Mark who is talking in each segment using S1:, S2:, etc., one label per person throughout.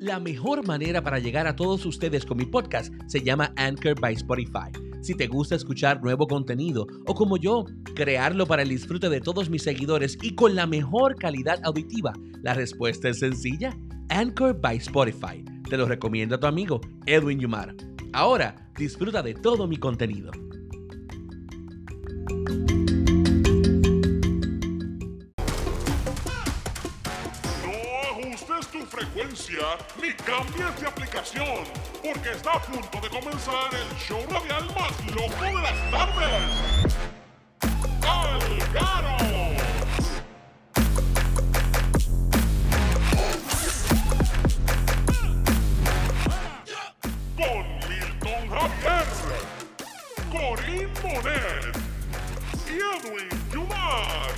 S1: La mejor manera para llegar a todos ustedes con mi podcast se llama Anchor by Spotify. Si te gusta escuchar nuevo contenido o como yo, crearlo para el disfrute de todos mis seguidores y con la mejor calidad auditiva, la respuesta es sencilla. Anchor by Spotify. Te lo recomiendo a tu amigo Edwin Yumar. Ahora, disfruta de todo mi contenido.
S2: No ajustes tu frecuencia ni cambies de aplicación, porque está a punto de comenzar el show radial más loco de las tardes. ¡Algaro! Con Milton Javier, Corín Monet y Edwin Yumar.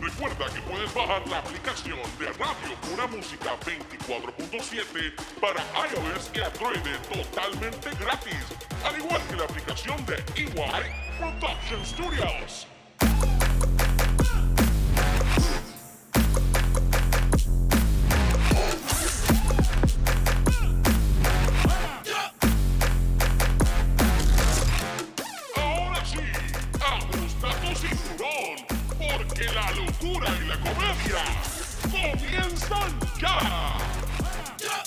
S2: Recuerda que puedes bajar la aplicación de Radio Pura Música 24.7 para iOS y Android totalmente gratis, al igual que la aplicación de EY Production Studios. Ahora sí, ajusta tu cinturón, porque la locura y la comedia comienzan ya.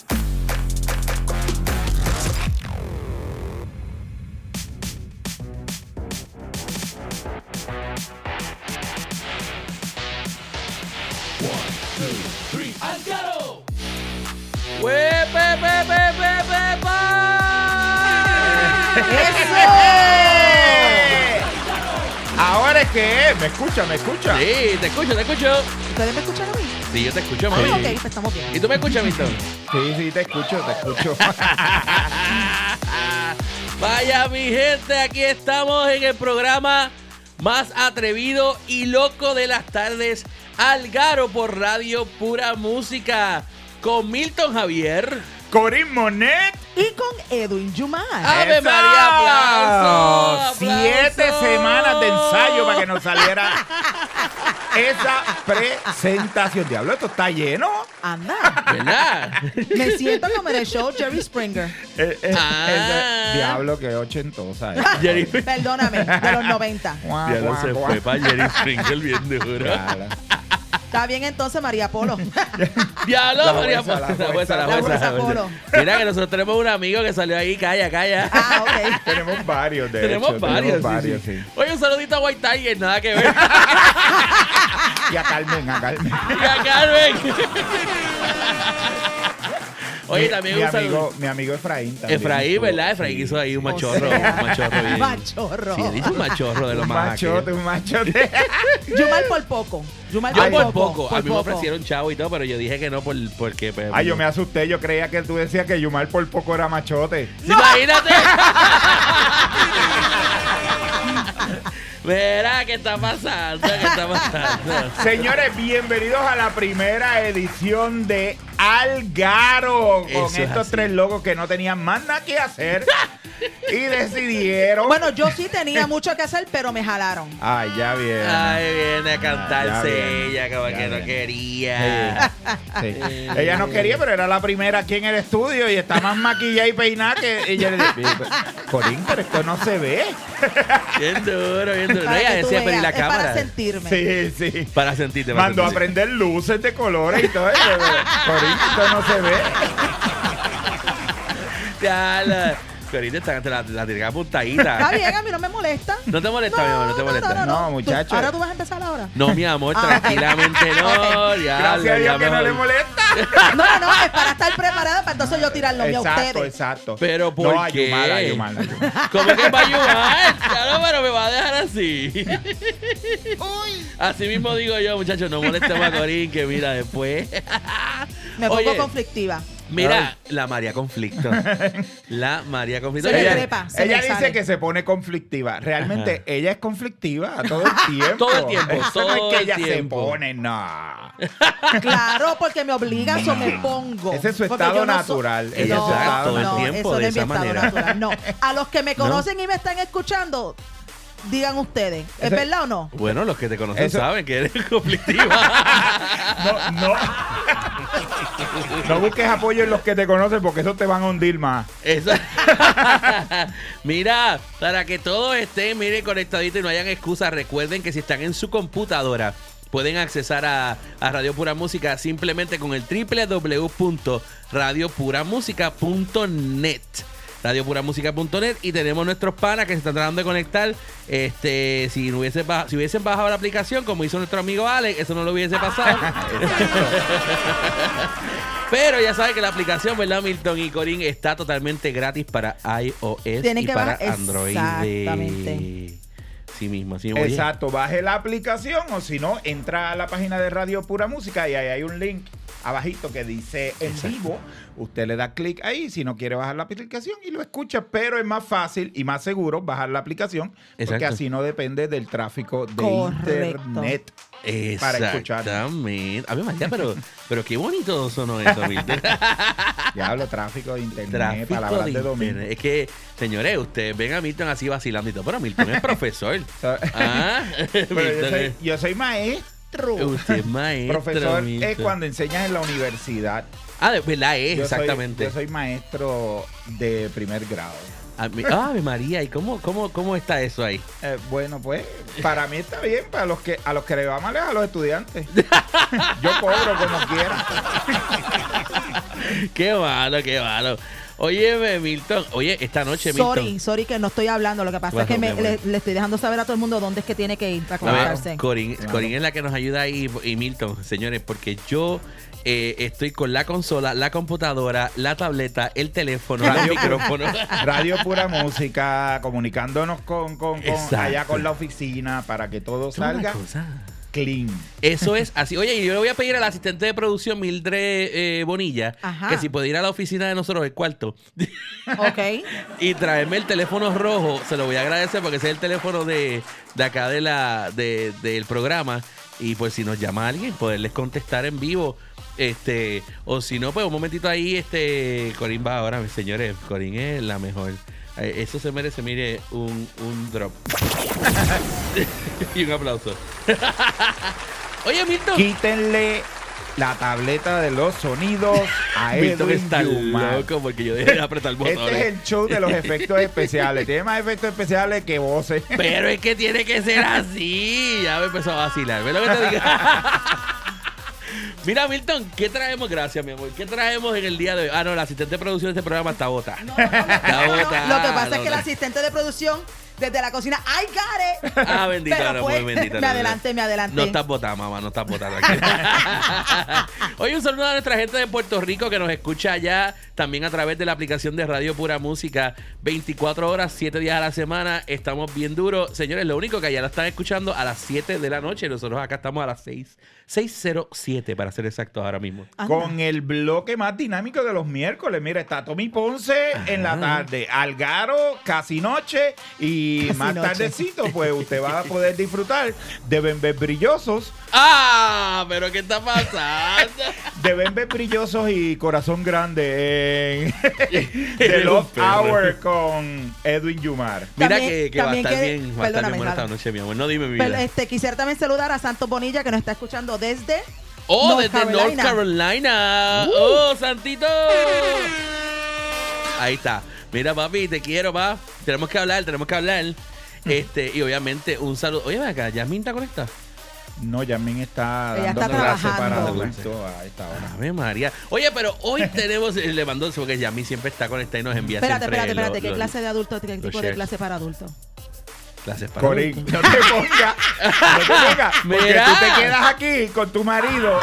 S3: Ahora es que es, Eh, me escucha, me escucha.
S1: Sí, te escucho, te escucho.
S4: ¿Ustedes me escuchan a mí?
S1: Sí, yo te escucho,
S4: Ah,
S1: mami.
S4: ok, pues estamos bien.
S1: ¿Y tú me escuchas, Milton?
S3: Sí, sí, te escucho, te escucho.
S1: Vaya mi gente, aquí estamos en el programa más atrevido y loco de las tardes, Algaro por Radio Pura Música, con Milton Javier.
S3: Corín Monet.
S4: Y con Edwin Yumar.
S1: ¡Ave
S3: ¡Eso!
S1: María, aplauso, aplauso!
S3: Siete semanas de ensayo para que nos saliera esa presentación. Diablo, esto está lleno.
S4: Anda.
S1: ¿Verdad?
S4: Me siento como en el show Jerry Springer.
S3: Eh, eh,
S1: Ah.
S3: ese- diablo, que ochentosa. eh.
S1: Jerry
S4: Perdóname, de los 90.
S3: Guau, guau,
S1: se
S3: guau.
S1: fue para Jerry Springer bien duro.
S3: Claro.
S4: Está bien entonces, María Polo.
S1: Diablo,
S3: La
S1: María
S3: jueza, la
S1: Polo. La jueza, la
S3: jueza,
S1: jueza,
S4: la
S1: la
S4: jueza
S1: jueza. Mira que nosotros tenemos un amigo que salió ahí, calla, calla.
S4: Ah, ok.
S3: Tenemos varios, de
S1: tenemos
S3: hecho,
S1: varios. sí,
S3: Tenemos varios,
S1: sí.
S3: sí.
S1: Oye, un saludito a White Tiger, nada que ver.
S3: Y a Carmen, a Carmen.
S1: Y a Carmen. Oye,
S3: Mi-
S1: también
S3: mi
S1: un saludo.
S3: amigo, mi amigo Efraín también.
S1: Efraín,
S3: estuvo.
S1: ¿verdad? Efraín hizo ahí un
S4: O
S1: machorro.
S4: sea,
S1: un machorro bien.
S4: Machorro.
S1: Sí, él hizo un machorro de lo
S3: Un
S1: más.
S3: machote,
S1: aquello.
S3: un machote.
S4: Yumar por poco. Yumar
S1: Yo
S3: Ay,
S1: Ah, por poco.
S4: por
S1: a mí me
S4: poco.
S1: ofrecieron chavo y todo, pero yo dije que no por, porque. pues,
S3: Ay, yo
S1: no.
S3: me asusté. Yo creía que tú decías que Yumar por poco era machote.
S1: ¡Sí, pues, Imagínate. Verá, ¿qué está pasando? ¿Qué está pasando?
S3: Señores, bienvenidos a la primera edición de Algaro. Con
S1: Eso es
S3: estos
S1: así.
S3: tres locos que no tenían más nada que hacer. y decidieron.
S4: Bueno, yo sí tenía mucho que hacer, pero me jalaron.
S3: Ay, ya viene.
S1: Ay, viene a cantarse
S3: ya viene,
S1: ella como
S3: ya
S1: que no
S3: viene.
S1: quería.
S3: Sí. Ella no quería, pero era la primera aquí en el estudio y está más maquillada y peinada que. Y yo le dije, Corín, pero esto no se ve.
S1: Bien duro, bien duro. No,
S4: Para
S1: ella
S4: que tú
S1: decía, pero
S4: veas,
S1: ¿y la
S4: es
S1: cámara?
S4: para sentirme.
S3: Sí, sí.
S1: Para sentirte. para
S3: Mandó a
S1: sentirte.
S3: prender luces de colores y todo. y yo, Corín, esto no se ve.
S1: Ya, la... Corita está, te la, la tiré apuntadita.
S4: Está bien, a mí no me molesta.
S1: No te molesta, mi amor, no te molesta.
S3: no, No, muchacho.
S4: Tú- Ahora tú vas a empezar ahora.
S1: No, mi amor,
S4: Ah, ok.
S1: tranquilamente no. Ya,
S3: Gracias
S1: ya,
S3: a Dios
S1: ya
S3: que no
S1: mejor.
S3: le molesta.
S4: No, no, no, es para estar preparada para entonces yo tirar los míos a
S3: Exacto,
S4: ustedes.
S3: exacto.
S1: Pero, ¿por
S3: no,
S1: qué?
S3: Ayumar, Ayumar, Ayumar.
S1: ¿Cómo que va a ayudar? Claro, pero me va a dejar así. Así mismo digo yo, muchachos, no molestemos a Corín, que mira después.
S4: Me pongo
S1: Oye,
S4: conflictiva.
S1: Mira, la María Conflicto. La María Conflicto.
S4: Se me
S1: Ella-
S4: trepa, se
S3: ella
S4: me
S3: dice
S4: sale.
S3: que se pone conflictiva. Realmente,
S1: Ajá.
S3: ella es conflictiva todo el tiempo.
S1: Todo el tiempo,
S3: Eso
S1: todo
S3: no es que
S1: el
S3: ella
S1: tiempo.
S3: se pone, no.
S4: Claro, porque me obligan o me pongo.
S3: Ese es su
S4: Porque
S3: estado
S4: yo no so-
S3: natural, ese
S1: es su estado
S4: no,
S1: natural.
S4: eso no es mi
S1: de esa
S4: estado
S1: manera.
S4: natural. No, a los que me conocen y me están escuchando, digan ustedes. ¿Es
S3: Ese-
S4: verdad o no?
S1: Bueno, los que te conocen
S3: Eso-
S1: saben que eres conflictiva.
S3: No, no. No busques apoyo en los que te conocen porque eso te van a hundir más.
S1: Eso- Mira, para que todos estén, mire, conectaditos y no hayan excusas, recuerden que si están en su computadora, pueden accesar a, a Radio Pura Música simplemente con el www.radiopuramusica.net. Radiopuramusica.net y tenemos nuestros panas que se están tratando de conectar. Este, si, no hubiese baj- si hubiesen bajado la aplicación, como hizo nuestro amigo Alex, eso no lo hubiese pasado. Pero ya saben que la aplicación, ¿verdad, Milton y Corín? Está totalmente gratis para iOS
S4: Tienen
S1: y
S4: que
S1: para
S4: bajar-
S1: Android.
S4: Exactamente.
S1: Sí mismo, así mismo. Oye,
S3: Exacto, baje la aplicación o si no, entra a la página de Radio Pura Música y ahí hay un link abajito que dice en vivo. Usted le da clic ahí si no quiere bajar la aplicación y lo escucha, pero es más fácil y más seguro bajar la aplicación porque
S1: Exacto.
S3: así no depende del tráfico de
S4: Correcto.
S3: internet. para escuchar.
S1: Exactamente. A ver, María, pero, pero qué bonito sonó eso, Milton.
S3: Diablo, tráfico de internet,
S1: Tráfico
S3: palabras
S1: de
S3: de, domingo.
S1: internet. Es que, señores, ustedes ven a Milton así vacilando y todo, pero Milton es profesor. ah,
S3: Pero yo,
S1: Milton
S3: soy,
S1: es-
S3: yo soy maestro.
S1: Usted es maestro.
S3: Profesor es
S1: Milton.
S3: cuando enseñas en la universidad.
S1: Ah, de verdad es,
S3: Yo soy-
S1: exactamente.
S3: yo soy maestro de primer grado.
S1: A mí- ah, Ave María, ¿y cómo, cómo, cómo está eso ahí?
S3: Eh, bueno, pues para mí está bien, para los que a los que le va mal es a los estudiantes. Yo cobro como quiera.
S1: Qué malo, qué malo. Oye, eh, Milton, oye, esta noche,
S4: Sorry,
S1: Milton.
S4: sorry que no estoy hablando. Lo que pasa es que me-
S1: Bueno, mi
S4: le,
S1: amor.
S4: le estoy dejando saber a todo el mundo dónde es que tiene que ir para
S1: A ver,
S4: conectarse.
S1: Ah, Corín,
S3: Claro.
S1: Corín es la que nos ayuda ahí y Milton, señores, porque yo eh, estoy con la consola, la computadora, la tableta, el teléfono, el
S3: Radio
S1: micrófono.
S3: Radio Pura Música, comunicándonos con, con- con-
S1: Exacto.
S3: allá con la oficina para que todo
S1: Tú una
S3: salga
S1: cosa.
S3: clean.
S1: Eso es así. Oye, y yo le voy a pedir al asistente de producción, Mildred eh, Bonilla,
S4: Ajá.
S1: que si puede ir a la oficina de nosotros, el cuarto,
S4: Ok.
S1: y traerme el teléfono rojo, se lo voy a agradecer porque ese es el teléfono de, de acá de la, de- del programa. Y pues si nos llama alguien, poderles contestar en vivo. Este, o si no, pues un momentito ahí, este, Corín va ahora, mis señores. Corín es la mejor. Eh, Eso se merece, mire, un, un drop. y un aplauso. Oye, Milton.
S3: Quítenle la tableta de los sonidos a
S1: Milton
S3: Edwin
S1: está
S3: Yuma.
S1: loco porque yo dejé de apretar el botón. ¿eh?
S3: Este es el show de los efectos especiales. Tiene más efectos especiales que voces.
S1: Pero es que tiene que ser así. Ya me empezó a vacilar. ¿Ves lo que te digo? Mira, Milton, ¿qué traemos? Gracias, mi amor. ¿Qué traemos en el día de hoy? Ah, no, la asistente de producción de este programa está bota.
S4: No, no, no, no,
S1: La
S4: no.
S1: otra,
S4: Lo que
S1: la
S4: pasa es que el
S1: otra.
S4: asistente de producción desde la cocina, ¡ay, got it!
S1: Ah, bendita,
S4: Pero
S1: no,
S4: fue-
S1: muy bendita.
S4: Me
S1: no,
S4: adelanté, me adelanté.
S1: No estás botada, mamá, no estás botada. tranquila. Oye, un saludo a nuestra gente de Puerto Rico que nos escucha allá, también a través de la aplicación de Radio Pura Música, 24 horas, 7 días a la semana. Estamos bien duros. Señores, lo único que allá la están escuchando a las 7 de la noche. Nosotros acá estamos a las 6, 6.07 para ser exactos ahora mismo.
S4: Anda.
S3: Con el bloque más dinámico de los miércoles. Mira, está Tommy Ponce en
S4: Ah.
S3: la tarde, Algaro casi noche y
S4: Casi
S3: más
S4: noche.
S3: tardecito, pues usted va a poder disfrutar de Bembes Brillosos,
S1: ¡Ah! ¿Pero qué está pasando?
S3: de Bembes Brillosos y Corazón Grande en The
S1: Eres un
S3: Love
S1: perro.
S3: Hour con Edwin Yumar.
S1: Mira
S4: También-
S1: que, que va a
S4: también
S1: estar
S4: que-
S1: bien, va a estar
S4: perdóname,
S1: bien buena esta
S4: Javi.
S1: noche, mi amor. No dime mi
S4: Pero,
S1: vida.
S4: este, quisiera también saludar a Santos Bonilla que nos está escuchando desde.
S1: Oh,
S4: North
S1: desde North
S4: Carolina. Uh.
S1: Carolina. Oh, Santito. Ahí está. Mira, papi, te quiero, pa. Tenemos que hablar, tenemos que hablar. Este, y obviamente un saludo. Oye, ven acá, Yasmin está conectada.
S3: No, Yamin está
S4: Ella
S3: dando
S4: está
S3: clase para
S4: trabajando.
S3: adultos a esta hora.
S1: Ave María. Oye, pero hoy tenemos, eh, le mandó, porque Yasmin siempre está conectada y nos envía
S4: Espérate,
S1: siempre
S4: espérate, espérate.
S1: los-
S4: ¿Qué
S1: los-
S4: clase de adulto? ¿Qué tipo de
S1: shares.
S4: clase para adultos?
S1: clases para
S3: Corín, no te pongas, no te pongas, porque
S1: Mira.
S3: tú te quedas aquí con tu marido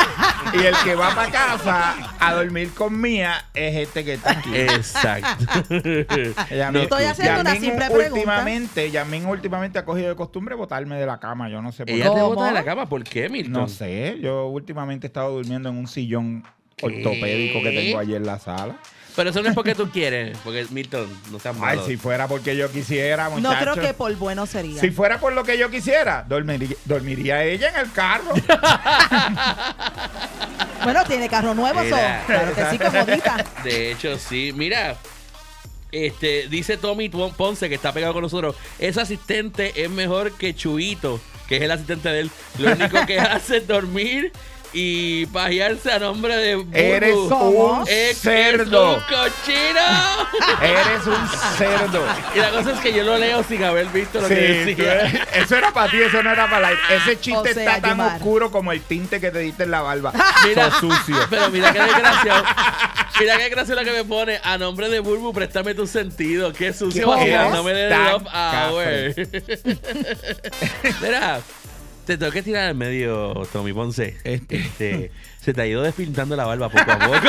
S3: y el que va para casa a dormir con mía es este que está aquí.
S1: Exacto.
S3: Yamin-
S1: No,
S4: Estoy haciendo una
S3: Yamin
S4: simple pregunta.
S3: últimamente, Yamin últimamente ha cogido de costumbre botarme de la cama, yo no sé por
S1: Ella
S3: qué.
S1: te
S4: ¿Cómo?
S1: bota de la cama, ¿por qué, Milton?
S3: No sé, yo últimamente he estado durmiendo en un sillón
S1: ¿Qué?
S3: ortopédico que tengo allí en la sala.
S1: Pero eso no es porque tú quieres, porque Milton, no seas
S3: Ay,
S1: malo.
S3: si fuera porque yo quisiera,
S4: No creo
S3: muchachos.
S4: que por bueno sería.
S3: Si fuera por lo que yo quisiera, dormiría, dormiría ella en el carro.
S4: Bueno, tiene carro nuevo, so.
S1: Mira.
S4: Claro que sí, comodita.
S1: De hecho, sí. Mira, Este, dice Tommy Tuon- Ponce, que está pegado con nosotros, ese asistente es mejor que Chuito, que es el asistente de él. Lo único que hace es dormir y pajearse a nombre de Burbu.
S3: Eres
S4: ¿Cómo?
S3: un
S1: Es-
S3: cerdo.
S1: es un cochino.
S3: Eres un cerdo.
S1: y la cosa es que yo lo leo sin haber visto lo
S3: Sí,
S1: que
S3: tú
S1: decía.
S3: eres- eso era para ti, eso no era para la. Ese chiste
S4: O sea,
S3: está tan
S4: Yomar.
S3: oscuro como el tinte que te diste en la barba.
S1: Mira,
S3: Sos sucio.
S1: Pero mira qué desgraciado. Mira qué desgraciado lo que me pone. A nombre de Burbu, préstame tu sentido. Qué sucio
S4: ¿Cómo?
S1: vacilándome de
S3: Tan
S1: Love Hour. mira, te tengo que tirar al medio, Tommy Ponce. Este, se te ha ido despintando la barba poco a poco.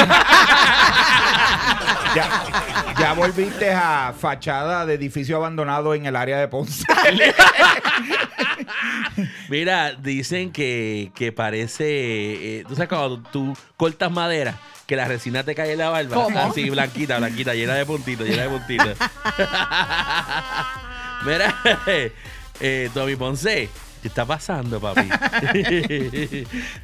S3: Ya, ya volviste a fachada de edificio abandonado en el área de Ponce.
S1: mira, dicen que, que parece. eh, tú sabes, cuando tú cortas madera. Que la resina te cae en la barba.
S4: ¿Cómo?
S1: Así, blanquita, blanquita, llena de puntitos, llena de puntitos. Mira, eh, Tommy Ponce, ¿qué está pasando, papi?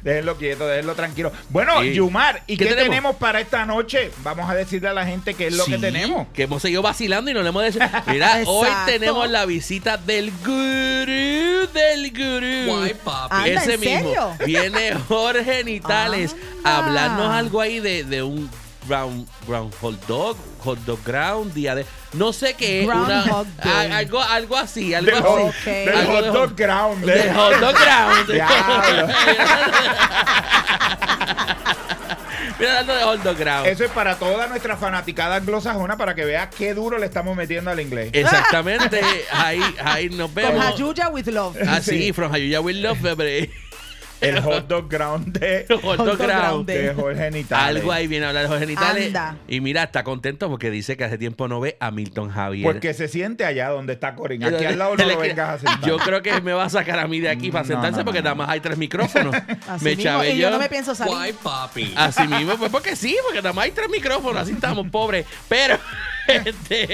S3: Déjenlo quieto, déjenlo tranquilo. Bueno,
S1: Sí.
S3: Yumar, ¿y
S1: ¿Qué
S3: qué,
S1: tenemos?
S3: tenemos? para esta noche? Vamos a decirle a la gente qué es lo que
S1: Sí,
S3: tenemos.
S1: Que hemos seguido vacilando y no le hemos dicho. Mira,
S4: Exacto.
S1: hoy tenemos la visita del gurú, del gurú.
S5: Guay, papi.
S4: Anda,
S1: Ese
S4: ¿en
S1: mismo.
S4: serio?
S1: Viene Jorge Nitales
S4: Anda.
S1: a hablarnos
S3: Ah.
S1: algo ahí de, de un ground, ground hot dog, hot dog ground, día de. No sé qué es.
S4: Groundhog
S1: a-
S4: Day.
S1: algo, algo así, algo
S3: Del
S1: así.
S3: hot,
S4: Ok.
S3: del
S1: Algo
S3: hot
S1: de
S3: dog
S1: hot-
S3: ground.
S1: De
S3: del-
S1: hot dog ground.
S3: Diablo.
S1: Mira, hablando de hot dog ground.
S3: Eso es para toda nuestra fanaticada anglosajona para que vea qué duro le estamos metiendo al inglés.
S1: Exactamente. ahí, ahí nos
S4: Con
S1: vemos.
S4: Hayuya with love.
S1: Ah, sí, from Hayuya Will Love, baby.
S3: El hot dog ground de,
S1: Hot dog
S4: dog
S1: ground.
S4: ground.
S3: de Jorge Nitales.
S1: Algo ahí viene a hablar Jorge Nitales.
S4: Anda.
S1: Y mira, está contento porque dice que hace tiempo no ve a Milton Javier.
S3: Porque Pues se siente allá donde está Corín. Aquí al lado no
S1: Le-
S3: lo vengas a sentar.
S1: Yo creo que me va a sacar a mí de aquí para
S3: No,
S1: sentarse
S3: no,
S1: porque
S3: no,
S1: nada más hay tres micrófonos.
S4: Así
S1: me
S4: mismo.
S1: chavé
S4: Y yo no me pienso salir.
S5: Guay, papi.
S1: Así mismo, pues porque sí, porque nada más hay tres micrófonos, así estamos pobres. Pero, este,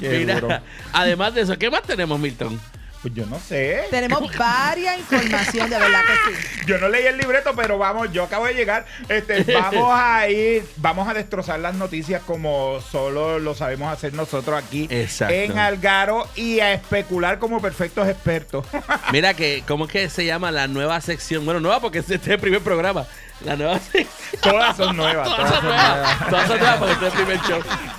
S3: Qué
S1: mira,
S3: duro.
S1: además de eso, ¿qué más tenemos, Milton?
S3: Pues yo no sé.
S4: Tenemos varias información, de verdad que sí.
S3: Yo no leí el libreto, pero vamos, yo acabo de llegar. Este, vamos a ir, vamos a destrozar las noticias como solo lo sabemos hacer nosotros aquí
S1: Exacto.
S3: en Algaro y a especular como perfectos expertos.
S1: Mira que, ¿cómo es que se llama la nueva sección? Bueno, nueva porque este es el primer programa. La nueva sección.
S3: todas son nuevas.
S1: Todas son nuevas. Todas son nuevas porque este es el primer show.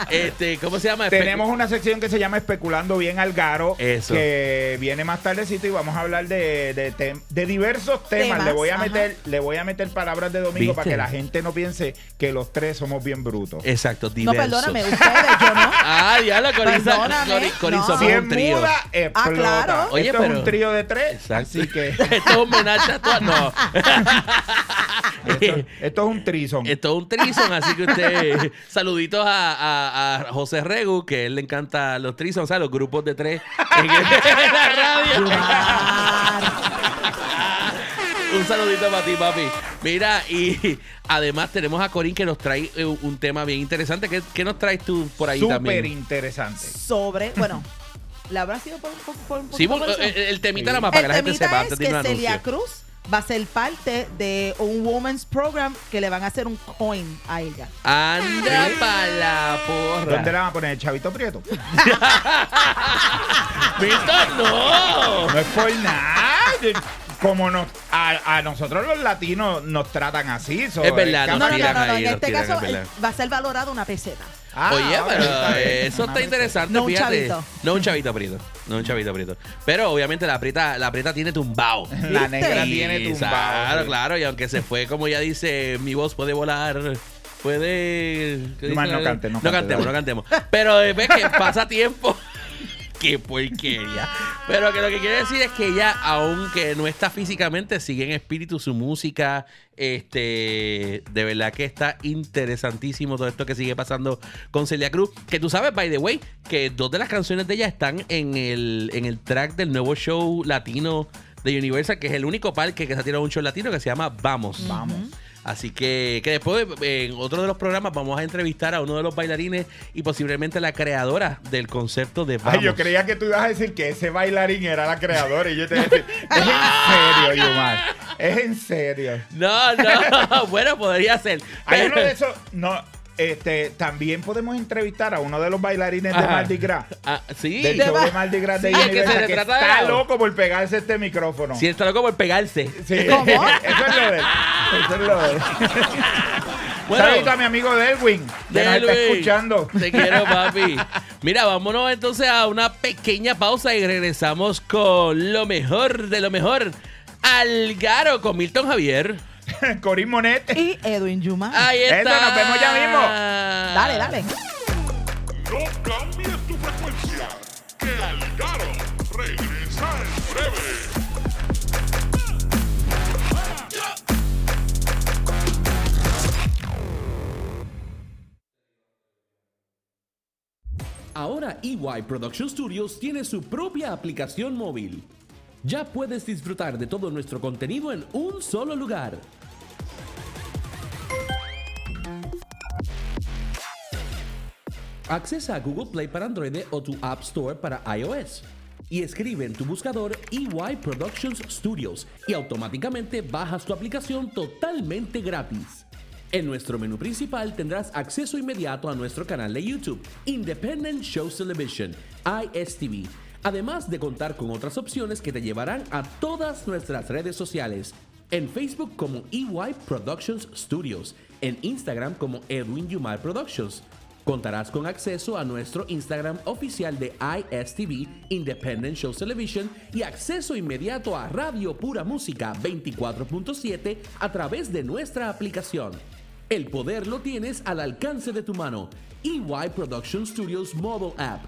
S1: Este, ¿cómo se llama?
S3: Tenemos una sección que se llama Especulando bien Algaro,
S1: Eso.
S3: que viene más tardecito y vamos a hablar de, de tem- de diversos temas.
S4: Temas,
S3: le voy a
S4: ajá.
S3: meter, le voy a meter palabras de domingo
S1: ¿Viste?
S3: para que la gente no piense que los tres somos bien brutos.
S1: Exacto,
S4: No,
S1: diversos.
S4: perdóname, ustedes, yo no.
S1: Ah, diablo, Coriza.
S4: Perdóname,
S1: Cori- Cori,
S4: no.
S1: somos
S3: Si
S4: Ah,
S3: es
S1: un trío.
S3: muda, explota.
S4: claro.
S1: Oye,
S3: Esto
S1: pero-
S3: es un trío de tres.
S1: Exacto.
S3: Así que
S1: Esto es un homenaje a todas- No.
S3: esto, esto es un trison.
S1: Esto es un trison, así que usted. Saluditos a, a- a José Regu, que a él le encanta los trisons, o sea, los grupos de tres en, en la radio.
S4: Ah,
S1: Un saludito para ti, papi. Mira, y además tenemos a Corín que nos trae eh, un tema bien interesante. ¿Qué, qué nos traes tú por ahí
S3: Súper
S1: también?
S3: interesante.
S4: Sobre, bueno, la habrá sido por, por, por un
S1: Sí,
S4: poquito por
S1: bueno,
S4: eso?
S1: el, el temita
S3: Sí.
S1: nada más para que
S4: El
S1: la gente
S4: temita
S1: sepa
S4: es
S1: antes de ir a
S4: que
S1: un
S4: Celia
S1: anuncio.
S4: Cruz va a ser parte de un women's program que le van a hacer un coin a ella.
S1: Anda pa' la porra.
S3: ¿Dónde la van a poner? ¿El chavito prieto?
S1: Milton, no.
S3: No es por nada. Como nos, a, a nosotros los latinos nos tratan así. so-
S1: Es verdad,
S3: cada-
S4: No, no, no,
S1: tiran
S4: no, no,
S1: ahí,
S4: en
S1: nos
S4: este
S1: tiran,
S4: caso
S1: es verdad.
S4: va a ser valorada una peseta.
S3: Ah,
S1: Oye,
S3: ok,
S1: pero
S3: está bien.
S1: eh, eso está interesante,
S4: No un
S1: fíjate.
S4: chavito.
S1: No un chavito aprieto. No un chavito aprieto. Pero obviamente la prieta, la prieta tiene tumbao.
S3: La negra
S1: Y,
S3: tiene tumbado.
S1: Claro,
S3: sí.
S1: claro. Y aunque se fue, como ya dice, mi voz puede volar. Puede. ¿qué
S3: Nomás
S1: dice?
S3: no cante, no
S1: No
S3: cante,
S1: cantemos, no
S3: dale.
S1: cantemos. Pero eh, ves que pasa tiempo. Qué porquería. Pero que lo que quiero decir es que ella, aunque no está físicamente, sigue en espíritu su música. Este, de verdad que está interesantísimo todo esto que sigue pasando con Celia Cruz. Que tú sabes, by the way, que dos de las canciones de ella están en el, en el track del nuevo show latino de Universal, que es el único parque que se ha tirado un show latino que se llama Vamos.
S3: Vamos.
S1: Así que, que después eh, en otro de los programas vamos a entrevistar a uno de los bailarines y posiblemente la creadora del concepto de Vamos.
S3: Ay, yo creía que tú ibas a decir que ese bailarín era la creadora y yo te iba a decir, es en serio, Yomar, es en serio.
S1: No, no, bueno, podría ser.
S3: Hay
S1: Pero-
S3: uno de esos, no, este, también podemos entrevistar a uno de los bailarines de
S6: Ajá.
S3: Mardi Gras.
S6: Ah, sí.
S3: Del
S4: De
S3: show
S4: ba-
S3: de Mardi Gras de
S6: Sí, que
S3: Universal,
S6: se
S3: que,
S6: retrata de
S3: está
S6: lado.
S3: loco por pegarse este micrófono.
S6: Si está loco por pegarse.
S3: Sí.
S4: ¿Cómo?
S3: Eso es lo de él. Eso es lo de él.
S6: Bueno.
S3: Saludito a mi amigo Delwin, que nos está
S6: Delwin,
S3: escuchando.
S6: Te quiero, papi. Mira, vámonos entonces a una pequeña pausa y regresamos con lo mejor de lo mejor. Algaro con Milton Javier.
S3: Corín Monet.
S4: Y Edwin Yuma.
S6: Ahí está.
S3: Eso, nos vemos ya mismo.
S4: Dale, dale.
S2: No cambies tu frecuencia, que Algaro regresa en breve.
S1: Ahora EY Production Studios tiene su propia aplicación móvil. Ya puedes disfrutar de todo nuestro contenido en un solo lugar. Accesa a Google Play para Android o tu App Store para iOS y escribe en tu buscador EY Productions Studios y automáticamente bajas tu aplicación totalmente gratis. En nuestro menú principal tendrás acceso inmediato a nuestro canal de YouTube, Independent Shows Television, ISTV, además de contar con otras opciones que te llevarán a todas nuestras redes sociales. En Facebook como EY Productions Studios, en Instagram como Edwin Yumar Productions. Contarás con acceso a nuestro Instagram oficial de ISTV, Independent Shows Television y acceso inmediato a Radio Pura Música 24.7 a través de nuestra aplicación. El poder lo tienes al alcance de tu mano. EY Production Studios Mobile App.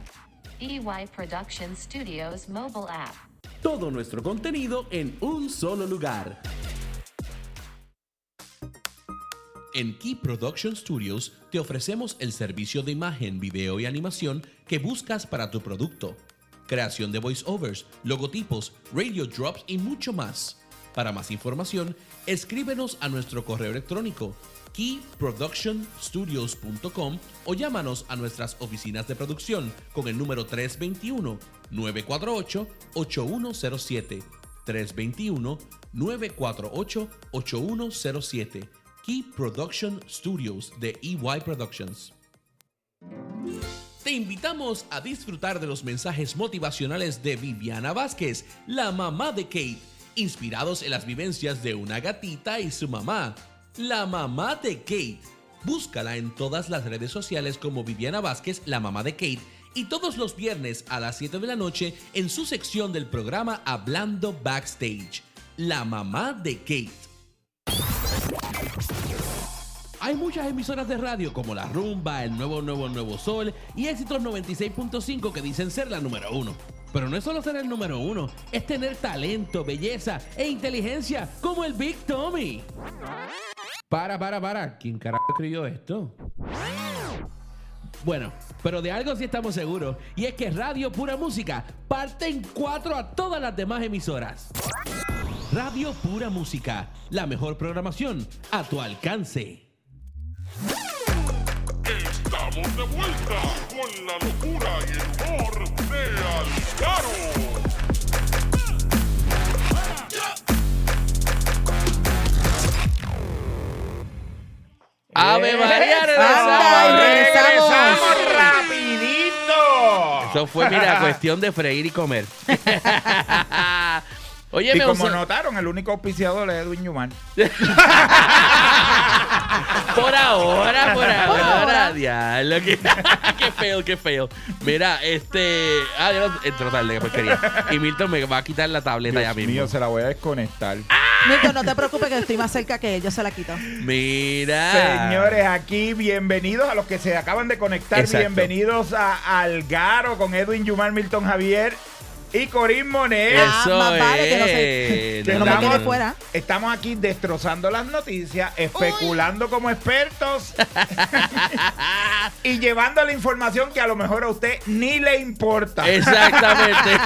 S7: EY E Production Studios mobile app.
S1: Todo nuestro contenido en un solo lugar. En Key Production Studios te ofrecemos el servicio de imagen, video y animación que buscas para tu producto. Creación de voiceovers, logotipos, radio drops y mucho más. Para más información, escríbenos a nuestro correo electrónico keyproductionstudios.com o llámanos a nuestras oficinas de producción con el número 321-948-8107. 321-948-8107. Key Production Studios de EY Productions. Te invitamos a disfrutar de los mensajes motivacionales de Viviana Vázquez, la mamá de Kate, inspirados en las vivencias de una gatita y su mamá, la mamá de Kate. Búscala en todas las redes sociales como Viviana Vázquez, la mamá de Kate, y todos los viernes a las 7 de la noche en su sección del programa Hablando Backstage, la mamá de Kate. Hay muchas emisoras de radio como La Rumba, El Nuevo Nuevo Nuevo Sol y Éxitos 96.5 que dicen ser la número uno. Pero no es solo ser el número uno, es tener talento, belleza e inteligencia como el Big Tommy. Para, para, para. ¿Quién carajo escribió esto? Bueno, pero de algo sí estamos seguros y es que Radio Pura Música parte en cuatro a todas las demás emisoras. Radio Pura Música, la mejor programación a tu alcance.
S2: Estamos de vuelta con la locura y el humor de Algaro.
S6: ¡Ave María!
S4: Anda,
S6: regresamos!
S4: y regresamos.
S3: ¡Regresamos rapidito!
S6: Eso fue, mira, cuestión de freír y comer. Oye,
S3: Y
S6: me
S3: como
S6: usa-
S3: notaron, el único auspiciador es Edwin Yuman.
S6: Por ahora, por ahora, por ahora.
S4: ahora.
S6: Diablo, qué, qué feo, qué feo. Mira, este. Ah, ya no- entró tarde, qué porquería. Y Milton me va a quitar la tableta ya
S3: Dios
S6: mismo.
S3: mío, se la voy a desconectar.
S4: Milton, no te preocupes que estoy más cerca que él. Yo se la quito.
S6: Mira.
S3: Señores, aquí bienvenidos a los que se acaban de conectar.
S6: Exacto.
S3: Bienvenidos a Algaro con Edwin Yumar, Milton Javier y Corín Monet.
S4: Ah,
S6: Eso
S4: más vale que no
S6: es.
S4: se-
S3: que
S4: no me
S3: estamos-
S4: quede fuera.
S3: Estamos aquí destrozando las noticias, especulando como expertos y llevando la información que a lo mejor a usted ni le importa.
S6: Exactamente.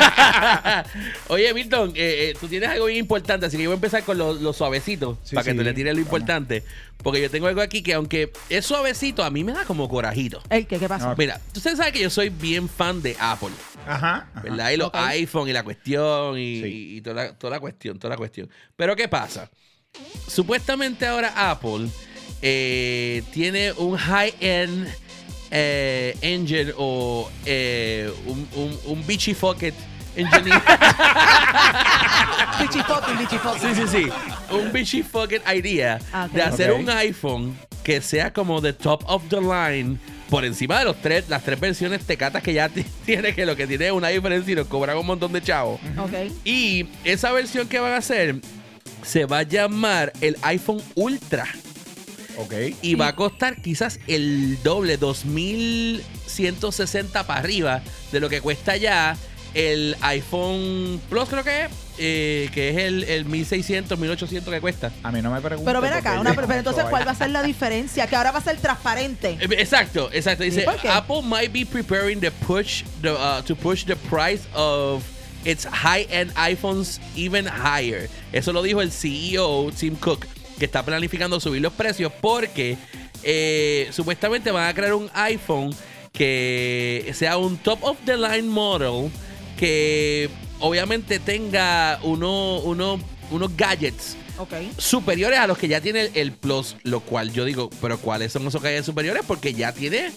S6: Oye, Milton, eh, eh, tú tienes algo bien importante, así que yo voy a empezar con lo, lo suavecito,
S3: Sí,
S6: para que
S3: sí,
S6: tú le tires lo
S3: vamos.
S6: importante. Porque yo tengo algo aquí que, aunque es suavecito, a mí me da como corajito.
S4: ¿El qué? ¿Qué pasó?
S3: No,
S6: Mira, ustedes saben que yo soy bien fan de Apple.
S3: Ajá. ajá.
S6: ¿verdad? Y los iPhone y la cuestión y,
S3: Sí.
S6: y- y toda, la, toda la cuestión, toda la cuestión. Pero ¿qué pasa? Supuestamente ahora Apple
S1: eh, tiene un high-end eh, engine o eh, un, un, un bitchy fucket engineer.
S4: Bichifoqui, bichifoqui.
S1: sí, sí, sí. Un bitchy fucking idea
S4: Ah, ok.
S1: de hacer
S3: Ok.
S1: un iPhone que sea como the top of the line por encima de los tres, las tres versiones tecatas que ya t- tiene, que lo que tiene es una diferencia y nos cobran un montón de chavos.
S4: Ok.
S1: Y esa versión que van a hacer se va a llamar el iPhone Ultra
S3: Ok.
S1: y va a costar quizás el doble, 2160 para arriba de lo que cuesta ya el iPhone Plus, creo que es, eh, que es el, el 1600, 1800 que cuesta.
S3: A mí no me preguntes.
S4: Pero ven acá, una, pero entonces, ¿cuál va a
S3: vas
S4: ser la diferencia? Que ahora va a ser transparente.
S1: Eh, Exacto, exacto. Dice,
S4: por qué?
S1: Apple might be preparing the push the, uh, to push the price of its high-end iPhones even higher. Eso lo dijo el CEO Tim Cook, que está planificando subir los precios porque eh, supuestamente van a crear un iPhone que sea un top of the line model que obviamente tenga uno, uno- unos gadgets
S4: Ok.
S1: superiores a los que ya tiene el, el Plus, lo cual yo digo, pero ¿cuáles son esos calles superiores? Porque ya tiene.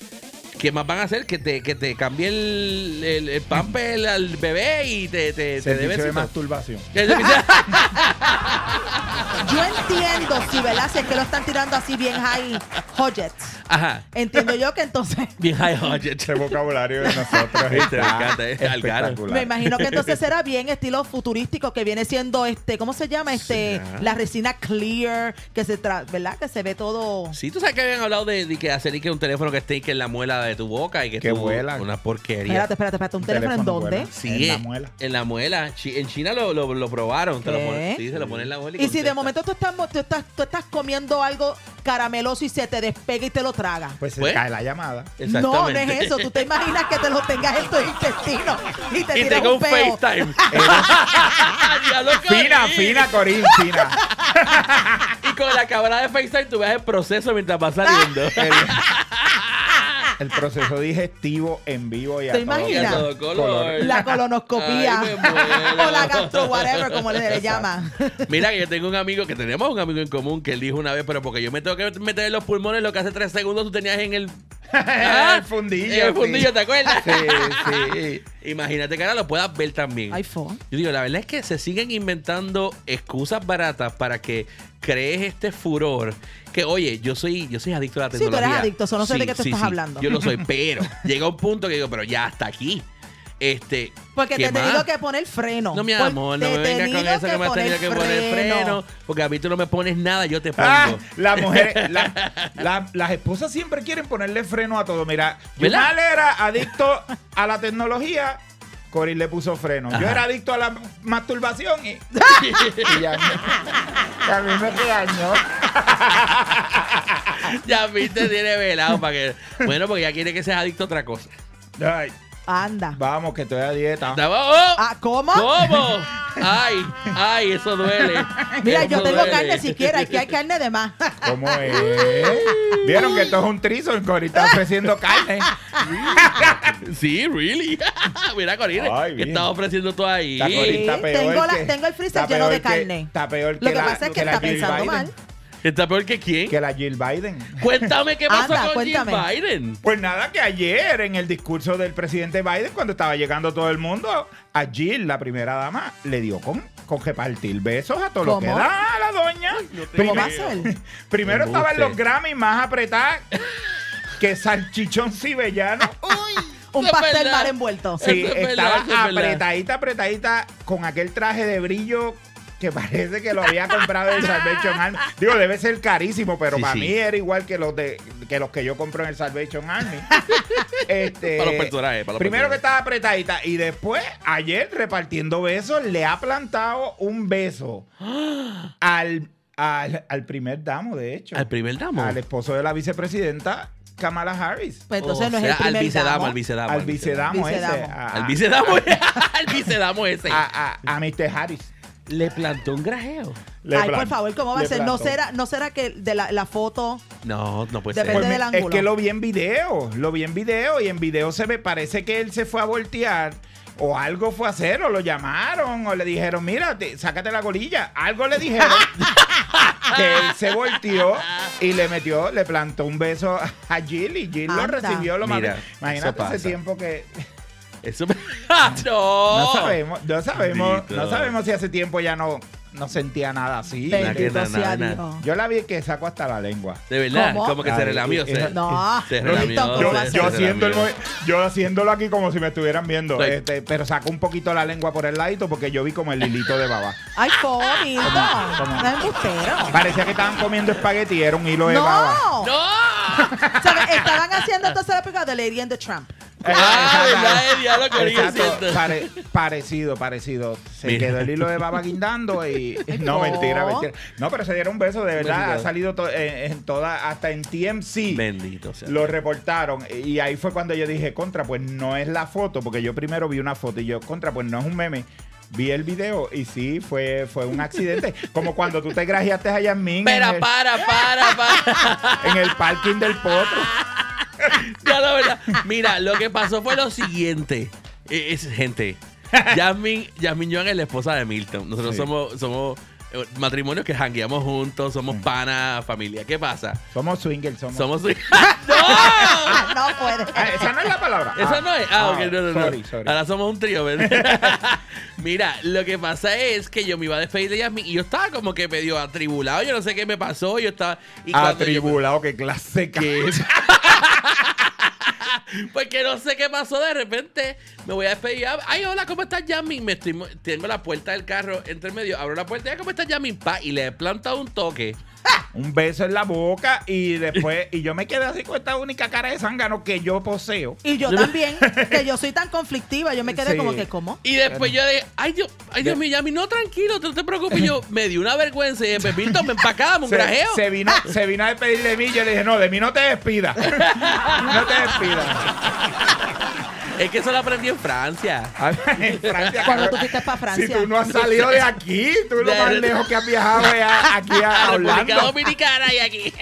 S1: ¿Qué más van a hacer? Que te, que te cambie el, el, el pamper al bebé y te, te, te dé
S3: Servicio de
S1: besito.
S3: masturbación.
S1: El servicio-
S4: Yo entiendo, si, ¿verdad? Si es que lo están tirando así bien high, Hodgets.
S1: Ajá.
S4: Entiendo yo que entonces.
S1: Bien high budget.
S3: Ese vocabulario de nosotros
S1: Viste, me
S3: está
S1: encanta, es al garo.
S3: espectacular.
S4: Me imagino que entonces será bien estilo futurístico que viene siendo este, ¿cómo se llama? Este, la resina clear, que se tra ¿verdad? Que se ve todo.
S1: Sí, tú sabes que habían hablado de, de que hacer y que un teléfono que esté y que en la muela de tu boca y que
S3: Que
S1: tú-
S3: vuela.
S1: Una porquería.
S4: Espérate, espérate, espérate, un teléfono, en dónde?
S3: bueno. En
S1: Sí,
S3: la muela.
S1: En la muela. Chi- En China lo, lo, lo probaron. Te lo
S4: ¿Qué?
S1: ponen- sí, se lo ponen en la muela.
S4: Y si de
S1: contesta.
S4: momento tú estás, tú estás, tú estás comiendo algo carameloso y se te despega y te lo traga.
S3: Pues se
S1: Pues-
S3: cae la llamada.
S4: No, no
S1: Exactamente.
S4: es eso. Tú te imaginas que te lo tengas en tu intestino y te
S1: y
S4: tiras un
S1: tengo un
S4: peo.
S1: FaceTime. Diablo,
S3: Fina,
S1: Corín.
S3: fina, Corín, fina.
S1: Y con la cámara de FaceTime tú ves el proceso mientras va saliendo.
S3: El,
S4: Ah,
S3: el proceso digestivo en vivo y a
S4: ¿Te
S3: todo
S4: imaginas?
S1: Y a todo color.
S4: La colonoscopía.
S1: Ay, me muero.
S4: o la gastro, whatever, como le, le llama.
S1: Mira que yo tengo un amigo que tenemos un amigo en común que él dijo una vez, pero porque yo me tengo que meter en los pulmones lo que hace tres segundos tú tenías en el,
S3: Ah, El fundillo,
S1: En Ah, el
S3: sí.
S1: fundillo, ¿te acuerdas?
S3: Sí, sí.
S1: Imagínate que ahora lo puedas ver también.
S4: iPhone.
S1: Yo digo, la verdad es que se siguen inventando excusas baratas para que crees este furor. Que oye, yo soy, yo soy adicto a la
S4: Sí, tú eres
S1: tecnología.
S4: adicto, so no sé de qué tú estás hablando.
S1: Yo lo soy, pero llega un punto que digo, pero ya hasta aquí. Este,
S4: Porque
S1: ¿qué
S4: te,
S1: más?
S4: digo que poner freno.
S1: No, mi
S4: Por-
S1: amor, no
S4: pues, te
S1: me vengas
S4: tenido
S1: con eso que me has tenido que poner freno. Porque a mí tú no me pones nada, yo te pongo.
S3: Ah, las mujeres, la- la- las esposas siempre quieren ponerle freno a todo. Mira,
S1: ¿Verdad?
S3: Yumal era adicto a la tecnología, Corín le puso freno. Yo
S1: Ajá.
S3: era adicto a la masturbación y, y ya, a mí me regañó.
S1: Ya viste, tiene velado para que. Bueno, porque ya quiere que seas adicto a otra cosa.
S3: Ay,
S4: Anda.
S3: vamos, que estoy a dieta.
S1: Estaba- ¡Oh!
S4: Ah, ¿Cómo?
S1: ¿Cómo? Ay, ay, eso duele.
S4: Mira,
S1: Eso
S4: yo tengo
S1: duele.
S4: carne siquiera. Aquí hay carne de más.
S3: ¿Cómo es? Vieron que esto es un trison, Corín está ofreciendo carne.
S1: Sí, really. Mira, Corina,
S3: Ay,
S1: que
S3: bien.
S1: estás ofreciendo tú ahí.
S3: Está Corín, está
S4: Sí,
S3: peor
S4: tengo la-
S3: que-
S4: tengo el freezer
S3: está
S4: lleno de
S3: peor que-
S4: carne.
S3: Está peor que
S4: Lo que
S3: la-
S4: pasa es que
S3: la
S4: está
S3: Jill
S4: pensando
S3: Biden,
S4: mal.
S1: ¿Está peor que quién?
S3: Que la Jill Biden.
S1: Cuéntame qué pasó
S4: Anda,
S1: con
S4: cuéntame.
S1: Jill Biden.
S3: Pues nada, que ayer en el discurso del presidente Biden, cuando estaba llegando todo el mundo, a Jill, la primera dama, le dio con, con repartir besos a todo lo
S4: ¿Cómo?
S3: que da la doña.
S4: ¿Cómo va a ser?
S3: primero
S1: Embuste.
S3: estaba en los Grammy más apretada que Salchichón Sibellano.
S4: Un
S1: Es
S4: pastel
S1: verdad.
S4: mal envuelto.
S1: Eso
S3: Sí,
S1: es verdad,
S3: estaba
S1: eso es verdad.
S3: apretadita, apretadita, con aquel traje de brillo que parece que lo había comprado en Salvation Army. Digo, debe ser carísimo, pero
S1: Sí,
S3: para
S1: sí.
S3: mí era igual que los de que los que yo compro en el Salvation Army. Este,
S1: Para los personajes, para los
S3: primero que
S1: personajes.
S3: estaba apretadita y después ayer repartiendo besos le ha plantado un beso al, al, al primer damo, de hecho.
S1: Al primer damo.
S3: Al esposo de la vicepresidenta Kamala Harris.
S4: Pues entonces
S1: O
S4: no es
S1: sea,
S4: el primer
S1: al vicedamo,
S4: damo.
S1: al vicedamo.
S3: al vicedamo ese.
S4: Vicedamo.
S3: a-
S1: Ah, Al vicedamo. Al vicedamo ese.
S4: Este.
S3: a, a, a Mr. Harris.
S1: Ah, Le plantó un grajeo.
S3: Le
S4: Ay, por
S3: plantó.
S4: favor, ¿cómo va a
S3: Le
S4: ser? No
S3: plantó.
S4: será, no será que de la, la foto.
S1: No, no puede
S4: Depende
S3: Pues
S1: ser.
S4: del
S3: me-
S4: ángulo.
S3: Es que lo vi en video, lo vi en video y en video se me parece que él se fue a voltear o algo fue a hacer o lo llamaron o le dijeron, mira, te- sácate la golilla. Algo le dijeron que él se volteó y le metió, le plantó un beso a Jill y Jill lo
S4: Anda.
S3: recibió, lo
S1: Mira,
S3: mató.
S1: eso
S3: Imagínate
S1: pasa.
S3: ese tiempo que
S1: Eso me... ¡Ah,
S4: Oh.
S1: no!
S3: no sabemos, no sabemos,
S1: Bendito.
S3: no sabemos si hace tiempo ya no, no sentía nada así.
S1: Nada que
S4: Bendito sea
S1: nada, nada.
S4: Dios.
S3: Yo la vi que sacó hasta la lengua.
S1: De verdad,
S4: ¿Cómo?
S1: como que se
S3: Ay,
S1: relamió. se-
S3: eh,
S4: No,
S1: se
S4: Luisito,
S1: relamió,
S4: ¿cómo
S1: se-
S3: Yo,
S4: va a
S3: yo
S1: se relamió.
S4: ser?
S3: haciendo el movi- yo haciéndolo aquí como si me estuvieran viendo.
S1: Estoy-
S3: este, pero sacó un poquito la lengua por el ladito porque yo vi como el hilito de baba.
S4: Ay, bonito.
S3: cómo?
S4: No es embustero.
S3: Parecía que estaban comiendo espagueti y era un hilo de baba.
S4: No.
S1: ¡No!
S4: ¿Sabes? Estaban haciendo entonces la película de Lady and the Trump.
S3: Eh,
S1: Ah,
S3: exacto.
S1: ¿verdad? El diálogo que yo
S3: Exacto.
S1: siento.
S3: Pare- parecido, parecido. Se
S1: Mira.
S3: quedó el hilo de baba guindando y. No,
S4: no.
S3: mentira, mentira. No, pero se dieron un beso, de verdad.
S1: Bendito.
S3: Ha salido to- eh, en, en toda, hasta en TMC.
S1: Bendito sea.
S3: Lo reportaron E, y ahí fue cuando yo dije, contra, pues no es la foto, porque yo primero vi una foto y yo, contra, pues no es un meme. Vi el video y sí, fue, fue un accidente. Como cuando tú te grajeaste a Yasmín en
S1: Espera,
S3: el,
S1: para, para, para.
S3: en el parking del potro.
S1: Ya la verdad. Mira, lo que pasó fue lo siguiente. Eh, Es, gente. Jasmine, Jasmine Joan es la esposa de Milton. Nosotros
S3: Sí.
S1: somos, somos eh, matrimonios que jangueamos juntos, somos pana, familia. ¿Qué pasa?
S3: Somos swingers, somos.
S1: Mm. Somos. ¡No!
S4: Ah, no puede.
S3: Ah, esa no es la palabra.
S1: Eso no es. Ah, ok, no, no, no.
S3: sorry, sorry.
S1: Ahora somos un trío, ¿verdad? Mira, lo que pasa es que yo me iba a despedir de Yasmin y yo estaba como que medio atribulado. Yo no sé qué me pasó. Yo estaba. Y cuando yo-
S3: Atribulado, qué clase que es.
S1: Porque no sé qué pasó de repente. Me voy a despedir. Ah, Ay, hola, ¿cómo estás, Yamin? Me estoy, mo- tengo la puerta del carro entre el medio. Abro la puerta. "Ah, ¿Cómo estás, Yamin? Pa, y le he plantado un toque.
S3: Un beso en la boca y después. Y yo me quedé así con esta única cara de zángano que yo poseo.
S4: Y yo también, que yo soy tan conflictiva, yo me quedé
S3: Sí.
S4: como que, ¿cómo?
S1: Y después yo dije, ay Dios, ay Dios mío, Yamin, no, tranquilo, tú no te preocupes. Y yo me di una vergüenza y dije, Pepito, ven para acá, dame un
S3: Se,
S1: grajeo.
S3: se vino, se vino a despedir de mí. Yo le dije, no, de mí no te despidas. no te despidas.
S1: Es que eso lo aprendí en Francia.
S3: En Francia,
S4: Cuando
S3: cabrón,
S4: tú fuiste pa' Francia.
S3: Si tú no has salido de aquí, tú lo
S1: De-
S3: más lejos que has viajado es a- aquí a,
S1: a República
S3: Orlando.
S1: Dominicana y aquí.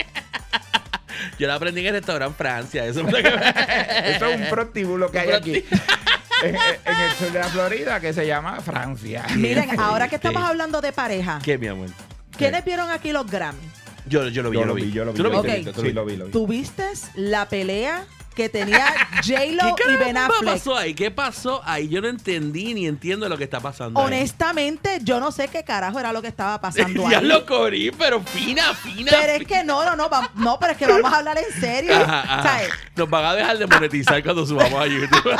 S1: Yo la aprendí en el restaurante Francia. Eso fue lo que me-
S3: Eso es un prostíbulo que hay aquí. en, en el sur de la Florida que se llama Francia.
S4: Miren, ahora
S1: fuerte.
S4: que estamos hablando de pareja,
S1: ¿Qué, mi amor?
S4: ¿quiénes vieron aquí los Grammy?
S1: Yo, yo lo vi, yo, lo vi.
S3: yo lo vi.
S1: ¿Tú lo
S3: yo
S1: viste,
S4: Ok.
S1: Víctor? ¿Tú
S3: Sí, lo vi, lo vi.
S4: ¿Tuviste la pelea que tenía J-Lo
S1: ¿Qué
S4: y Ben
S1: caramba
S4: Affleck?
S1: pasó ahí? ¿Qué pasó ahí? Yo no entendí ni entiendo lo que está pasando. ahí.
S4: Honestamente, yo no sé qué carajo era lo que estaba pasando
S1: Ya
S4: ahí.
S1: lo corrí, pero fina, fina.
S4: Pero es
S1: fina.
S4: que no, no, no, va- no, pero es que vamos a hablar en serio.
S1: Ajá, ajá.
S4: ¿Sabes?
S1: Nos van a dejar de monetizar cuando subamos a YouTube.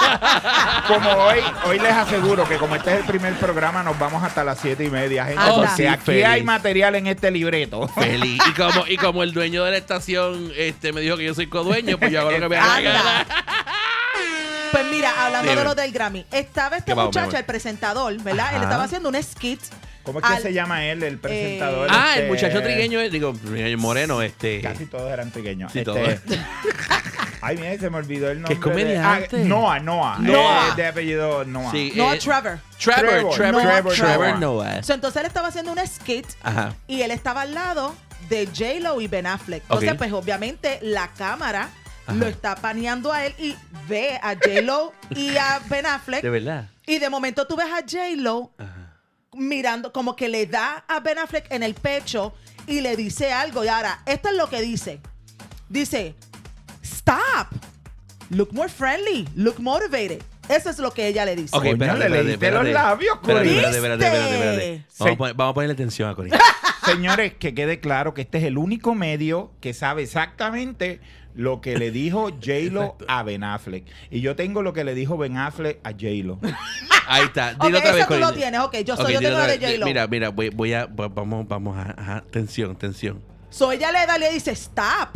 S3: Como hoy, hoy les aseguro que como este es el primer programa, nos vamos hasta las siete y media, gente.
S4: Anda.
S3: porque
S1: Sí,
S3: aquí
S1: feliz.
S3: hay material en este libreto.
S1: Feliz. Y como, y como el dueño de la estación este, me dijo que yo soy codueño, pues yo hago lo que me da la
S4: Anda.
S1: gana.
S4: Pues mira, hablando
S1: Dime.
S4: de lo del Grammy, estaba
S1: ¿Qué
S4: este
S1: vamos, mi
S4: muchacho,
S1: amor?
S4: el presentador, ¿verdad? Él
S1: Ajá.
S4: estaba haciendo un skit.
S3: ¿Cómo es que
S4: al-
S3: se llama él, el presentador?
S1: Ah,
S3: Este,
S1: el muchacho trigueño, es- digo, el moreno, este.
S3: Casi todos eran trigueños.
S1: Sí,
S3: Este,
S1: todos.
S3: Ay, mira, se me olvidó el nombre.
S1: Que es
S3: de-
S1: comediante.
S3: ah, Noah, Noah.
S1: Noah.
S3: Eh, de apellido Noah.
S1: Sí,
S4: No,
S1: eh,
S4: Trevor.
S1: Trevor,
S3: Trevor,
S1: Trevor,
S4: Trevor,
S3: Noah.
S1: Trevor Noah.
S4: So, entonces él estaba haciendo un skit
S1: Ajá.
S4: y él estaba al lado de J-Lo y Ben Affleck. Entonces,
S1: Ok.
S4: pues obviamente la cámara
S1: Ajá.
S4: lo está paneando a él y ve a J-Lo y a Ben
S1: De
S4: Affleck.
S1: verdad.
S4: Y de momento tú ves a J-Lo mirando, como que le da a Ben Affleck en el pecho y le dice algo. Y ahora, esto es lo que dice. Dice, stop. Look more friendly. Look motivated. Eso es lo que ella le dice.
S1: Ok,
S3: Coño,
S1: espérate,
S3: le
S1: espérate,
S3: leíste
S1: espérate.
S3: los labios,
S1: Espérate,
S3: Corín.
S1: espérate, espérate, espérate, espérate.
S4: ¿Viste?
S1: Vamos,
S3: Sí.
S1: a poner- vamos a ponerle atención a Corín.
S3: Señores, que quede claro que este es el único medio que sabe exactamente lo que le dijo J-Lo a Ben Affleck. Y yo tengo lo que le dijo Ben Affleck a J-Lo.
S1: Ahí está.
S4: Ok,
S1: Dilo otra
S4: eso
S1: vez,
S4: tú lo
S1: Corín.
S4: tienes, ok. Yo soy-
S1: Ok,
S4: yo
S1: dilo
S4: tengo
S1: otra
S4: la de
S1: vez.
S4: J-Lo.
S1: Mira, mira, voy, voy a. va- Vamos, vamos. Ajá, ajá. Tensión, tensión.
S4: So ella le da, le dice, stop.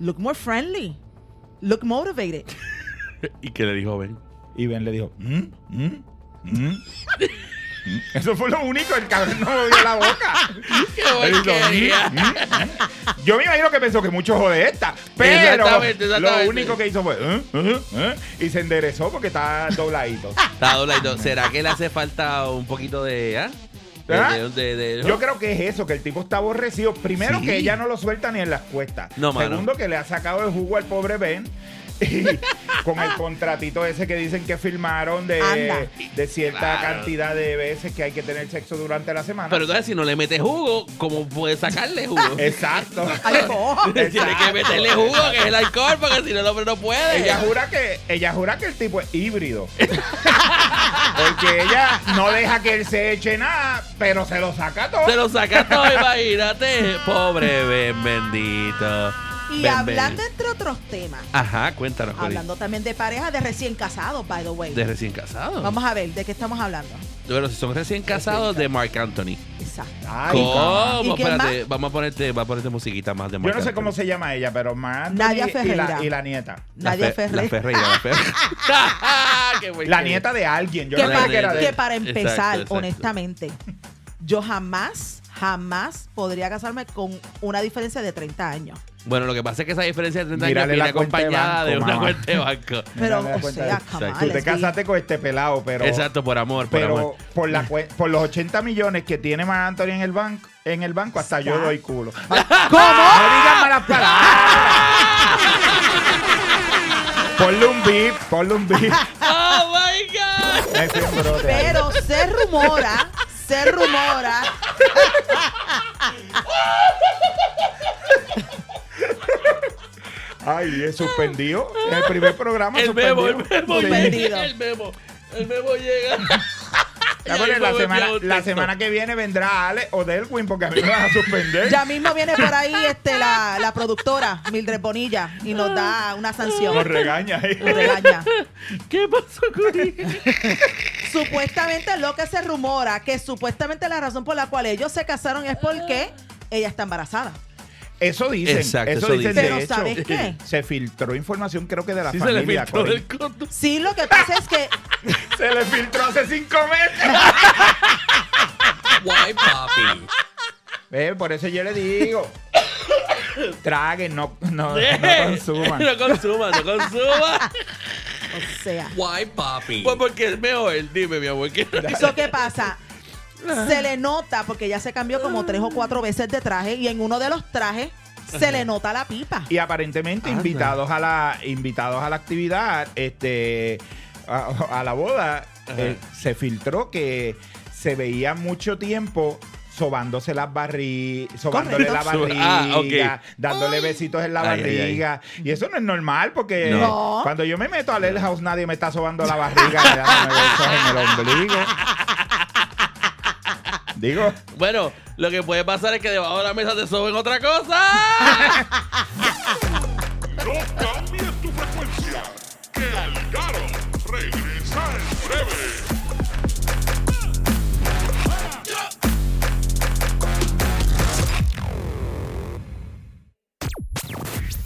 S4: Look more friendly. Look motivated.
S1: ¿Y qué le dijo Ben?
S3: Y Ben le dijo, "Mm, mm, mm, mm". Eso fue lo único, el cabrón no movió la boca.
S1: ¡Qué
S3: Él hizo, "Mm, mm, mm". Yo me imagino que pensó que mucho jode esta, pero
S1: Exactamente, exactamente.
S3: lo único que hizo fue "Eh, eh, eh", y se enderezó porque estaba dobladito.
S1: Está dobladito. ¿Será que le hace falta un poquito de. ah? De-
S3: ¿Ah?
S1: de- de- de-
S3: Yo creo que es eso, que el tipo está aborrecido. Primero,
S1: Sí.
S3: que ella no lo suelta ni en las cuestas.
S1: No, mano.
S3: Segundo, que le ha sacado el jugo al pobre Ben. Y con el contratito ese que dicen que firmaron
S4: Anda.
S3: de, de cierta
S1: Claro.
S3: cantidad de veces que hay que tener sexo durante la semana.
S1: Pero entonces, si no le metes jugo, ¿cómo puedes sacarle jugo?
S3: Exacto.
S4: Ay, cojo.
S1: Tiene que
S3: Exacto.
S1: meterle jugo, que es el alcohol, porque si no, el hombre no puede.
S3: Ella jura que ella jura que el tipo es híbrido. Porque ella no deja que él se eche nada, pero se lo saca todo.
S1: Te lo sacas todo, imagínate. Pobre Ben bendito.
S4: Y
S1: Ben,
S4: hablando
S1: Ben.
S4: entre otros temas,
S1: Ajá, cuéntanos, Cori.
S4: hablando también de parejas de recién casados, by the way.
S1: De recién casados.
S4: Vamos a ver, ¿de qué estamos hablando?
S1: Bueno, si son recién casados, de Mark Anthony.
S4: Exacto.
S3: Ay,
S4: ¿Y
S1: ¿Cómo?
S4: quién
S1: Espérate, vamos a ponerte, va a ponerte musiquita más de Mark
S3: Yo no sé
S1: Anthony.
S3: cómo se llama ella, pero más
S4: Nadia
S3: y
S4: Ferreira.
S3: la, y la nieta.
S1: La
S4: Nadia
S1: Fe- La
S4: Ferrer.
S1: Ferreira, la Ferreira. Qué buen
S3: La
S1: Pues que-
S3: nieta de alguien. Yo
S4: Que,
S3: no
S1: pa-
S3: sé
S4: para,
S3: que era de
S4: que
S3: él.
S4: para empezar,
S1: Exacto, exacto.
S4: honestamente, yo jamás, jamás podría casarme con una diferencia de 30 años.
S1: Bueno, lo que pasa es que esa diferencia de 30
S3: Mírale
S1: años
S3: la
S1: viene
S3: cuenta de
S1: acompañada de,
S3: banco,
S1: una
S3: mamá.
S1: cuenta de banco.
S4: Pero,
S3: me da
S4: o sea,
S3: cuenta de-
S4: jamás.
S1: Exacto.
S3: Tú te
S4: lesbi-
S3: casaste con este pelado, pero.
S1: Exacto, por amor, por
S3: Pero
S1: amor.
S3: por, la cue- por los 80 millones que tiene más Anthony en el banco, en el banco hasta yo doy culo. Ay,
S1: ¡Ah!
S4: ¿Cómo?
S3: No digas malas palabras. Ponle un beep, ponle un beep.
S1: ¡Oh, my God!
S3: Me hice un brote ahí.
S4: Pero se rumora, se rumora.
S3: Ay, es suspendido. En el primer programa
S1: El
S3: suspendido.
S1: memo, el memo,
S3: Sí.
S1: el
S4: Suspendido.
S1: memo. El memo, el memo llega.
S3: Ya,
S1: Y
S3: pero
S1: ahí
S3: la,
S1: fue
S3: semana,
S1: enviado un
S3: la
S1: texto.
S3: semana que viene vendrá Ale o Delwin porque a mí me van a suspender.
S4: Ya mismo viene por ahí este, la, la productora, Mildred Bonilla, y nos da una sanción.
S3: Nos regaña ahí.
S4: Nos regaña.
S1: ¿Qué pasó, Cori?
S4: Supuestamente lo que se rumora, que supuestamente la razón por la cual ellos se casaron es porque ella está embarazada.
S3: Eso dicen.
S1: Exacto,
S3: eso
S1: eso
S3: dicen. De
S1: dicen.
S4: Pero
S3: hecho,
S4: ¿sabes qué?
S3: se filtró información, creo que de la
S1: Sí, se le
S3: familia.
S1: filtró
S3: Corín.
S1: del coto.
S4: Sí, lo que pasa es que
S3: Se le filtró hace cinco meses.
S1: Guay, papi.
S3: Eh, por eso yo le digo. Traguen, no, no, no
S1: Eh,
S3: consuman.
S1: No consuman, no consuman.
S4: O sea,
S1: Guay, papi. Pues porque es mejor, dime, mi amor. ¿qué?
S4: eso que pasa. Se le nota, porque ya se cambió como tres o cuatro veces de traje, y en uno de los trajes se le nota la pipa.
S3: Y aparentemente
S1: Anda.
S3: invitados a la invitados a la actividad, este a, a la boda, eh, se filtró que se veía mucho tiempo sobándose las barri sobándole la
S1: Correcto.
S3: barriga,
S1: Ah, ok.
S3: dándole besitos en la
S1: Ay, ay, ay.
S3: barriga. Y eso no es normal porque
S4: No.
S3: cuando yo me meto a Lel House nadie me está sobando la barriga, ni dándome besos en el ombligo. Digo,
S1: Bueno, lo que puede pasar es que debajo de la mesa te soben otra cosa.
S2: No cambies tu frecuencia, que al caro regresa en breve.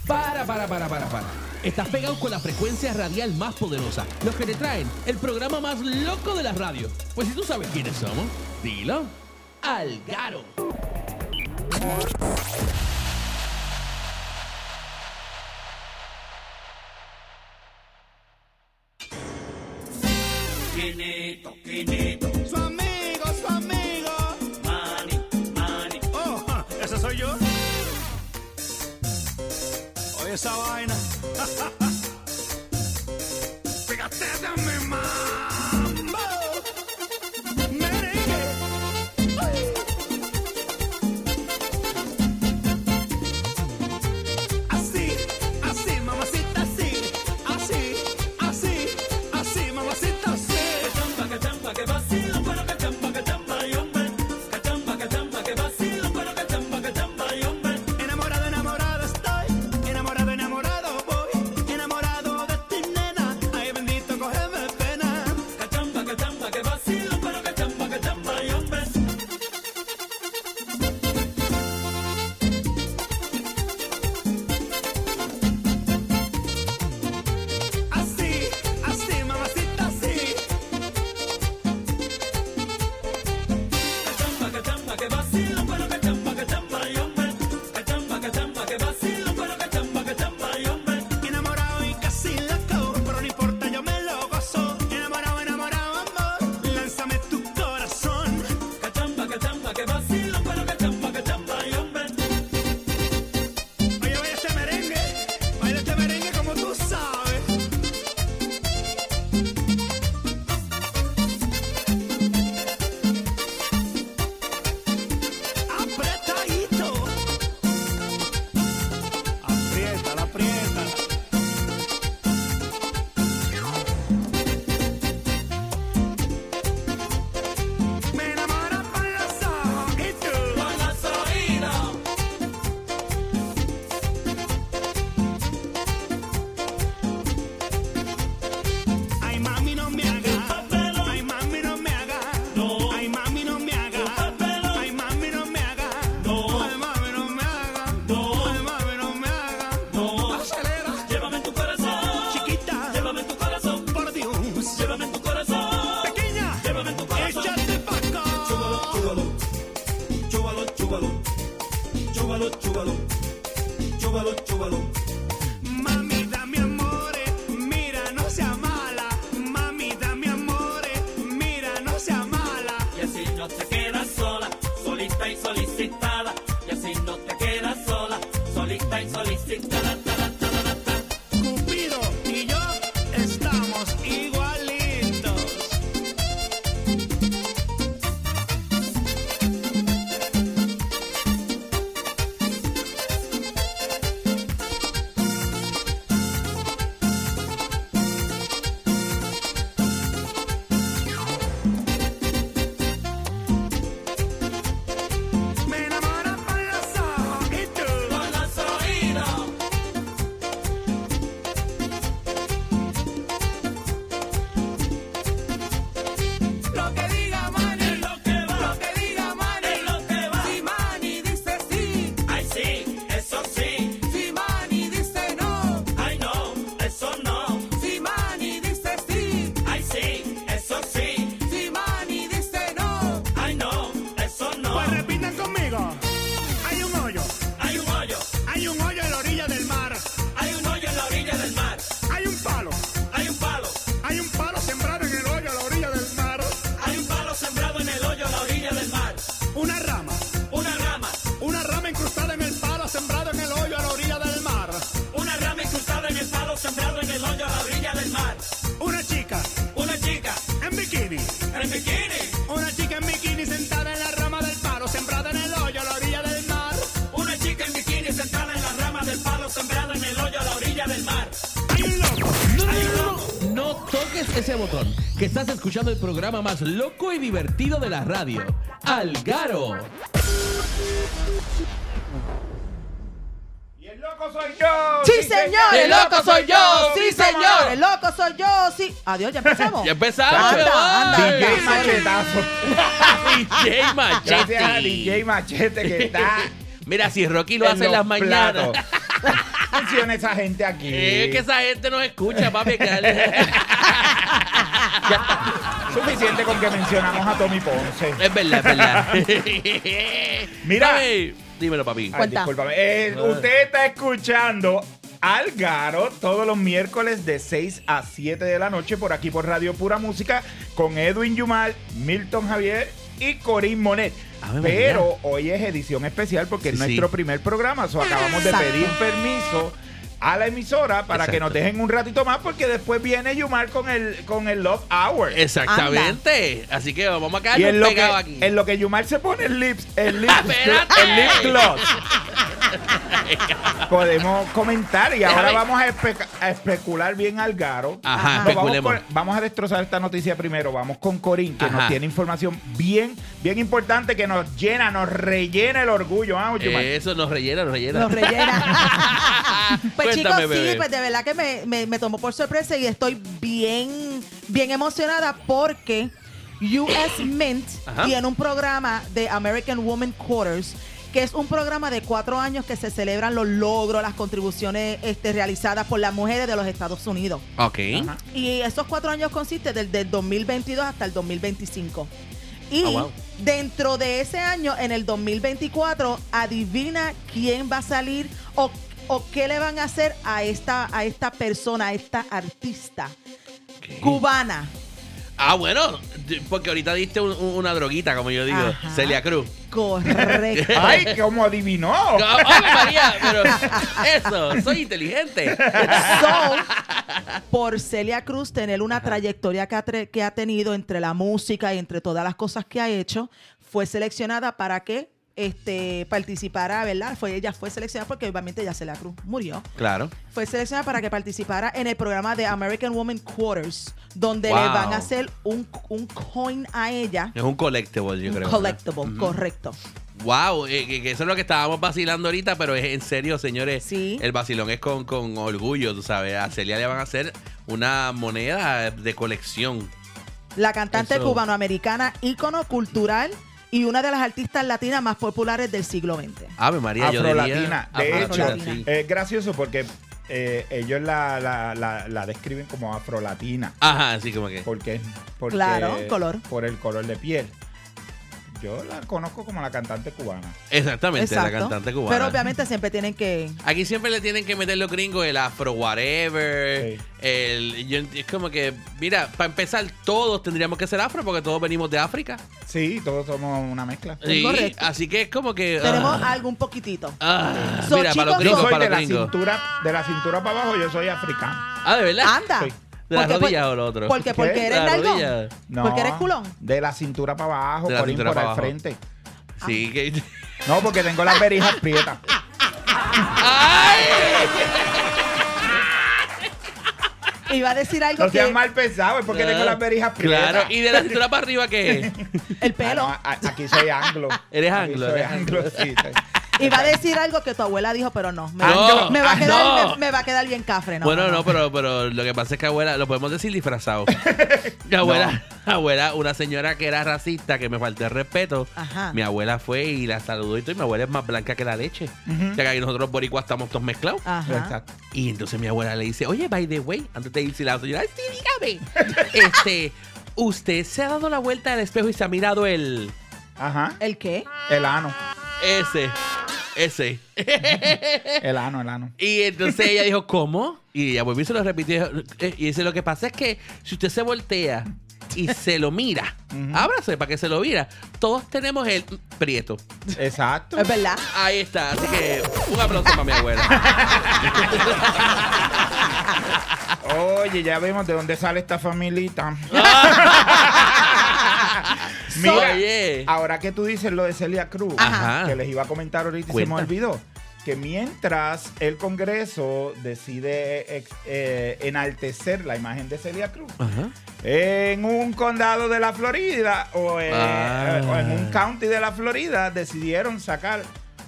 S5: Para, para, para, para, para. Estás pegado con la frecuencia radial más poderosa. Los que te traen el programa más loco de la radio. Pues si tú sabes quiénes somos, dilo. Algaro.
S6: Su amigo, su amigo. Mani, mani. Oh, ja, ese soy yo. Oye esa vaina. Pégate de mi mambo. Merengue. Ay. Así, así, mamacita, así. Así, así, así, mamacita, así. Cachamba, cachamba, que vacilo, pero cachamba, cachamba, y hombre. Cachamba, cachamba, que vacilo, pero cachamba, cachamba, y hombre. Enamorado, enamorado estoy. Enamorado, enamorado voy. Enamorado, este Pues
S5: ese botón que estás escuchando el programa más loco y divertido de la radio. Algaro.
S3: Y el loco soy yo.
S4: ¡Sí, señor!
S1: ¡El loco soy yo!
S4: ¡Sí, señor! ¡El loco soy yo! ¡Sí! Adiós, ya empezamos.
S1: Ya empezamos.
S4: Anda, anda.
S1: Ay.
S3: DJ Machetazo.
S1: DJ Machete.
S3: Gracias a DJ Machete que está
S1: Mira, si Rocky lo
S3: en
S1: hace en
S3: los
S1: las mañanas.
S3: platos. Menciona esa gente aquí.
S1: Eh, Es que esa gente nos escucha, papi. que-
S3: Suficiente con que mencionamos a Tommy Ponce.
S1: es verdad, es verdad.
S3: Mira.
S1: Papi, dímelo, papi.
S3: Ay,
S4: Cuenta.
S3: discúlpame. Eh,
S1: Ah.
S3: usted está escuchando Algaro todos los miércoles de 6 a 7 de la noche por aquí por Radio Pura Música con Edwin Yumal, Milton Javier y Corín Monet.
S1: Ave María.
S3: Pero hoy es edición especial porque es
S1: Ah, Sí,
S3: nuestro
S1: sí.
S3: primer programa. So, acabamos
S4: Exacto.
S3: de pedir permiso a la emisora para que
S1: Exacto.
S3: nos dejen un ratito más porque después viene Yumar con el, con el Love Hour.
S1: Exactamente. Así que vamos a
S3: Y en
S1: quedarnos
S3: lo, que,
S1: pegados aquí.
S3: en lo que Yumar se pone el lips, el lips,
S1: Espérate.
S3: el lip gloss. Podemos comentar y ahora
S1: Déjame.
S3: vamos a, espe- a especular bien al garo.
S1: Ajá,
S3: Nos vamos,
S1: especulemos.
S3: con- vamos a destrozar esta noticia primero. Vamos con Corín, que
S1: Ajá.
S3: nos tiene información bien, bien importante que nos llena, nos rellena el orgullo. Vamos, Yumar.
S1: Eso nos rellena, nos rellena.
S4: Nos rellena. Pues chicos,
S1: Cuéntame,
S4: sí,
S1: bebé.
S4: pues de verdad que me, me- me tomó por sorpresa y estoy bien, bien emocionada porque US Mint
S1: Ajá.
S4: tiene un programa de American Women Quarters que es un programa de cuatro años que se celebran los logros, las contribuciones este, realizadas por las mujeres de los Estados Unidos.
S1: Ok.
S4: Y esos cuatro años consiste desde el 2022 hasta el 2025. Y
S1: Ah, wow.
S4: dentro de ese año, en el 2024, adivina quién va a salir o, o qué le van a hacer a esta, a esta persona, a esta artista cubana.
S1: Ah, bueno, porque ahorita diste un- un- una droguita, como yo digo,
S4: Ajá.
S1: Celia Cruz.
S4: Correcto.
S3: Ay, cómo adivinó.
S1: Ah, ¡Ave María! Pero eso, soy inteligente.
S4: So, por Celia Cruz tener una trayectoria que ha, tre- que ha tenido entre la música y entre todas las cosas que ha hecho, fue seleccionada para que este, participara, ¿verdad? Fue, ella fue seleccionada porque obviamente ya Celia Cruz murió.
S1: Claro.
S4: Fue seleccionada para que participara en el programa de American Woman Quarters, donde le
S1: Wow.
S4: van a hacer un, un coin a ella.
S1: Es un collectible, yo
S4: un
S1: creo.
S4: collectible, correcto.
S1: Wow, eh, que, que eso es lo que estábamos vacilando ahorita, pero es en serio, señores.
S4: Sí.
S1: El vacilón es con, con orgullo, tú sabes. A Celia le van a hacer una moneda de colección.
S4: La cantante
S1: Eso.
S4: cubanoamericana, ícono cultural y una de las artistas latinas más populares del siglo XX.
S1: Ave María, yo diría.
S3: Afrolatina. De
S1: afrolatina,
S4: hecho,
S1: sí.
S3: Es gracioso porque eh, ellos la, la, la, la describen como afrolatina.
S1: Ajá, así como que.
S3: Porque, porque
S4: Claro, color.
S3: Por el color de piel. Yo la conozco como la cantante cubana.
S1: Exactamente, la cantante cubana. Ah.
S4: Pero obviamente siempre tienen que.
S1: Aquí siempre le tienen que meter los gringos el afro whatever.
S3: Sí.
S1: El, yo ent- es como que, mira, para empezar, todos tendríamos que ser afro porque todos venimos de África.
S3: Sí, todos somos una mezcla.
S4: Es
S1: Sí,
S4: correcto.
S1: Así que es como que.
S4: Tenemos
S1: ah,
S4: algo un poquitito.
S1: ah,
S4: So,
S1: mira, para
S4: chicos,
S3: Yo
S1: los gringos,
S3: soy
S1: para
S3: de
S1: los
S3: la
S1: gringos.
S3: cintura, de la cintura para abajo, yo soy africano.
S1: Ah, de verdad.
S4: Anda.
S3: Sí.
S1: ¿De las
S4: Porque- pues,
S1: rodillas o lo otro?
S4: Porque,
S3: ¿Qué?
S4: porque eres
S1: La
S4: nalgón.
S1: rodilla.
S3: No,
S4: Porque eres culón.
S3: De la cintura para abajo,
S1: De la
S3: por
S1: cintura
S3: por
S1: para
S3: al
S1: abajo.
S3: frente.
S1: Sí, que.
S3: No, porque tengo las perijas prietas.
S1: ¡Ay!
S4: Iba a decir algo
S3: No
S4: que.
S3: sean mal pensado, es porque tengo las perijas prietas.
S1: Claro, y de la cintura para arriba, ¿qué es?
S4: El
S3: Ah,
S4: pelo.
S3: no, a- aquí soy anglo.
S1: Eres
S3: Aquí
S1: anglo,
S3: soy
S1: eres
S3: anglo, sí.
S4: Iba a decir algo que tu abuela dijo, pero no. Me,
S1: Ah,
S4: va-
S1: no.
S4: me va, a
S1: Ah,
S4: quedar,
S1: no.
S4: me, me va a quedar bien cafre, ¿no?
S1: bueno, no, pero, pero lo que pasa es que abuela, lo podemos decir disfrazado. Mi abuela, abuela, una señora que era racista, que me faltó el respeto.
S4: Ajá.
S1: Mi abuela fue y la saludó y todo, y mi abuela es más blanca que la leche. O sea que ahí nosotros los boricuas estamos todos mezclados.
S4: Ajá.
S3: Exacto.
S1: Y entonces mi abuela le dice, oye, by the way, antes de irse la señora, sí, dígame. este, usted se ha dado la vuelta al espejo y se ha mirado el...
S3: Ajá.
S4: ¿El qué?
S3: El ano.
S1: Ese, ese.
S3: El ano, el ano.
S1: Y entonces ella dijo, ¿cómo? Y ella volvió y se lo repitió. Eh, Y dice, lo que pasa es que si usted se voltea y se lo mira,
S3: Ujú.
S1: ábrase para que se lo mira. Todos tenemos el prieto.
S3: Exacto.
S4: Es verdad.
S1: Ahí está, así que un aplauso para mi abuela.
S3: Oye, ya vemos de dónde sale esta familita. Mira,
S1: Oye.
S3: ahora que tú dices lo de Celia Cruz,
S1: Ajá.
S3: que les iba a comentar ahorita y
S1: Cuenta.
S3: se me olvidó. que mientras el Congreso decide ex- eh, enaltecer la imagen de Celia Cruz
S1: Ajá.
S3: en un condado de la Florida o en,
S1: Ah.
S3: eh, o en un county de la Florida decidieron sacar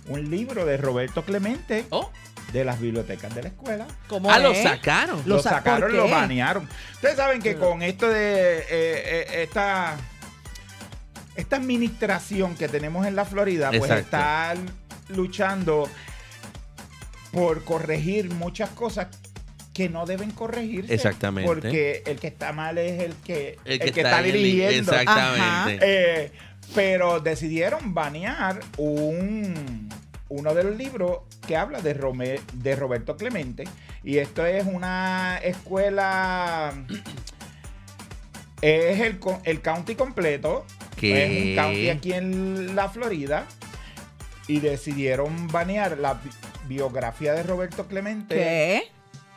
S3: un libro de Roberto Clemente
S1: Oh,
S3: de las bibliotecas de la escuela.
S4: ¿Cómo
S1: ah, lo
S4: es?
S1: sacaron.
S4: Lo
S3: Lo,
S4: sa- ¿por
S3: sacaron,
S4: qué?
S3: lo banearon. Ustedes saben que con esto de eh, eh, esta, esta administración que tenemos en la Florida, pues
S1: Exacto.
S3: está l- luchando por corregir muchas cosas que no deben corregirse.
S1: Exactamente.
S3: Porque el que está mal es el que,
S1: El que,
S3: está,
S1: ahí en li-
S3: dirigiendo.
S1: Exactamente.
S3: Eh, pero decidieron banear un, uno de los libros que habla de, Rome- de Roberto Clemente. Y esto es una escuela. Es el, co- el county completo.
S1: ¿Qué?
S3: Es un county aquí en la Florida. Y decidieron banear la bi- biografía de Roberto Clemente.
S4: ¿Qué?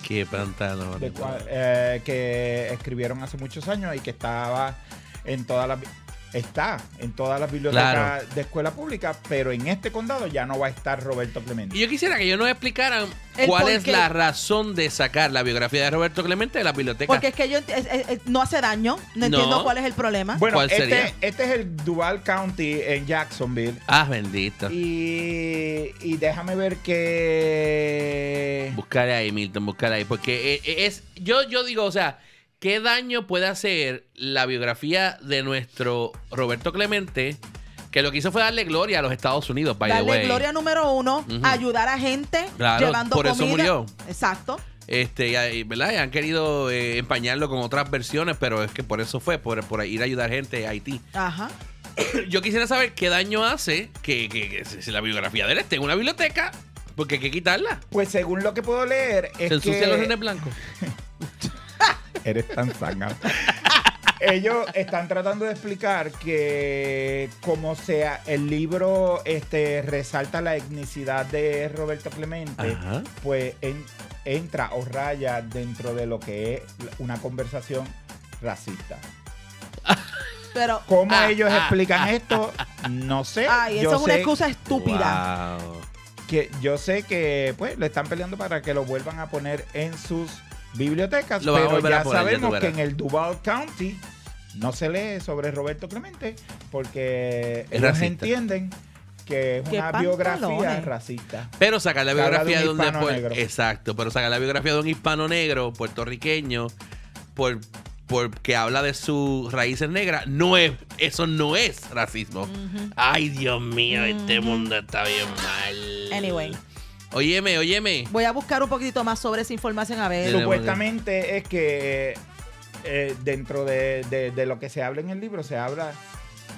S1: Qué pantalón.
S3: de cua- eh, que escribieron hace muchos años y que estaba en todas las bi- está en todas las bibliotecas
S1: Claro.
S3: de escuela pública, pero en este condado ya no va a estar Roberto Clemente.
S1: Y yo quisiera que ellos nos explicaran
S4: El
S1: cuál
S4: por
S1: es
S4: qué.
S1: la razón de sacar la biografía de Roberto Clemente de la biblioteca.
S4: Porque es que yo enti- es- es- es- no hace daño. No entiendo
S1: No.
S4: cuál es el problema.
S3: bueno,
S1: ¿Cuál
S3: este,
S1: sería?
S3: este es el Duval County en Jacksonville.
S1: Ah, bendito.
S3: Y, y déjame ver que
S1: Buscale ahí, Milton, buscale ahí. Porque eh, eh, es. Yo, yo digo, o sea, ¿qué daño puede hacer la biografía de nuestro Roberto Clemente? Que lo que hizo fue darle gloria a los Estados Unidos, by the
S4: Darle
S1: way.
S4: gloria número uno,
S1: Ujú.
S4: ayudar a gente,
S1: Claro,
S4: llevando
S1: por eso
S4: comida.
S1: murió.
S4: Exacto.
S1: Este, y ahí, ¿verdad? Y han querido eh, empañarlo con otras versiones, pero es que por eso fue, por, por ir a ayudar gente a Haití.
S4: Ajá.
S1: Yo quisiera saber qué daño hace que, que- que si la biografía de él esté en una biblioteca, porque hay que quitarla.
S3: pues según lo que puedo leer es
S1: Se ensucian los
S3: que
S1: nenes blancos.
S3: Eres tan sanga. Ellos están tratando de explicar que como sea el libro este resalta la etnicidad de Roberto Clemente,
S1: Ajá.
S3: pues en- entra o raya dentro de lo que es una conversación racista.
S4: Pero,
S3: ¿Cómo
S1: Ah,
S3: ellos
S1: ah,
S3: explican esto? No sé.
S4: ay, eso
S3: Eh, Yo
S4: es una
S3: sé
S4: excusa estúpida.
S1: Wow.
S3: que yo sé que pues le están peleando para que lo vuelvan a poner en sus bibliotecas,
S1: Lo van a
S3: pero
S1: volver a
S3: ya
S1: poner, ya tú
S3: sabemos que en
S1: verás.
S3: el Duval County no se lee sobre Roberto Clemente porque
S1: Es
S3: ellos
S1: racista.
S3: entienden que es
S4: ¡Qué
S3: una biografía
S4: pantalones!
S3: racista.
S1: Pero sacar la
S3: Se habla
S1: biografía de
S3: de
S1: un,
S3: un
S1: de-
S3: hispano
S1: por-
S3: negro.
S1: Exacto, pero sacar la biografía de un hispano negro puertorriqueño por porque habla de sus raíces negras, no es, eso no es racismo. Ay, Dios mío, este mundo está bien mal.
S4: Anyway.
S1: Óyeme, óyeme.
S4: Voy a buscar un poquitito más sobre esa información a ver.
S1: Tenemos
S3: Supuestamente es que eh, dentro de, de- de lo que se habla en el libro se habla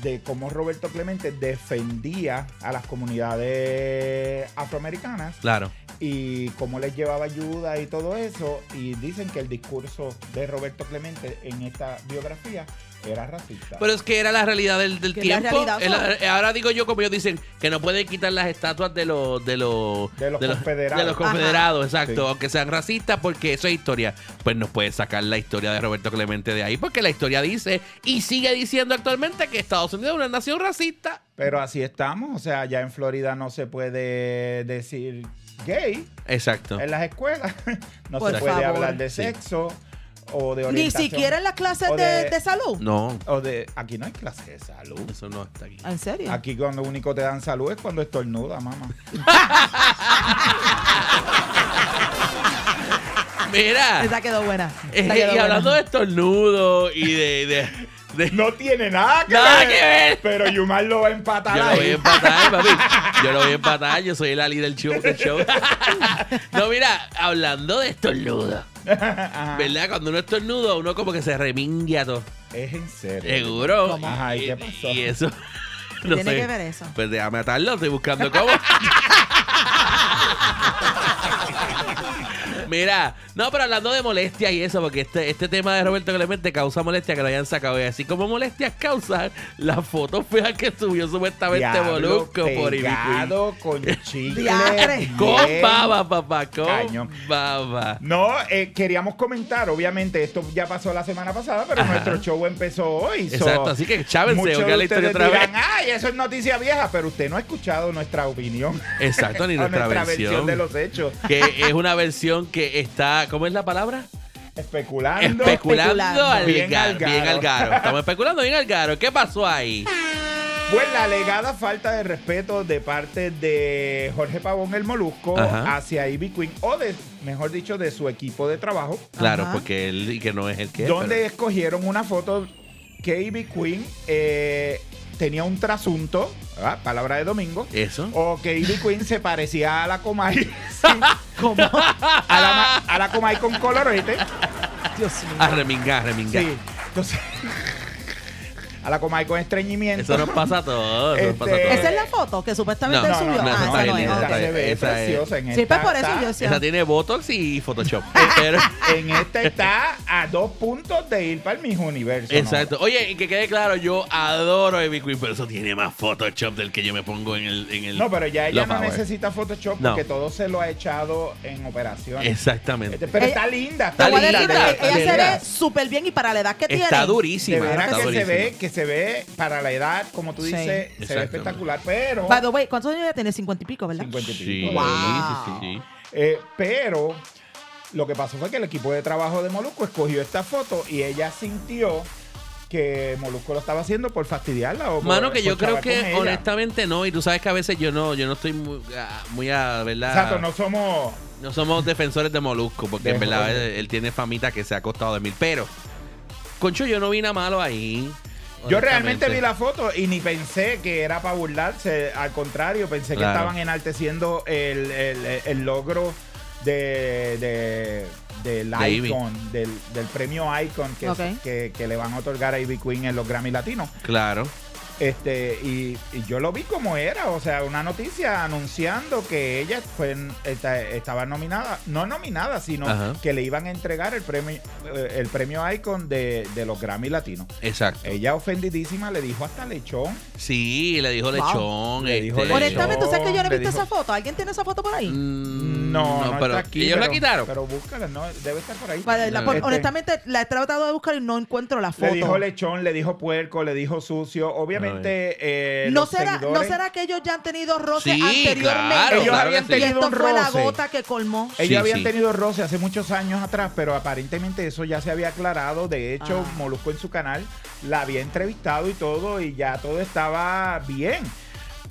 S3: de cómo Roberto Clemente defendía a las comunidades afroamericanas
S1: Claro.
S3: y cómo les llevaba ayuda y todo eso. Y dicen que el discurso de Roberto Clemente en esta biografía era racista.
S1: Pero es que era la realidad del, del
S4: Que la
S1: tiempo.
S4: realidad
S1: Es la-
S4: son-
S1: ahora digo yo, como ellos dicen, que no pueden quitar las estatuas de los de los
S3: De los confederados.
S1: de los confederados, exacto,
S3: Sí.
S1: aunque sean racistas, porque eso es historia. Pues nos puede sacar la historia de Roberto Clemente de ahí, porque la historia dice y sigue diciendo actualmente que Estados Unidos es una nación racista.
S3: Pero así estamos. O sea, ya en Florida no se puede decir gay
S1: Exacto.
S3: en las escuelas. No
S4: Por
S3: se puede
S4: favor.
S3: hablar de
S1: Sí.
S3: sexo o de
S4: Ni
S3: orientación.
S4: siquiera en las clases
S3: O
S4: de,
S3: de-
S4: de salud.
S1: No,
S3: O de, aquí no hay clase de salud.
S1: eso no está aquí.
S4: ¿En serio?
S3: Aquí cuando único te dan salud es cuando estornuda, mamá.
S1: Mira,
S4: Esa quedó buena.
S1: eh,
S4: Esa quedó
S1: y
S4: buena.
S1: hablando de estornudos y de, de- de-
S3: No tiene nada que
S1: Nada
S3: ver.
S1: que ver.
S3: Pero Yumar lo va a empatar
S1: Yo lo voy a em-
S3: ahí.
S1: empatar, papi. Yo lo voy a empatar. Yo soy el Ali del show. del show. No, mira, hablando de estornudos,
S3: Ajá.
S1: ¿verdad? Cuando uno estornuda, uno como que se remingia todo.
S3: Es en serio.
S1: Seguro.
S3: ¿Cómo? Ajá, ¿y qué pasó?
S1: Y eso.
S4: ¿Qué tiene que ver eso?
S1: Pues déjame atarlo, estoy buscando cómo. Mira, no, pero hablando de molestias y eso, porque este, este tema de Roberto Clemente causa molestia que lo hayan sacado. Y así como molestias causan las fotos feas que subió supuestamente
S3: Diablo
S1: este Molusco por Ibicuí.
S3: pegado con chicle.
S4: Diatre.
S1: Con
S3: bien.
S1: baba, papá, con
S3: Cañón.
S1: baba.
S3: No, eh, queríamos comentar, obviamente, esto ya pasó la semana pasada, pero nuestro show empezó hoy. so,
S1: Exacto, así que chávense,
S3: muchos
S1: oiga la
S3: de
S1: historia
S3: ustedes
S1: otra vez.
S3: dirán, Ay, eso es noticia vieja, pero usted no ha escuchado nuestra opinión.
S1: Exacto, ni
S3: o
S1: nuestra,
S3: versión.
S1: versión.
S3: de los hechos.
S1: Que es una versión que está, ¿cómo es la palabra?
S3: Especulando.
S1: Especulando al
S3: Bien
S1: gar-
S3: al garo.
S1: bien al garo. Estamos especulando bien al garo. ¿Qué pasó ahí?
S3: Pues la alegada falta de respeto de parte de Jorge Pavón el Molusco
S1: Ajá.
S3: hacia Ivy Queen, o de, mejor dicho, de su equipo de trabajo,
S1: Claro,
S4: Ajá.
S1: porque él y que no es el que. es,
S3: donde
S1: pero-
S3: escogieron una foto que Ivy Queen eh, tenía un trasunto, ¿verdad? palabra de domingo,
S1: Eso.
S3: o que Ivy Queen se parecía a la Comay. A la, ma- a la Comay con colorete.
S4: Dios mío.
S1: A Ah, remingar, a remingar.
S3: Sí. Entonces, a la Comay con estreñimiento.
S1: Eso nos pasa a todos. Eso nos pasa a
S3: Este-
S1: todos.
S4: Esa es la foto que supuestamente
S1: No,
S4: él
S3: no,
S4: subió.
S3: no, no,
S4: ah, esa
S1: está bien,
S4: no es.
S1: linda,
S3: esta
S1: está
S4: ok.
S3: se ve
S1: esa es.
S3: preciosa en
S4: Sí, pues
S3: esta
S4: por eso
S3: está-
S4: yo decía.
S1: Esa tiene Botox y Photoshop. Pero,
S3: En esta está a dos puntos de ir para el Miss Universo. ¿no?
S1: exacto. Oye, y que quede claro, yo adoro a Ivy Queen, pero eso tiene más Photoshop del que yo me pongo en el. En el
S3: No, pero ya ella
S1: Love
S3: no
S1: Hour.
S3: necesita Photoshop
S1: No.
S3: porque todo se lo ha echado en operaciones.
S1: Exactamente.
S3: Este, Pero
S4: Ella-
S3: está linda. Está
S4: Eh, Te voy a
S3: linda.
S4: decir,
S1: linda,
S4: ella-
S1: está
S4: ella se
S1: linda.
S4: ve súper bien y para la edad que tiene.
S1: Está
S3: Este de
S1: durísima.
S3: veras
S1: está
S3: que se
S1: durísima.
S3: ve, que se ve para la edad, como tú
S4: Sí.
S3: dices, se ve
S1: Exactamente.
S3: espectacular, pero...
S4: By the way, ¿cuántos años ella tiene? Cincuenta y pico, ¿verdad?
S3: 50 y
S1: Sí,
S3: pico.
S4: Wow.
S1: sí, sí, sí.
S3: Eh, pero lo que pasó fue que el equipo de trabajo de Molusco escogió esta foto y ella sintió que Molusco lo estaba haciendo por fastidiarla o por-
S1: Mano, que
S3: por
S1: yo creo
S3: chavar con
S1: que
S3: ella.
S1: honestamente no, y tú sabes que a veces yo no, yo no estoy muy, a- muy a, ¿verdad?
S3: Exacto, no somos...
S1: No somos defensores de Molusco, porque
S3: De
S1: en verdad él,
S3: Molusco.
S1: él tiene famita que se ha costado de mil. Pero, Concho, yo no vi nada malo ahí.
S3: Yo realmente
S1: honestamente.
S3: vi la foto y ni pensé que era para burlarse, al contrario, pensé
S1: Claro.
S3: que estaban enalteciendo el, el- el logro de, de- del
S1: De Ivy.
S3: Icon, del, del premio Icon que,
S4: Ok.
S3: que, que le van a otorgar a Ivy Queen en los Grammy Latinos.
S1: Claro.
S3: Este, y, y yo lo vi como era, o sea, una noticia anunciando que ella fue en- esta- estaba nominada, no nominada, sino
S1: Ajá.
S3: que le iban a entregar el premio, eh, el premio Icon de, de los Grammy Latinos.
S1: Exacto.
S3: Ella ofendidísima le dijo hasta lechón.
S1: Sí, le dijo
S4: Wow.
S1: lechón.
S3: Le dijo
S1: este-
S3: lechón.
S4: Honestamente, ¿tú sabes que yo no he
S3: Le
S4: visto
S3: dijo-
S4: esa foto? ¿Alguien tiene esa foto por ahí?
S1: Mm,
S3: No, no,
S1: pero
S3: está aquí.
S1: ellos la
S3: pero-
S1: quitaron.
S3: Pero búscala, no, debe estar por ahí.
S4: Vale, la- por-
S3: Este,
S4: honestamente, la he tratado de buscar y no encuentro la
S3: le
S4: foto.
S3: dijo lechón, le dijo puerco, le dijo sucio. Obviamente, eh,
S4: ¿No
S3: los
S4: será, ¿No
S3: seguidores-
S4: será que ellos ya han tenido roces
S1: Sí,
S4: anteriormente?
S1: claro,
S3: Ellos
S1: claro
S3: habían
S1: que sí.
S4: Y
S3: tenido
S4: esto
S3: un
S4: fue la
S3: roce. Eh,
S4: gota que colmó.
S3: Ellos
S1: Sí,
S3: habían
S1: sí.
S3: tenido roce hace muchos años atrás, pero aparentemente eso ya se había aclarado. De hecho,
S4: Ah.
S3: Molusco en su canal la había entrevistado y todo, y ya todo estaba bien.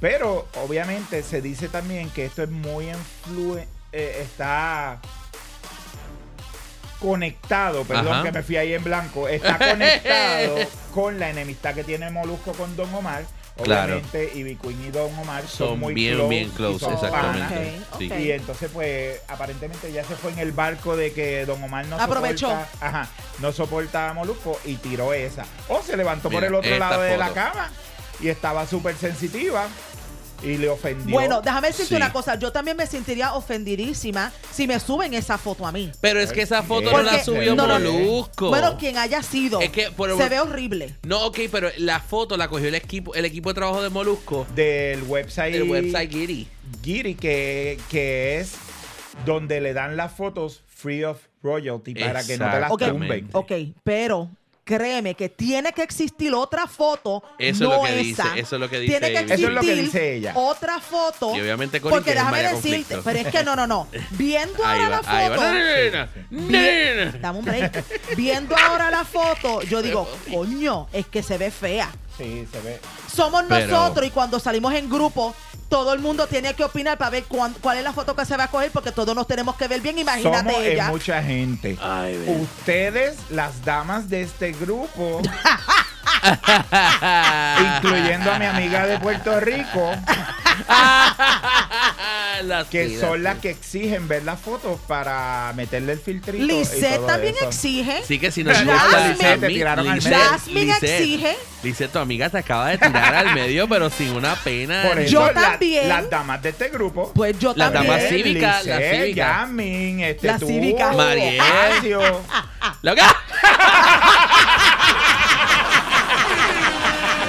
S3: Pero obviamente se dice también que esto es muy influen- eh, está conectado, perdón
S1: Ajá.
S3: que me fui ahí en blanco, está conectado con la enemistad que tiene Molusco con Don Omar.
S1: Claro.
S3: Obviamente, Ivy Queen y Don Omar son,
S1: Son
S3: muy
S1: bien,
S3: close
S1: bien
S3: y
S1: close,
S3: son panas.
S1: exactamente.
S4: Ok,
S1: Sí.
S4: ok.
S3: Y entonces, pues, aparentemente ya se fue en el barco de que Don Omar no
S4: Aprovechó.
S3: soporta. Ajá, no soportaba a Molusco y tiró esa. O se levantó por
S1: Mira,
S3: el otro
S1: esta
S3: lado de la
S1: foto.
S3: cama y estaba súper sensitiva y le ofendió.
S4: Bueno, déjame decirte
S1: Sí.
S4: una cosa. Yo también me sentiría ofendidísima si me suben esa foto a mí.
S1: Pero es que esa foto no la
S4: Porque-
S1: subió
S4: no, no, no.
S1: Molusco.
S4: Bueno, quien haya sido,
S1: Es que por-
S4: se ve horrible.
S1: No, ok, pero la foto la cogió el equipo, el equipo de trabajo de Molusco.
S3: Del website,
S1: El website Giri.
S3: Giri, que, que es donde le dan las fotos free of royalty para que no te las
S1: Ok.
S3: tumben.
S4: Ok, pero créeme que tiene que existir otra foto.
S1: Eso es
S4: no
S1: lo que dice,
S4: esa.
S1: eso es lo que
S4: Tiene que
S1: dice Ivy.
S4: existir
S3: Eso es lo que dice ella.
S4: otra foto.
S1: Y obviamente con
S4: porque
S1: Ivy
S4: déjame
S1: vaya
S4: decirte,
S1: conflicto.
S4: pero es que no, no, no. Viendo
S1: Ahí
S4: ahora
S1: va,
S4: la foto.
S1: ahí va. Nena, nena.
S4: Bien, dame un break. Viendo ahora la foto, yo digo, coño, es que se ve fea.
S3: Sí, se ve.
S4: Somos
S1: Pero-
S4: nosotros y cuando salimos en grupo, todo el mundo tiene que opinar para ver cuán- cuál es la foto que se va a coger porque todos nos tenemos que ver bien. Imagínate
S3: Somos
S4: ella.
S3: en mucha gente. Ustedes, las damas de este grupo, incluyendo a mi amiga de Puerto Rico,
S1: todas las
S3: que
S1: vidas.
S3: son las que exigen ver las fotos para meterle el filtrito. y
S4: Lisette
S3: todo
S4: también
S3: eso.
S4: exige.
S1: Así que si nos
S4: Jasmine.
S1: gusta
S3: Lisette, te tiraron al medio.
S4: Jasmine exige.
S1: Dice tu amiga te acaba de tirar al medio, pero sin una pena.
S3: Por
S1: ni-
S3: eso,
S4: Yo
S3: la-
S4: también.
S3: Las damas de este grupo.
S4: Pues yo
S1: La dama
S4: también.
S1: sí. cívica, la
S3: Lisette,
S1: cívica.
S3: Yamin, este,
S4: La
S3: tú,
S4: cívica.
S1: Mariel.
S3: Horacio.
S1: ¡Loca!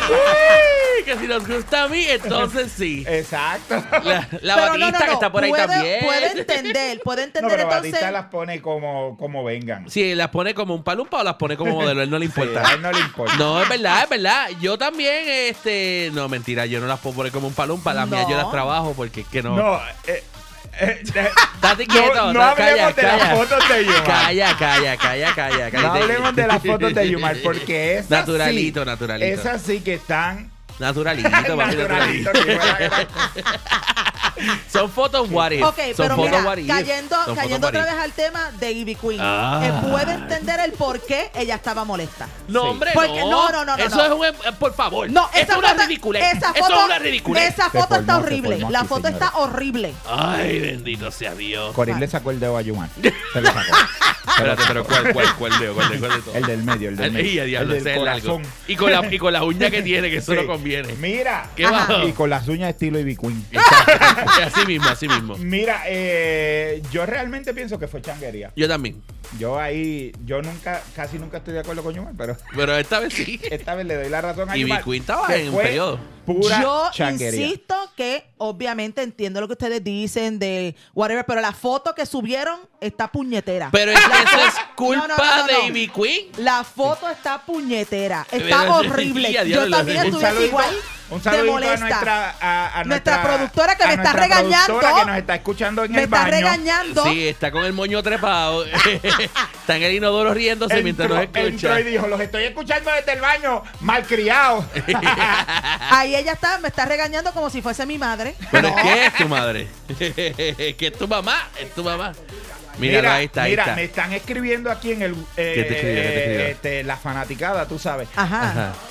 S1: Uy, que si nos gusta a mí, entonces sí.
S3: Exacto.
S1: La, la
S4: Pero no,
S1: Batista
S4: no,
S1: que
S4: no,
S1: está por ahí
S4: puede-
S1: también.
S4: Puede entender, puede
S3: No,
S4: entender
S3: pero
S4: entonces.
S3: Batista las pone como, como vengan.
S1: Si las pone como un palumpa o las pone como modelo, a él no le importa.
S3: Sí, a él no le importa.
S1: No, es verdad, es verdad. Yo también, este. No, mentira, yo no las puedo poner como un palumpa. Las mías yo
S4: No.
S1: las trabajo porque es que no.
S3: No, eh, eh, eh,
S1: Date
S3: no-
S1: quieto.
S3: no,
S1: calla,
S3: hablemos de las
S1: calla.
S3: fotos de Yumar.
S1: Calla, calla, calla, calla.
S3: No
S1: cállate.
S3: hablemos de las fotos de Yumar porque es
S1: Naturalito, naturalito.
S3: Esas sí que están
S1: Naturalito, papi,
S3: naturalito.
S1: naturalito.
S3: que fuera-
S1: Son fotos what if.
S4: Ok,
S1: Son
S4: pero
S1: fotos
S4: mira,
S1: what if.
S4: cayendo,
S1: Son fotos
S4: cayendo
S1: what
S4: otra
S1: if.
S4: vez al tema de Ivy Queen.
S1: Ah.
S4: Eh, puede entender el por qué ella estaba molesta.
S1: No,
S3: Sí.
S1: hombre,
S4: Porque-
S1: no.
S4: no, no, no, no,
S1: Eso
S4: no.
S1: es un... eh, Por favor.
S4: No,
S1: Eso
S4: esa
S1: es una
S4: foto,
S1: ridiculez.
S4: Esa
S1: Eso
S4: foto,
S1: es una ridiculez.
S4: Esa
S3: Se
S4: foto
S3: formó,
S4: está
S3: se
S4: horrible.
S3: formó
S4: la
S3: aquí,
S4: foto
S3: señores.
S4: está horrible.
S1: Ay, bendito sea Dios.
S3: Coril le sacó el dedo a Yumar. Se lo sacó. Se lo
S1: Espérate,
S3: sacó.
S1: pero ¿cuál, cuál, cuál de cuál de cuál de todo?
S3: El del medio, el del
S1: Ay,
S3: medio.
S1: a diablo,
S3: el
S1: ese
S3: del
S1: es largo.
S3: corazón.
S1: Y con, la, y con la uña que tiene, que eso no
S3: Sí.
S1: conviene.
S3: Mira.
S1: ¿Qué va?
S3: Y con las uñas estilo Ivy Queen.
S1: así mismo, así mismo.
S3: Mira, eh, yo realmente pienso que fue changuería.
S1: Yo también.
S3: Yo ahí, yo nunca, casi nunca estoy de acuerdo con Yumar, pero
S1: Pero esta vez sí.
S3: esta vez le doy la razón a
S1: Y
S3: Yumar.
S1: Ivy Queen estaba
S3: que
S1: en un
S3: fue
S1: periodo.
S3: Pura
S4: Yo
S3: changuería.
S4: insisto que obviamente entiendo lo que ustedes dicen de whatever, pero la foto que subieron está puñetera.
S1: Pero es que eso es
S4: No,
S1: culpa
S4: no, no, no,
S1: de
S4: no.
S1: Ivy Queen.
S4: La foto está puñetera,
S1: Pero-
S4: está horrible.
S1: y a diablo,
S4: Yo también
S1: un
S3: Un
S4: estuviera
S3: saludito,
S4: igual
S3: un
S4: de
S3: saludito a
S4: molesta.
S3: nuestra, a, a
S4: Nuestra productora que
S3: a
S4: me está
S3: nuestra
S4: regañando.
S3: productora que nos está escuchando en
S4: Me
S3: el
S4: está
S3: baño.
S4: regañando.
S1: Sí, está con el moño trepado. está en el inodoro riéndose mientras nos
S3: Entró- entró
S1: escucha.
S3: y dijo, los estoy escuchando desde el baño, malcriado.
S4: Ahí ella está, me está regañando como si fuese mi madre.
S1: Pero es que es tu madre. que es tu mamá. Es tu mamá. Míralo, ahí está, ahí
S3: mira,
S1: está.
S3: me están escribiendo aquí en el eh,
S1: ¿Qué te escribió? ¿Qué te escribió?
S3: este, la fanaticada, tú sabes.
S4: Ajá.
S1: Ajá.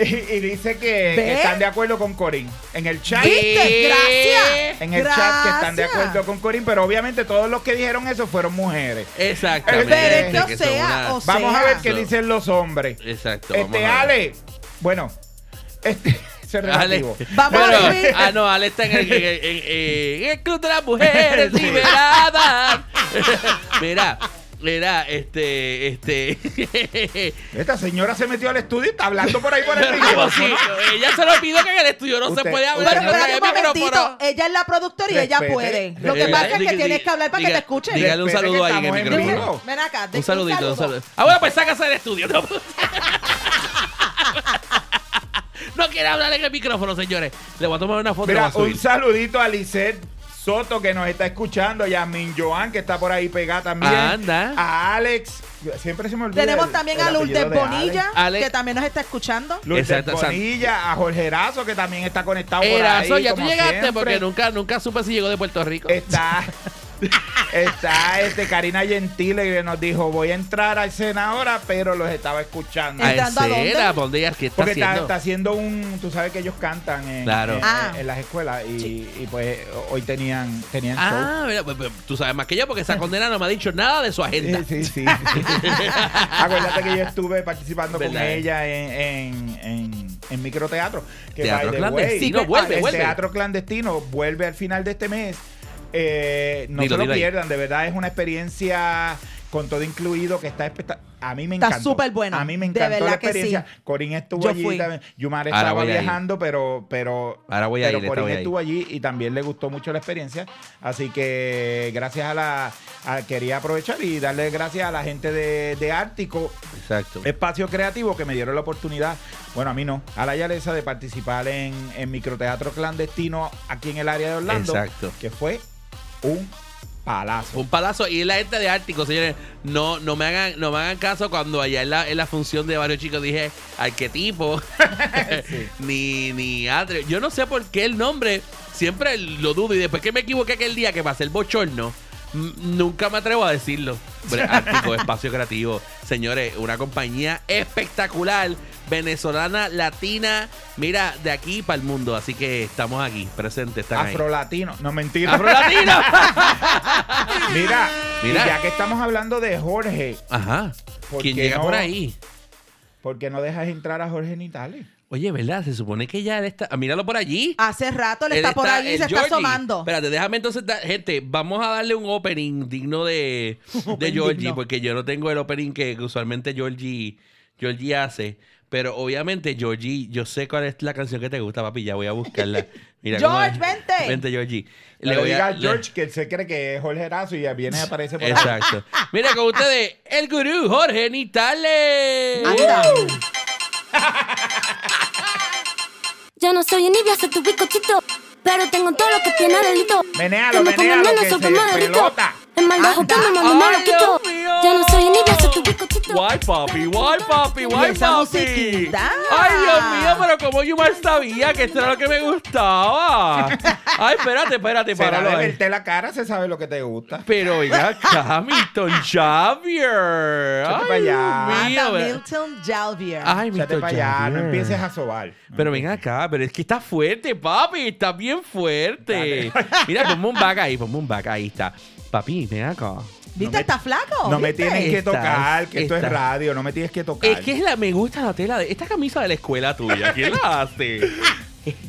S3: Y, y dice que,
S4: ¿Ve?
S3: que están de acuerdo con Corín. En el chat.
S4: ¿Viste? Gracias.
S3: En el chat que están de
S4: Gracias.
S3: acuerdo con Corín, pero obviamente todos los que dijeron eso fueron mujeres.
S1: Exactamente.
S4: Pero es que, o
S1: son
S4: sea,
S1: una-
S4: o sea-
S3: Vamos a ver qué
S1: So-
S3: dicen los hombres.
S1: Exacto. vamos
S3: Este,
S1: a ver.
S3: Ale. Bueno, este ese es
S1: Ale.
S3: relativo.
S4: Vamos
S1: Pero-
S4: a ver.
S1: Ah, no, Ale está en el, en- en- en- en el Club de las Mujeres Liberadas. mira, mira, este, este.
S3: Esta señora se metió al estudio y está hablando por ahí por el
S1: Pero como si
S3: micrófono.
S1: ella se lo olvidó que en el estudio no se
S3: Usted-
S1: puede hablar.
S4: Pero
S1: no trae
S4: espérate un momentito.
S1: micrófono.
S4: Ella es la productora y ella
S3: Respete,
S4: puede. Lo que
S1: respete.
S4: pasa es
S1: Diga-
S4: que tienes
S1: diga-
S4: que hablar para que te
S1: diga-
S4: escuchen.
S1: Dígale un
S3: Respete que
S1: saludo ahí en el
S3: estamos en
S4: Ven,
S3: vivo.
S1: micrófono.
S4: ven acá, de-
S1: Un saludito, un saludo. Ahora pues sácase del estudio. No, No quiere hablar en el micrófono, señores. Le voy a tomar una foto y la
S3: Mira,
S1: voy a
S3: un
S1: subir.
S3: saludito a Lisette Soto que nos está escuchando, Yasmin Joan que está por ahí pegada también.
S1: Anda.
S3: A Alex, siempre se me olvida.
S4: Tenemos
S3: el-
S4: también
S3: el
S4: a Lourdes
S3: apellido de Alex.
S4: Bonilla,
S1: Alex.
S4: que también nos está escuchando.
S3: Lourdes
S1: Exacto, San-
S3: Bonilla, a Jorge Erazo que también está conectado por ahí.
S1: Erazo, ya tú
S3: como
S1: llegaste
S3: siempre.
S1: porque nunca, nunca supe si llegó de Puerto
S4: Eh,
S1: Rico.
S3: Está, está este Karina Gentile que nos dijo, voy a entrar al Sena ahora, pero los estaba escuchando.
S1: Ah,
S4: ¿entrando a dónde?
S1: cera, ¿pa' dónde? ¿Qué está
S3: Porque está,
S1: haciendo?
S3: está haciendo un, tú sabes que ellos cantan en,
S1: Claro.
S3: en,
S4: Ah.
S3: en las escuelas y, y pues hoy tenían, tenían
S1: Ah, mira, pues, pues, tú sabes más que yo porque esa condena no me ha dicho nada de su
S3: show.
S1: agenda.
S3: Eh, Sí, sí. Acuérdate que yo estuve participando con
S1: ¿Verdad?
S3: ella en, en, en- en microteatro. Que
S1: Teatro
S3: by the way,
S1: clandestino, vuelve,
S3: el
S1: vuelve.
S3: teatro clandestino vuelve al final de este mes. Eh, no
S1: Dilo,
S3: se
S1: dilo
S3: lo
S1: ahí.
S3: pierdan, de verdad es una experiencia con todo incluido que está espectacular. A mí me
S4: Está
S3: encantó.
S4: súper bueno,
S3: A mí me
S4: de
S3: encantó la
S4: verdad que sí.
S3: experiencia. Corín estuvo
S4: Yo
S3: allí
S4: fui.
S3: también. Yumar
S1: Ahora
S3: estaba
S1: Ah, voy a ir.
S3: viajando, pero, pero,
S1: Ahora voy a
S3: pero
S1: ir, esta
S3: Corín
S1: voy a ir.
S3: estuvo allí y también le gustó mucho la experiencia. Así que gracias a la. a- quería aprovechar y darle gracias a la gente de, de Ártico
S1: Exacto.
S3: Espacio Creativo que me dieron la oportunidad, bueno, a mí no, a la Yalesa de participar en, en microteatro clandestino aquí en el área de Orlando.
S1: Exacto.
S3: Que fue un palazo.
S1: Un palazo. Y la gente de Ártico, señores, no, no, me hagan, no me hagan caso cuando allá en la, en la función de varios chicos dije arquetipo, ni, ni atrio. Yo no sé por qué el nombre, siempre lo dudo. Y después que me equivoqué aquel día que pasé el bochorno, m- nunca me atrevo a decirlo. Hombre, Ártico, espacio creativo. Señores, una compañía espectacular venezolana, latina, mira, de aquí para el mundo. Así que estamos aquí, presentes, están ahí.
S3: Afrolatino. No, mentira.
S1: ¡Afrolatino!
S3: Mira,
S1: Mira.
S3: y ya que estamos hablando de Jorge,
S1: Ajá.
S3: ¿Por
S1: ¿Quién
S3: qué
S1: llega
S3: no?
S1: por ahí?
S3: ¿por qué no dejas entrar a Jorge Nitales?
S1: Oye, ¿verdad? Se supone que ya él está. ah, Míralo por allí.
S4: Hace rato él,
S1: Él
S4: está, por ahí,
S1: el
S4: se está
S1: Georgie.
S4: asomando.
S1: Espérate, déjame entonces. da- gente, vamos a darle un opening digno de, de
S4: Opening
S1: Georgie,
S4: digno.
S1: porque yo no tengo el opening que usualmente Georgie, Georgie hace. Pero obviamente, Georgie, yo sé cuál es la canción que te gusta, papi. Ya voy a buscarla. Mira cómo
S4: George,
S1: es.
S4: vente.
S1: Vente, Georgie.
S3: Le,
S1: voy
S3: diga a
S1: le-
S3: George que él se cree que es Jorge Erazo y ya viene y aparece por ahí.
S1: Exacto. Mira con ustedes, el gurú Jorge Nitales.
S4: Anda.
S8: Yo no soy un Nibia, soy tu picochito. Pero tengo todo lo que tiene delito.
S3: Menéalo,
S8: Que me
S3: menéalo,
S8: condenan,
S3: que
S8: soy
S3: se
S8: como delito.
S3: despelota.
S8: El mal bajo
S4: Anda.
S8: que me mami me
S1: Ay,
S8: lo quito.
S1: Dios mío.
S8: Yo no soy un Nibia, soy tu picochito.
S1: Guay, papi, guay, papi, guay,
S4: esa
S1: papi.
S4: musiquita.
S1: Ay, Dios mío, pero como yo mal sabía que esto era lo que me gustaba. Ay, espérate, espérate,
S3: Para
S1: páralo
S3: de
S1: ahí.
S3: verte la cara se sabe lo que te gusta.
S1: Pero oiga, acá, Milton Javier.
S3: Échate
S1: Ay,
S3: pa' allá.
S1: Dios mío.
S4: Anda,
S1: ¿verdad?
S4: Milton Jalvier.
S1: Ay,
S3: Échate
S1: Milton
S3: para allá, no
S1: Javier.
S3: empieces a sobar.
S1: Pero ven acá, pero es que está fuerte, papi, está bien fuerte. Mira, ponme un back ahí, ponme un back, ahí está. Papi, ven acá.
S4: ¿Viste?
S3: me-
S4: está flaco.
S3: No me
S4: ¿viste?
S3: tienes que
S1: Estás-
S3: tocar, que esto es
S1: estás-
S3: radio, no me tienes que tocar.
S1: Es que es la, me gusta la tela de esta camisa de la escuela tuya. ¿Quién la hace?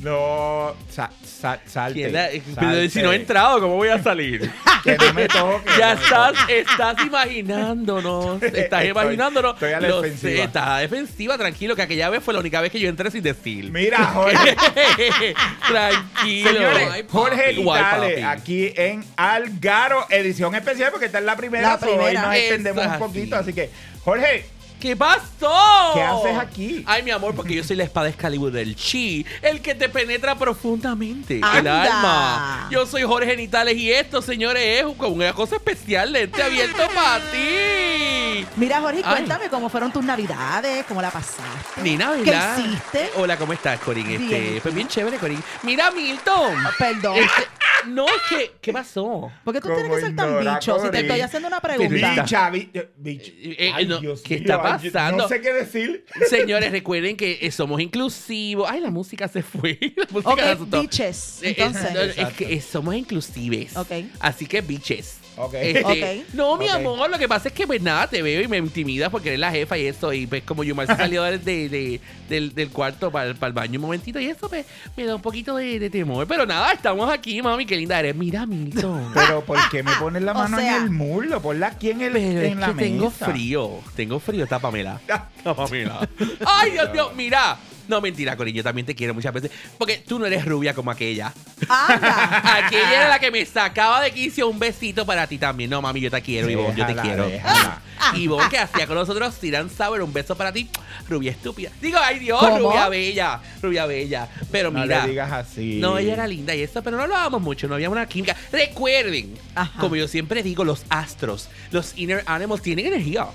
S3: No, sa- sa- salte.
S1: ¿Quién la-
S3: salte.
S1: pero si no he entrado, ¿cómo voy a salir?
S3: Que no me toques.
S1: ya
S3: no me toques.
S1: estás, estás imaginándonos. Estás
S3: Estoy-
S1: imaginándonos.
S3: estoy a la
S1: Lo
S3: defensiva.
S1: sé, Estás a la defensiva, tranquilo, que aquella vez fue la única vez que yo entré sin decir.
S3: Mira, Jorge.
S1: tranquilo. Ay,
S3: Señores,
S1: papi,
S3: Jorge
S1: guay,
S3: Vitale,
S1: papi.
S3: aquí en Algaro, edición especial, porque esta es la primera,
S4: La
S3: so hoy
S4: primera.
S3: nos extendemos
S1: Es
S3: un poquito,
S1: así.
S3: así que, Jorge,
S1: ¿Qué pasó?
S3: ¿Qué haces aquí?
S1: Ay, mi amor, porque yo soy la espada Excalibur del chi, el que te penetra profundamente el
S4: Anda.
S1: alma. Yo soy Jorge Genitales y esto, señores, es una cosa especial de este abierto para ti.
S4: Mira, Jorge,
S1: Ay.
S4: cuéntame cómo fueron tus navidades, cómo la pasaste.
S1: Nina, ¿verdad?
S4: ¿Qué hiciste?
S1: Hola, ¿cómo estás, Corín? Este,
S4: Bien.
S1: Pues bien chévere, Corín. Mira, Milton.
S4: Perdón.
S1: Este, no, ¿qué, ¿qué pasó?
S4: ¿Por qué tú tienes que
S3: Como
S4: ser tan
S3: ignora,
S4: bicho? Si te
S3: Cory.
S4: estoy haciendo una pregunta.
S3: bicha, bi- eh, bicho.
S1: Eh, eh,
S3: Ay,
S1: no,
S3: Dios
S1: ¿qué
S3: mío,
S1: está
S3: ay, yo-
S1: pasando?
S3: No sé qué decir.
S1: Señores, recuerden que eh, somos inclusivos. Ay, la música se fue. La música
S4: Ok,
S1: me asustó.
S4: biches.
S1: Eh, es- no,
S4: Entonces,
S1: Es, que eh, somos inclusives.
S4: Ok.
S1: Así que bitches.
S3: Ok.
S1: Este,
S4: Ok.
S1: No, mi
S3: Ok.
S1: amor, lo que pasa es que pues nada, te veo y me intimidas porque eres la jefa y eso. Y pues como Yumar se salió de- de- de- del, del cuarto para, el baño un momentito y eso pues, me da un poquito de, de temor. Pero nada, estamos aquí, mami, qué linda eres. Mira, Milton.
S3: Pero, ¿por qué me pones la
S4: O
S3: mano
S4: sea-
S3: en el muslo? Ponla aquí en, el,
S1: Pero
S3: en
S1: es
S3: la
S1: que tengo
S3: mesa.
S1: frío. Tengo frío, tápamela. Tápamela. Ay, Dios mío, mira. No, mentira, Corín, yo también te quiero muchas veces. Porque tú no eres rubia como aquella.
S4: anda.
S1: Aquella era la que me sacaba de quicio un besito para ti también. No, mami, yo te quiero, Ivonne, yo te
S3: Déjala,
S1: quiero.
S3: déjala.
S1: Y vos que hacía con nosotros Tiran Sauer, un beso para ti. Rubia estúpida. Digo, ay Dios,
S4: ¿Cómo?
S1: rubia bella, rubia bella. Pero
S3: No
S1: mira.
S3: le digas así.
S1: No, ella era linda y eso, pero no hablábamos mucho, no había una química. Recuerden,
S4: Ajá.
S1: como yo siempre digo, los astros, los inner animals tienen energía.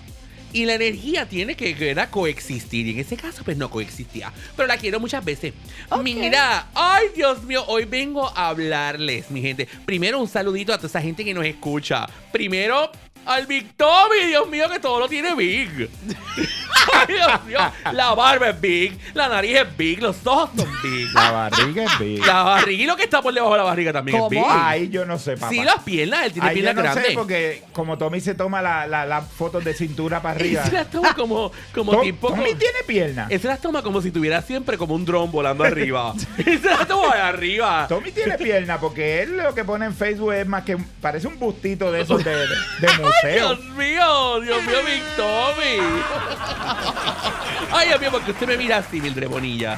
S1: Y la energía tiene que que era coexistir. Y en ese caso, pues no coexistía. Pero la quiero muchas veces. Mira, ay Dios mío, hoy vengo a hablarles, mi gente. Primero, un saludito a toda esa gente que nos escucha. Primero, al Big Tommy, Dios mío, que todo lo tiene Big. Ay, Dios mío, la barba es Big, la nariz es Big, los ojos son Big.
S3: La barriga es big.
S1: La barriga y lo que está por debajo de la barriga también es
S4: ¿Cómo?
S1: big.
S3: Ay, yo no sé, papá.
S1: sí, las piernas, él tiene
S3: Ahí yo
S1: piernas
S3: no
S1: grandes.
S3: sé, porque como Tommy se toma la- la- las fotos de cintura para
S1: Él
S3: arriba.
S1: se las toma como, como
S3: Tom-
S1: tipo.
S3: Tommy
S1: como-
S3: tiene pierna.
S1: él se las toma como si tuviera siempre como un dron volando arriba. Él se las toma de arriba.
S3: Tommy tiene pierna porque él lo que pone en Facebook es más que un- parece un bustito de esos de, de- de museo.
S1: Dios mío, Dios mío, Big Tommy. Ay, Dios mío, porque usted me mira así, Mildred Bonilla.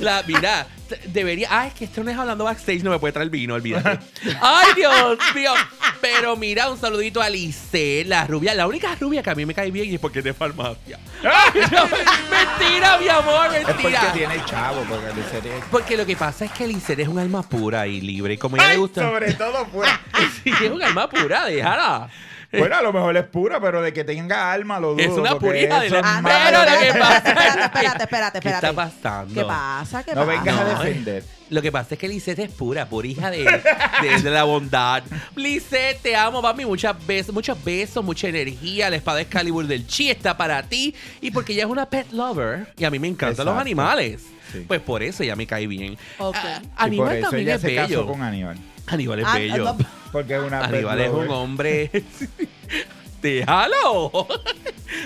S1: La, mira, t- debería. Ay, es que esto no es hablando backstage, no me puede traer vino, olvídate. Ay, Dios mío. Pero mira, un saludito a Lice, la rubia, la única rubia que a mí me cae bien y es porque es de farmacia. Ay, no, mentira, mi amor,
S3: es porque
S1: mentira.
S3: tiene chavo, porque le sería-
S1: Porque lo que pasa es que Lice es un alma pura y libre. Y como a ella
S3: Ay,
S1: le gusta.
S3: sobre todo pura.
S1: Sí, es un alma pura, déjala.
S3: Bueno, a lo mejor es pura, pero de que tenga alma lo dudo.
S1: Es una
S3: porque
S1: purija de
S3: eso
S1: la-
S3: es
S1: Ah,
S4: Anda,
S3: malo.
S1: pero lo que
S4: espérate,
S1: pasa es
S4: espérate,
S1: que-
S4: espérate, espérate, espérate.
S1: ¿Qué está pasando?
S4: ¿Qué pasa? ¿Qué
S3: No
S4: pasa?
S3: vengas a
S1: No,
S3: defender.
S1: eh. Lo que pasa es que Lisette es pura, pura hija de, de- de la bondad. Lisette, te amo, mami. Muchas besos, muchos besos, mucha energía. La espada Excalibur del Chi está para ti. Y porque ella es una pet lover. Y a mí me encantan los
S3: Exacto.
S1: animales.
S3: Sí.
S1: Pues por eso ella me cae bien.
S4: Ok.
S1: Ah,
S3: Y por
S1: Aníbal
S3: eso
S1: también
S3: ella
S1: es
S3: se casó
S1: bello.
S3: con Aníbal.
S1: Aníbal es
S4: Ah,
S1: bello.
S4: no,
S3: Porque es una pet
S1: Aníbal es
S3: lover.
S1: un hombre. ¡Déjalo!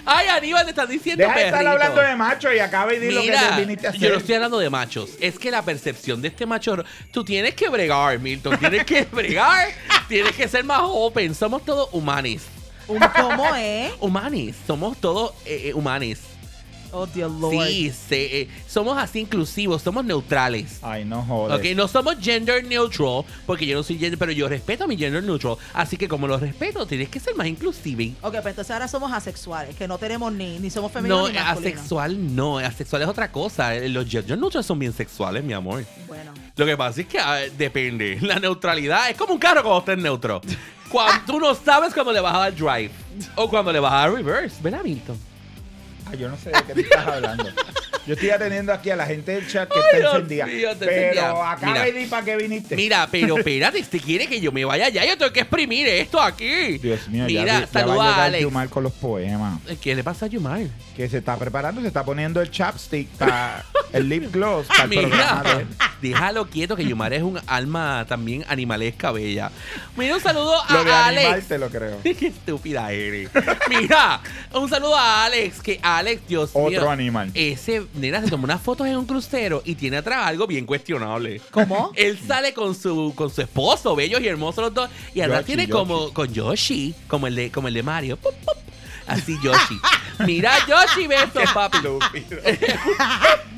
S1: ¡Ay, Aníbal te estás diciendo
S3: Deja de estar
S1: perrito.
S3: hablando de macho y acaba y di lo que
S1: Mira,
S3: te viniste a hacer.
S1: yo no estoy hablando de machos. Es que la percepción de este macho. Tú tienes que bregar, Milton. Tienes que bregar. tienes que ser más open. Somos todos humanis.
S4: un- ¿Cómo es?
S1: Humanis. Somos todos eh, eh, humanis.
S4: Oh, Dios Lord.
S1: Sí, se- eh, somos así inclusivos. Somos neutrales.
S3: Ay, no jodas.
S1: Ok, no somos gender neutral, porque yo no soy gender, pero yo respeto a mi gender neutral. Así que como lo respeto, tienes que ser más inclusive.
S4: Ok, pero entonces ahora somos asexuales, que no tenemos ni, ni somos femeninos
S1: No,
S4: ni masculinos.
S1: asexual no, asexual es otra cosa. Eh, Los gender neutral son bien sexuales, mi amor.
S4: Bueno.
S1: Lo que pasa es que ah, depende. La neutralidad es como un carro cuando está en neutro. Cuando tú no sabes cuando le vas a dar drive o cuando le vas a dar reverse. ¿Verdad, Milton?
S3: Ay, Ah, yo no sé de qué te estás hablando. Yo estoy atendiendo aquí a la gente del chat que está
S1: Dios
S3: encendida.
S1: mío, te
S3: pero
S1: encendía.
S3: acaba
S1: Mira.
S3: y di para qué viniste.
S1: Mira, pero espérate, si quiere que yo me vaya ya, yo tengo que exprimir esto aquí.
S3: Dios mío,
S1: Mira,
S3: ya, vi- ya
S1: saluda
S3: va a
S1: a
S3: llegar
S1: Alex.
S3: Yumar con los poemas.
S1: ¿Qué le pasa a Yumar?
S3: Que se está preparando, se está poniendo el chapstick para el lip gloss para el programa de
S1: Mira,
S3: él.
S1: déjalo quieto que Yumar es un alma también animalesca bella. Mira, un saludo
S3: Lo de
S1: a Ah, Alex.
S3: animal te lo creo.
S1: Qué estúpida eres. Mira, un saludo a Alex, que Alex, Dios
S3: Otro
S1: mío.
S3: animal.
S1: Ese, nena, se tomó unas fotos en un crucero y tiene atrás algo bien cuestionable.
S4: ¿Cómo?
S1: Él sale con su, con su esposo, bellos y hermosos los dos, y atrás
S3: Yoshi,
S1: tiene
S3: Yoshi.
S1: como con Yoshi, como el de, como el de Mario. Pup, pup. Así Yoshi. Mira Yoshi, besos, papi. ah,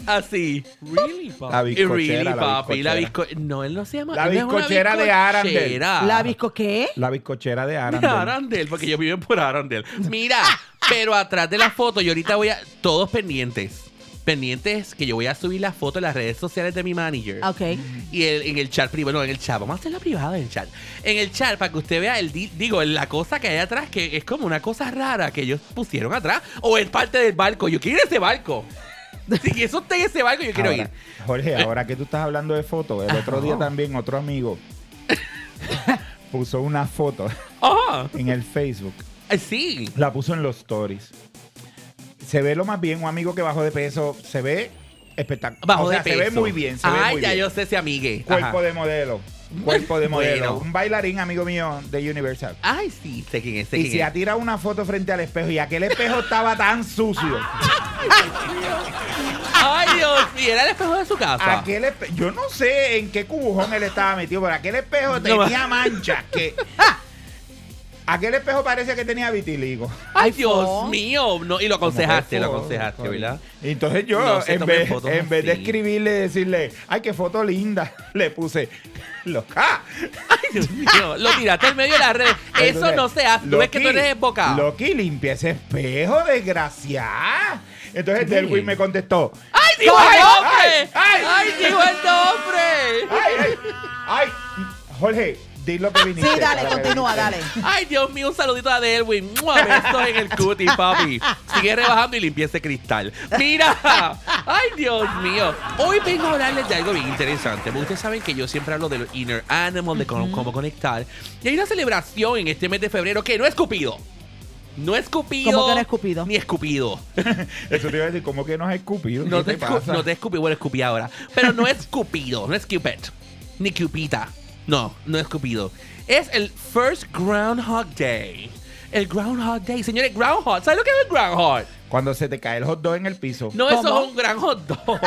S1: Así. Really, papi.
S3: La bizcochera,
S1: Really,
S3: la
S1: papi. La
S3: bizcochera.
S1: bizco- No, él no se llama.
S3: La
S1: él no es una
S3: bizcochera de Arandel.
S1: bizcochera.
S4: ¿La visco qué?
S3: La bizcochera de
S1: Mira, Arandel.
S3: Arandel.
S1: porque ellos viven por Arandel. Mira, pero atrás de la foto, yo ahorita voy a. Todos pendientes. Pendientes que yo voy a subir la foto en las redes sociales de mi manager.
S4: Ok.
S1: Y el- en el chat privado, no, en el chat, vamos a hacerlo privado en el chat. En el chat, para que usted vea el, di- digo, la cosa que hay atrás, que es como una cosa rara que ellos pusieron atrás, o es parte del barco. Yo quiero ir a ese barco. Si eso está en ese barco, yo quiero
S3: Ahora,
S1: ir.
S3: Jorge, ahora que tú estás hablando de fotos, el otro día también otro amigo puso una foto
S1: Ajá.
S3: en el Facebook.
S1: Eh, Sí.
S3: La puso en los stories. Se ve lo más bien, un amigo que bajó de peso, se ve espectacular.
S1: Bajo
S3: o sea,
S1: de
S3: se ve
S1: peso.
S3: muy bien, se ve
S1: Ay,
S3: muy
S1: ya
S3: bien.
S1: yo sé si amigue.
S3: Cuerpo
S1: Ajá.
S3: de modelo. Cuerpo de
S1: Bueno.
S3: modelo. Un bailarín amigo mío de Universal.
S1: Ay, sí, sé quién es, sé
S3: Y
S1: quién
S3: se
S1: es.
S3: ha tirado una foto frente al espejo y aquel espejo estaba tan sucio.
S1: Ay, Dios mío, era el espejo de su casa.
S3: Aquel espe- yo no sé en qué cubujón él estaba metido, pero aquel espejo
S1: No.
S3: tenía manchas que aquel espejo parece que tenía vitiligo.
S4: Ay,
S1: Ay, Dios
S4: fo.
S1: mío. No, y lo aconsejaste, lo aconsejaste,
S3: Como que fue-
S1: ¿verdad?
S3: Y entonces yo,
S1: No se
S3: en,
S1: tomen
S3: vez,
S1: fotos
S3: en vez de
S1: así.
S3: escribirle, decirle, ay, qué foto linda, le puse, Ah. loca.
S1: Ay, Dios mío. Lo tiraste en medio de las redes. Eso
S3: Entonces,
S1: no se hace. Tú ves que tú
S3: Loki,
S1: eres embocado.
S3: Loki, limpia ese espejo, desgraciada. Entonces
S1: Bien.
S3: Delwin me contestó,
S1: ¡Ay, dijo
S3: ¡Ay,
S1: el hombre!
S3: ay, ay!
S1: ¡Ay, dijo el hombre!
S3: ay, ay, ay, Jorge, dilo que viniste.
S4: Sí, dale,
S3: para que
S4: continúa,
S3: viniste.
S4: dale.
S1: Ay, Dios mío, un saludito a Delwin. ¡Mua! Besos en el cutie, papi. Sigue rebajando y limpia ese cristal. Mira. Ay, Dios mío. Hoy vengo a hablarles de algo bien interesante. porque Ustedes saben que yo siempre hablo de los inner animal, de cómo, cómo conectar. Y hay una celebración en este mes de febrero que no es Cupido. No es Cupido.
S4: ¿Cómo que no es Cupido?
S1: Ni escupido.
S3: Eso te iba a decir, ¿cómo que no has escupido?
S1: No
S3: ¿Qué
S1: te,
S3: te
S1: escu-
S3: pasa?
S1: no te escupí, bueno, escupí ahora. Pero no es Cupido, no es Cupid, ni Cupita. No, no es Cupido. Es el First Groundhog Day. El Groundhog Day. Señores, Groundhog. ¿Sabes lo que es el Groundhog?
S3: Cuando se te cae el hot dog en el piso.
S1: No, eso
S4: ¿Cómo?
S1: es un gran hot dog.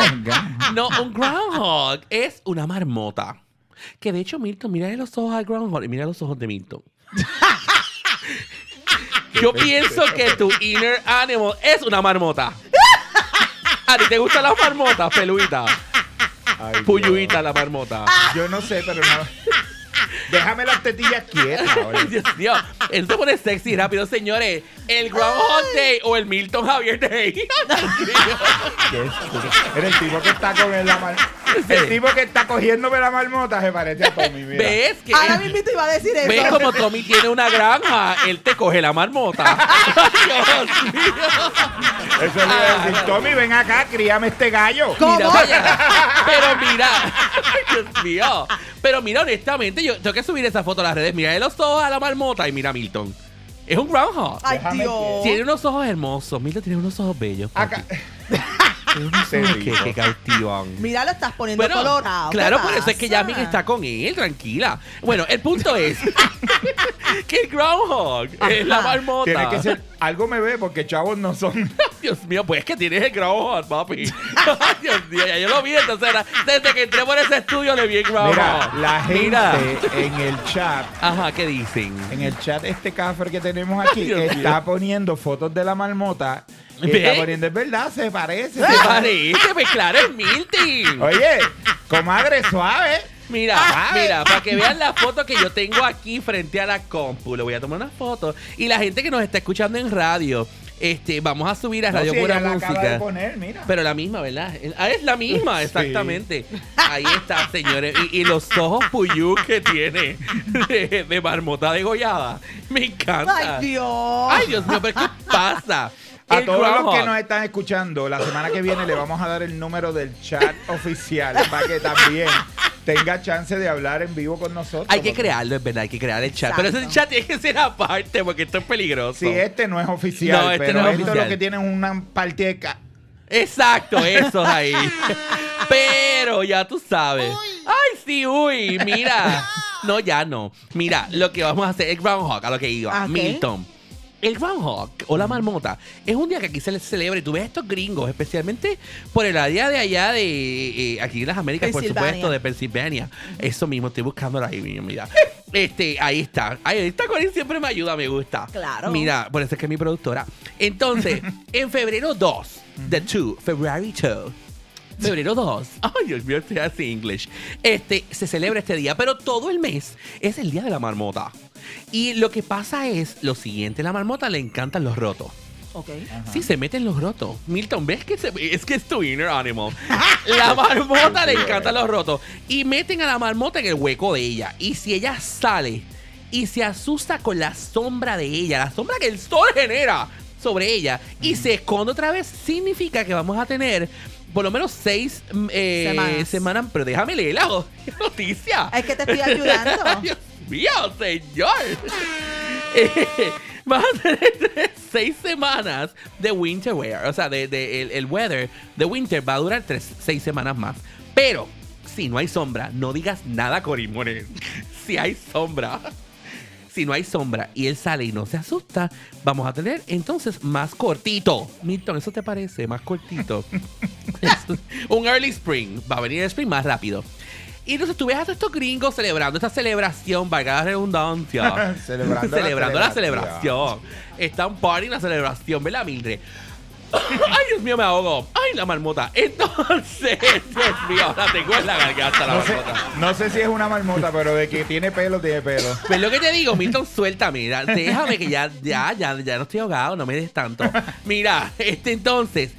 S1: no, un Groundhog es una marmota. Que de hecho, Milton, mira los ojos al Groundhog y mira los ojos de Milton. Yo pienso que tu inner animal es una marmota. ¿A ti te gustan las marmotas, peluita?
S3: Ay, Dios.
S1: Puyuita la marmota.
S3: Yo no sé, pero no. Déjame las tetillas quietas. ahora.
S1: Dios mío, eso se pone sexy rápido, señores. El Groundhog Day o el Milton Javier Day.
S3: Qué estúpido. Era el tipo que está con el- la mar- El tipo que está cogiéndome la marmota se parece a Tommy. Mira.
S1: ¿Ves que
S4: Ahora mismo te iba a decir eso.
S1: ¿Ves como Tommy tiene una granja? Él te coge la marmota. Dios mío.
S3: Eso le iba a
S1: Ah.
S3: decir, Tommy, ven acá, críame este gallo.
S4: ¿Cómo?
S1: Mira, vaya. Pero mira, Dios mío. Pero mira, honestamente, yo tengo que subir esa foto a las redes. Mira, de los ojos a la marmota y mira a Milton. Es un groundhog.
S4: Ay,
S3: Déjame
S4: Dios.
S1: Tiene unos ojos hermosos. Milton tiene unos ojos bellos.
S3: Acá.
S1: Tiene unos
S3: Qué
S1: ojos que,
S3: rico.
S1: que cautivan.
S4: Mira, lo estás poniendo
S1: Bueno,
S4: colorado. ¿Qué
S1: claro, por eso es que
S4: pasa?
S1: Yamin está con él, tranquila. Bueno, el punto es que el groundhog es la
S4: Ajá.
S1: marmota.
S3: Tiene que ser. Algo me ve porque chavos no son.
S1: Dios mío, pues es que tienes el groundhog, papi. Ay, Dios mío, ya yo lo vi, entonces era- desde que entré por ese estudio le vi el groundhog.
S3: Mira, la gente
S1: Mira.
S3: en el chat.
S1: Ajá, ¿qué dicen?
S3: En el chat este café que tenemos aquí
S1: Dios
S3: está poniendo fotos de la marmota. Y
S1: ¿Ve?
S3: está poniendo, es verdad, se parece. se
S1: ¿Te
S3: parece.
S1: parece? Pues claro, es Milton.
S3: Oye, Ah, comadre, suave.
S1: Mira, mira, para que vean la foto que yo tengo aquí frente a la compu. Le voy a tomar una foto. Y la gente que nos está escuchando en radio, este, vamos a subir a
S3: No,
S1: Radio
S3: si
S1: Pura
S3: ella la acaba de
S1: Música.
S3: poner, mira.
S1: Pero la misma, ¿verdad? Ah, es la misma,
S3: Sí.
S1: exactamente. Ahí está, señores. Y, y los ojos puyú que tiene de, de marmota degollada. Me encanta.
S4: Ay, Dios.
S1: Ay, Dios mío, pero ¿qué pasa?
S3: A
S1: El
S3: todos los que
S1: groundhog.
S3: nos están escuchando, la semana que viene le vamos a dar el número del chat oficial para que también tenga chance de hablar en vivo con nosotros.
S1: Hay que
S3: Porque
S1: crearlo, es verdad, hay que crear el chat. Pero ese
S4: Exacto.
S1: chat tiene que ser aparte porque esto es peligroso.
S3: Si este no es oficial,
S1: No, este
S3: pero
S1: no es
S3: esto es
S1: oficial.
S3: lo que tiene una partieca.
S1: Exacto, eso es ahí. Pero ya tú sabes. Ay, sí, uy, mira. No, ya no. Mira, lo que vamos a hacer, el Groundhog, a lo que iba,
S4: Ah, ok.
S1: Milton. El Groundhog, o la marmota, es un día que aquí se le celebra. Y tú ves a estos gringos, especialmente por el área de allá de... eh, aquí en las Américas, por
S4: Pensilvania.
S1: supuesto, de Pensilvania. Eso mismo, estoy buscándolo ahí, mismo, mira. Este, ahí está. Ahí está, Corín siempre me ayuda, me gusta.
S4: Claro.
S1: Mira, Ah, por eso es que es mi productora. Entonces, en febrero 2, The 2, February 2. Febrero 2. Ay, Dios mío, estoy así English. Este, se celebra este día, pero todo el mes es el día de la marmota. Y lo que pasa es lo siguiente: la marmota le encantan los rotos.
S4: Ok.
S1: Sí, se meten los rotos. Milton, ¿ves que se- es que es tu inner animal? La marmota le encantan los rotos. Y meten a la marmota en el hueco de ella. Y si ella sale y se asusta con la sombra de ella, la sombra que el sol genera sobre ella, y se esconde otra vez, significa que vamos a tener por lo menos seis mm, eh,
S4: Semanas.
S1: semanas. Pero déjame leer la jo- noticia.
S4: Es que te estoy ayudando.
S1: Dios mío, señor. Eh, Vas a tener seis semanas de winter wear. O sea, de, de- el, el weather de winter va a durar tres, seis semanas más. Pero, si no hay sombra, no digas nada, Corimones. Si hay sombra. Si no hay sombra y él sale y no se asusta, vamos a tener entonces más cortito. Milton, ¿eso te parece? Más cortito. un early spring. Va a venir el spring más rápido. Y entonces tú ves a todos estos gringos celebrando esta celebración, valga la redundancia.
S3: Celebrando la
S1: Celebrando la
S3: celebración.
S1: celebración. Está un party en la celebración, ¿verdad, Mildred? Ay, Dios mío, me ahogo. Ay, la marmota. Entonces, Dios mío, ahora tengo en la garganta la
S3: No sé,
S1: marmota.
S3: no sé si es una marmota, pero de que tiene pelo, tiene pelo.
S1: Pues lo que te digo, Milton, suéltame. mira, Déjame que ya, ya, ya, ya no estoy ahogado, no me des tanto. Mira, este entonces,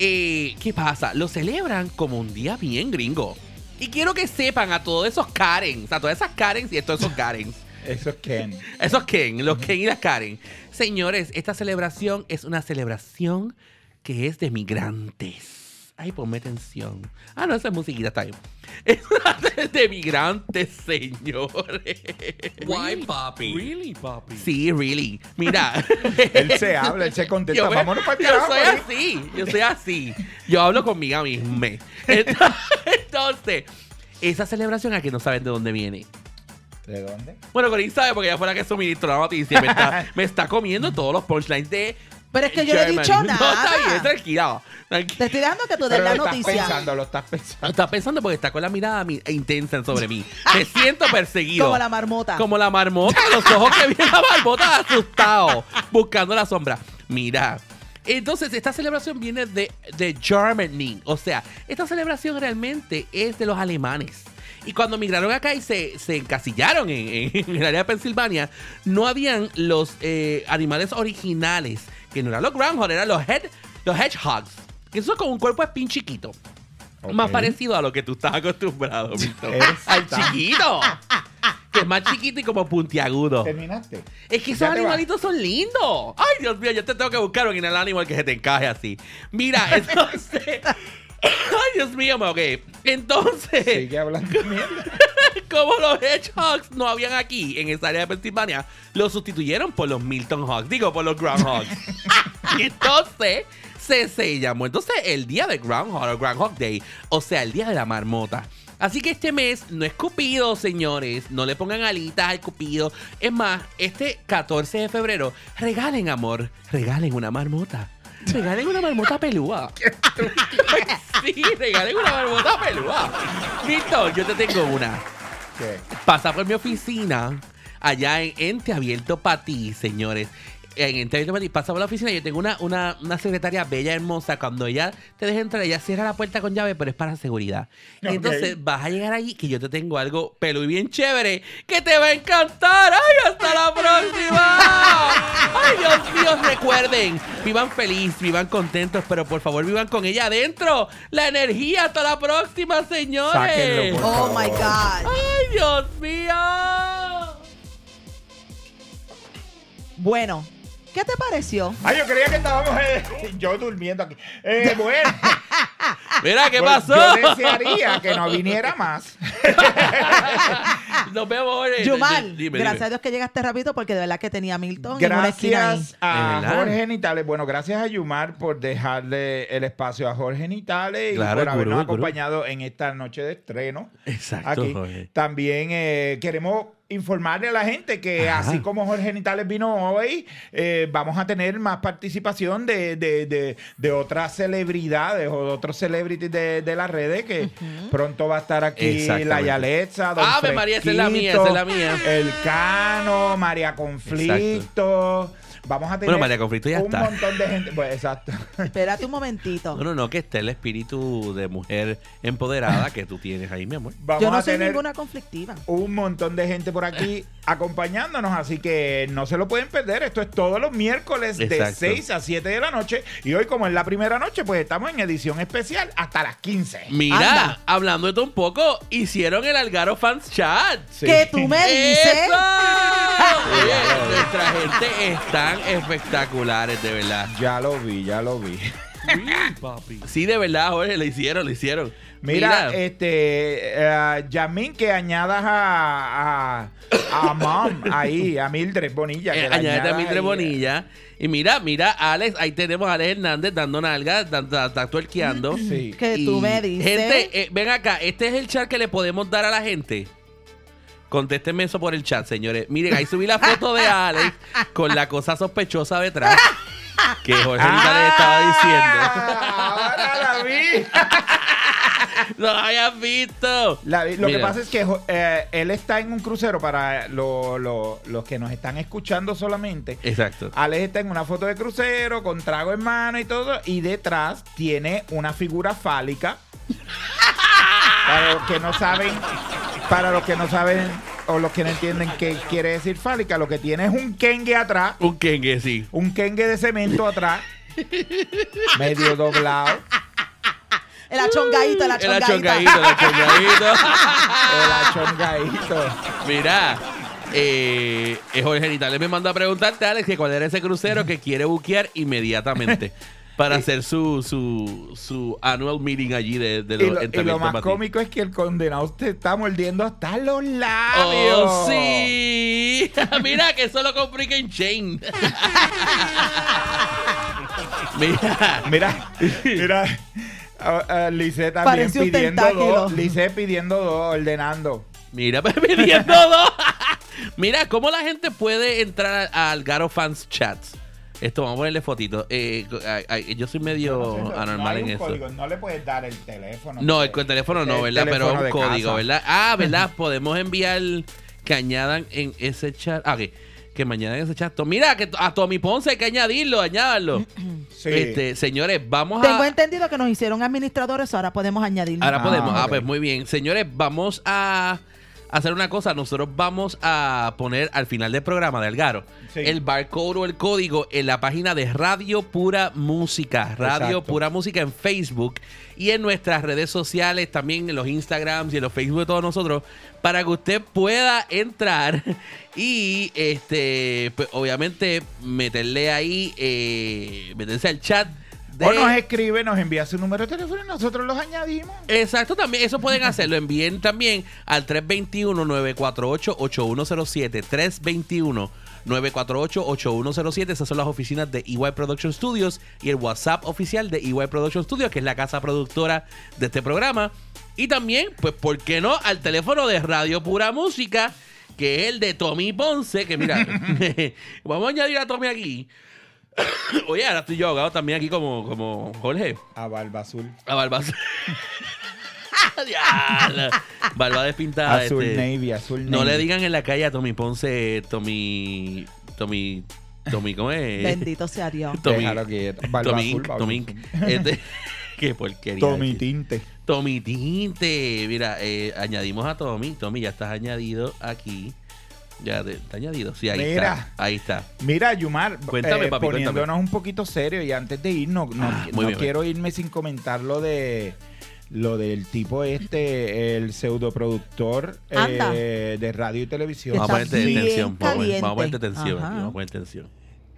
S1: eh, ¿qué pasa? Lo celebran como un día bien gringo. Y quiero que sepan a todos esos Karens, a todas esas Karens y a todos esos Karens.
S3: Eso es Ken.
S1: Esos Ken, los Ken y las Karen. Señores, esta celebración es una celebración que es de migrantes. Ay, ponme atención. Ah, no, esa es musiquita, está bien. Es una ce- de migrantes, señores. Why, papi? Really, papi. Sí, really. Mira.
S3: Él se habla, él se contesta.
S1: me-
S3: Vámonos para el
S1: yo
S3: carajo.
S1: soy
S3: ¿eh?
S1: así, yo soy así. Yo hablo conmigo misma. Ento- Entonces, esa celebración aquí no saben de dónde viene.
S3: ¿De dónde?
S1: Bueno, Corín sabe porque ella fue la que suministró la noticia. Me está, me está comiendo todos los punchlines de.
S4: Pero es que yo no he
S1: Sherman.
S4: dicho
S1: No, está
S4: nada.
S1: bien, tranquila. tranquila.
S4: Te estoy dando que tú des
S3: Pero lo
S4: la
S3: estás
S4: noticia.
S3: pensando, lo estás
S1: Lo
S3: pensando.
S1: Está pensando porque está con la mirada mi- intensa sobre mí. Me siento perseguido.
S4: Como la marmota.
S1: Como la marmota, los ojos que viene la marmota asustado, buscando la sombra. Mira. Entonces, esta celebración viene de, de Germany. O sea, esta celebración realmente es de los alemanes. Y cuando migraron acá y se, se encasillaron en, en- en el área de Pensilvania, no habían los eh, animales originales, que no eran los groundhogs, eran los, head, los hedgehogs. Que eso es con un cuerpo de espín chiquito. Más
S3: Ok.
S1: parecido a lo que tú estás acostumbrado, Víctor.
S3: Está.
S1: Al chiquito. Que es más chiquito y como puntiagudo.
S3: Terminaste.
S1: Es que esos
S3: Ya te vas.
S1: animalitos son lindos. Ay, Dios mío, yo te tengo que buscar un animal animal que se te encaje así. Mira, entonces. Ay, Dios mío, ok. Entonces.
S3: Sigue hablando mierda.
S1: Como los Hedgehogs no habían aquí en esa área de Pensilvania, los sustituyeron por los Milton Hogs, digo, por los Groundhogs. y entonces se, se llamó entonces el día de Groundhog o Groundhog Day, o sea, el día de la marmota. Así que este mes no es Cupido, señores. No le pongan alitas al Cupido. Es más, este 14 de febrero, regalen amor, regalen una marmota. Regalen una marmota pelúa. sí, regalen una marmota pelúa. Listo, yo te tengo una.
S3: ¿Qué?
S1: Pasa por mi oficina, allá en Ente Abierto para ti, señores. En Ente Abierto para ti, pasa por la oficina. Yo tengo una, una, una secretaria bella, hermosa. Cuando ella te deja entrar, ella cierra la puerta con llave, pero es para seguridad.
S3: Ok.
S1: Entonces vas a llegar allí que yo te tengo algo pelo y bien chévere que te va a encantar. ¡Ay, hasta la próxima! ¡Ay, Dios mío! Recuerden, vivan feliz, vivan contentos, pero por favor vivan con ella adentro. La energía, hasta la próxima, señores.
S3: Sáquenlo, por
S4: Oh my
S3: favor.
S4: God.
S1: ¡Ay, Dios mío!
S4: Bueno, ¿qué te pareció?
S3: Ay, yo creía que estábamos eh, yo durmiendo aquí. Eh, bueno,
S1: Mira, ¿qué
S3: pues,
S1: pasó?
S3: yo desearía que no viniera más.
S1: Nos vemos hoy.
S4: Yumal,
S1: Dime, dime.
S4: gracias a Dios que llegaste rápido porque de verdad que tenía a Milton en una esquina ahí.
S3: Gracias
S1: Es
S3: a
S1: verdad.
S3: Jorge Nitales. Bueno, gracias a Yumar por dejarle el espacio a Jorge Nitales y por
S1: Claro, el gurú,
S3: habernos
S1: el gurú.
S3: acompañado en esta noche de estreno.
S1: Exacto,
S3: aquí.
S1: Jorge.
S3: También eh, queremos informarle a la gente que
S1: Ajá.
S3: así como Jorge Nitales vino hoy, eh, vamos a tener más participación de, de- de- de otras celebridades o de otros celebrities de, de las redes que pronto va a estar aquí la
S1: Exactamente.
S3: Yaletza, Don
S1: Ave María, esa es la mía, esa es la
S3: Fresquito,
S1: mía.
S3: El Cano, María Conflicto. Vamos a tener
S1: Bueno, María Conflicto ya
S3: un
S1: está.
S3: montón de gente. Pues, exacto.
S4: Espérate un momentito.
S1: No, no, no, que esté el espíritu de mujer empoderada que tú tienes ahí, mi amor.
S3: Vamos
S4: Yo no
S3: a
S4: soy
S3: tener
S4: ninguna conflictiva.
S3: un montón de gente por aquí acompañándonos, así que no se lo pueden perder. Esto es todos los miércoles de
S1: Exacto.
S3: 6 a 7 de la noche. Y hoy, como es la primera noche, pues estamos en edición especial hasta las 15.
S1: Mira,
S4: Anda.
S1: hablando de esto un poco, hicieron el Algaro Fans Chat.
S3: Sí.
S4: Que tú me dices.
S1: ¡Eso! Oye, nuestra gente están espectaculares, de verdad.
S3: Ya lo vi, ya lo vi.
S1: Sí, de verdad, Jorge, lo hicieron, lo hicieron.
S3: Mira, este, eh, Yamín, que añadas a, a, a Mom ahí, a Mildred Bonilla. que
S1: Eh,
S3: la
S1: añádete a
S3: añadas
S1: Mildred
S3: ahí. eh.
S1: Bonilla. Y mira, mira, Alex, ahí tenemos a Alex Hernández dando nalgas, está tuerqueando.
S3: Sí.
S4: Mm, Que tú
S1: Y,
S4: me dices.
S1: Gente, eh, ven acá, este es el chat que le podemos dar a la gente. Contéstenme eso por el chat, señores. Miren, ahí subí la foto de Alex con la cosa sospechosa detrás. Que Jorge pues ahorita les estaba
S3: Ah, Ahora la vi.
S1: diciendo. ¡No lo habías visto!
S3: La- lo que
S1: Mira.
S3: pasa es que jo- eh, él está en un crucero para lo- lo- los que nos están escuchando solamente.
S1: Exacto.
S3: Alex está en una foto de crucero con trago en mano y todo, y detrás tiene una figura fálica. para los que no saben, para los que no saben o los que no entienden qué quiere decir fálica, lo que tiene es un kengue atrás,
S1: Un kengue, sí.
S3: un kengue de cemento atrás, medio doblado.
S4: El achongadito, el
S1: Era
S4: achongadito.
S1: chongadito, era chongadito.
S3: El achongadito.
S1: Mira, eh, eh, Jorge Nitales me mandó a preguntarte, Alex, que cuál era ese crucero que quiere buquear inmediatamente para hacer su, su, su annual meeting allí de, de
S3: Y
S1: los
S3: lo, y lo
S1: entrenamientos
S3: más
S1: para ti.
S3: cómico es que el condenado te está mordiendo hasta los labios.
S1: ¡Oh, sí! Mira, que eso lo compré en Chain. Mira,
S3: Mira, mira. Uh, también
S4: Pareció un
S3: pidiendo
S4: tentáculo.
S3: dos. Lisette pidiendo dos, ordenando.
S1: Mira, pidiendo dos. Mira, ¿cómo la gente puede entrar a- al Garo Fans Chats? Esto, vamos a ponerle fotitos. Eh, ay, ay, yo soy medio Oh, anormal en eso.
S3: no le puedes dar el teléfono.
S1: No, el, con teléfono no,
S3: El
S1: ¿verdad? Pero
S3: teléfono
S1: un
S3: de
S1: código,
S3: casa.
S1: ¿verdad? Ah, ¿verdad? Podemos enviar que añadan en ese chat. Ah, ok. que mañana en ese chato. Mira, que a Tommy Ponce hay que añadirlo, añádanlo.
S3: Sí.
S1: Este, señores, vamos
S4: Tengo
S1: a.
S4: entendido que nos hicieron administradores, ahora podemos añadir.
S1: Ahora
S3: Ah,
S1: podemos. Ah,
S3: ok.
S1: pues muy bien. Señores, vamos a hacer una cosa. Nosotros vamos a poner al final del programa de Algaro
S3: Sí.
S1: el barcode o el código en la página de Radio Pura Música. Radio
S3: Exacto.
S1: Pura Música en Facebook y en nuestras redes sociales, también en los Instagrams y en los Facebook de todos nosotros, para que usted pueda entrar y este, pues, obviamente meterle ahí, eh, meterse al chat. De,
S3: O nos escribe, nos envía su número de teléfono y nosotros los añadimos.
S1: Exacto, también eso pueden hacerlo. Envíen también al 321-948-8107. 321-948-8107. Esas son las oficinas de EY Production Studios y el WhatsApp oficial de EY Production Studios, que es la casa productora de este programa. Y también, pues, ¿por qué no? Al teléfono de Radio Pura Música, que es el de Tommy Ponce, que mira, vamos a añadir a Tommy aquí. Oye, ahora estoy yo ahogado también aquí como, como Jorge.
S3: A Barba Azul.
S1: A barba azul. Diablo. barba despintada.
S3: Azul
S1: este.
S3: Navy, Azul Navy.
S1: No le digan en la calle a Tommy Ponce, Tommy. Tommy. Tommy, ¿cómo es?
S4: Bendito sea Dios.
S1: Tommy.
S3: Déjalo quieto. Barba
S1: Tommy
S3: Azul,
S1: Inc.
S3: Barba
S1: Tommy Inc.
S3: Azul.
S1: Este, qué porquería.
S3: Tommy
S1: chico.
S3: Tinte.
S1: Tommy Tinte. Mira, eh, añadimos a Tommy. Tommy, ya estás añadido aquí. Ya te, está añadido. Sí, ahí
S3: Mira.
S1: está. Ahí está.
S3: Mira, Yumar,
S1: Cuéntame,
S3: eh,
S1: papi,
S3: poniéndonos
S1: cuéntame.
S3: un poquito serio y antes de ir, no, no-
S1: Ah, muy
S3: no
S1: bien.
S3: quiero irme sin comentar lo de lo del tipo este, el pseudoproductor
S4: Anda.
S3: eh, de radio y televisión.
S1: Vamos a
S4: Está
S1: ponerte
S4: bien
S1: tensión. Vamos a poner- vamos a ponerte
S4: caliente.
S1: tensión.
S4: Ajá.
S1: Vamos a ponerte tensión.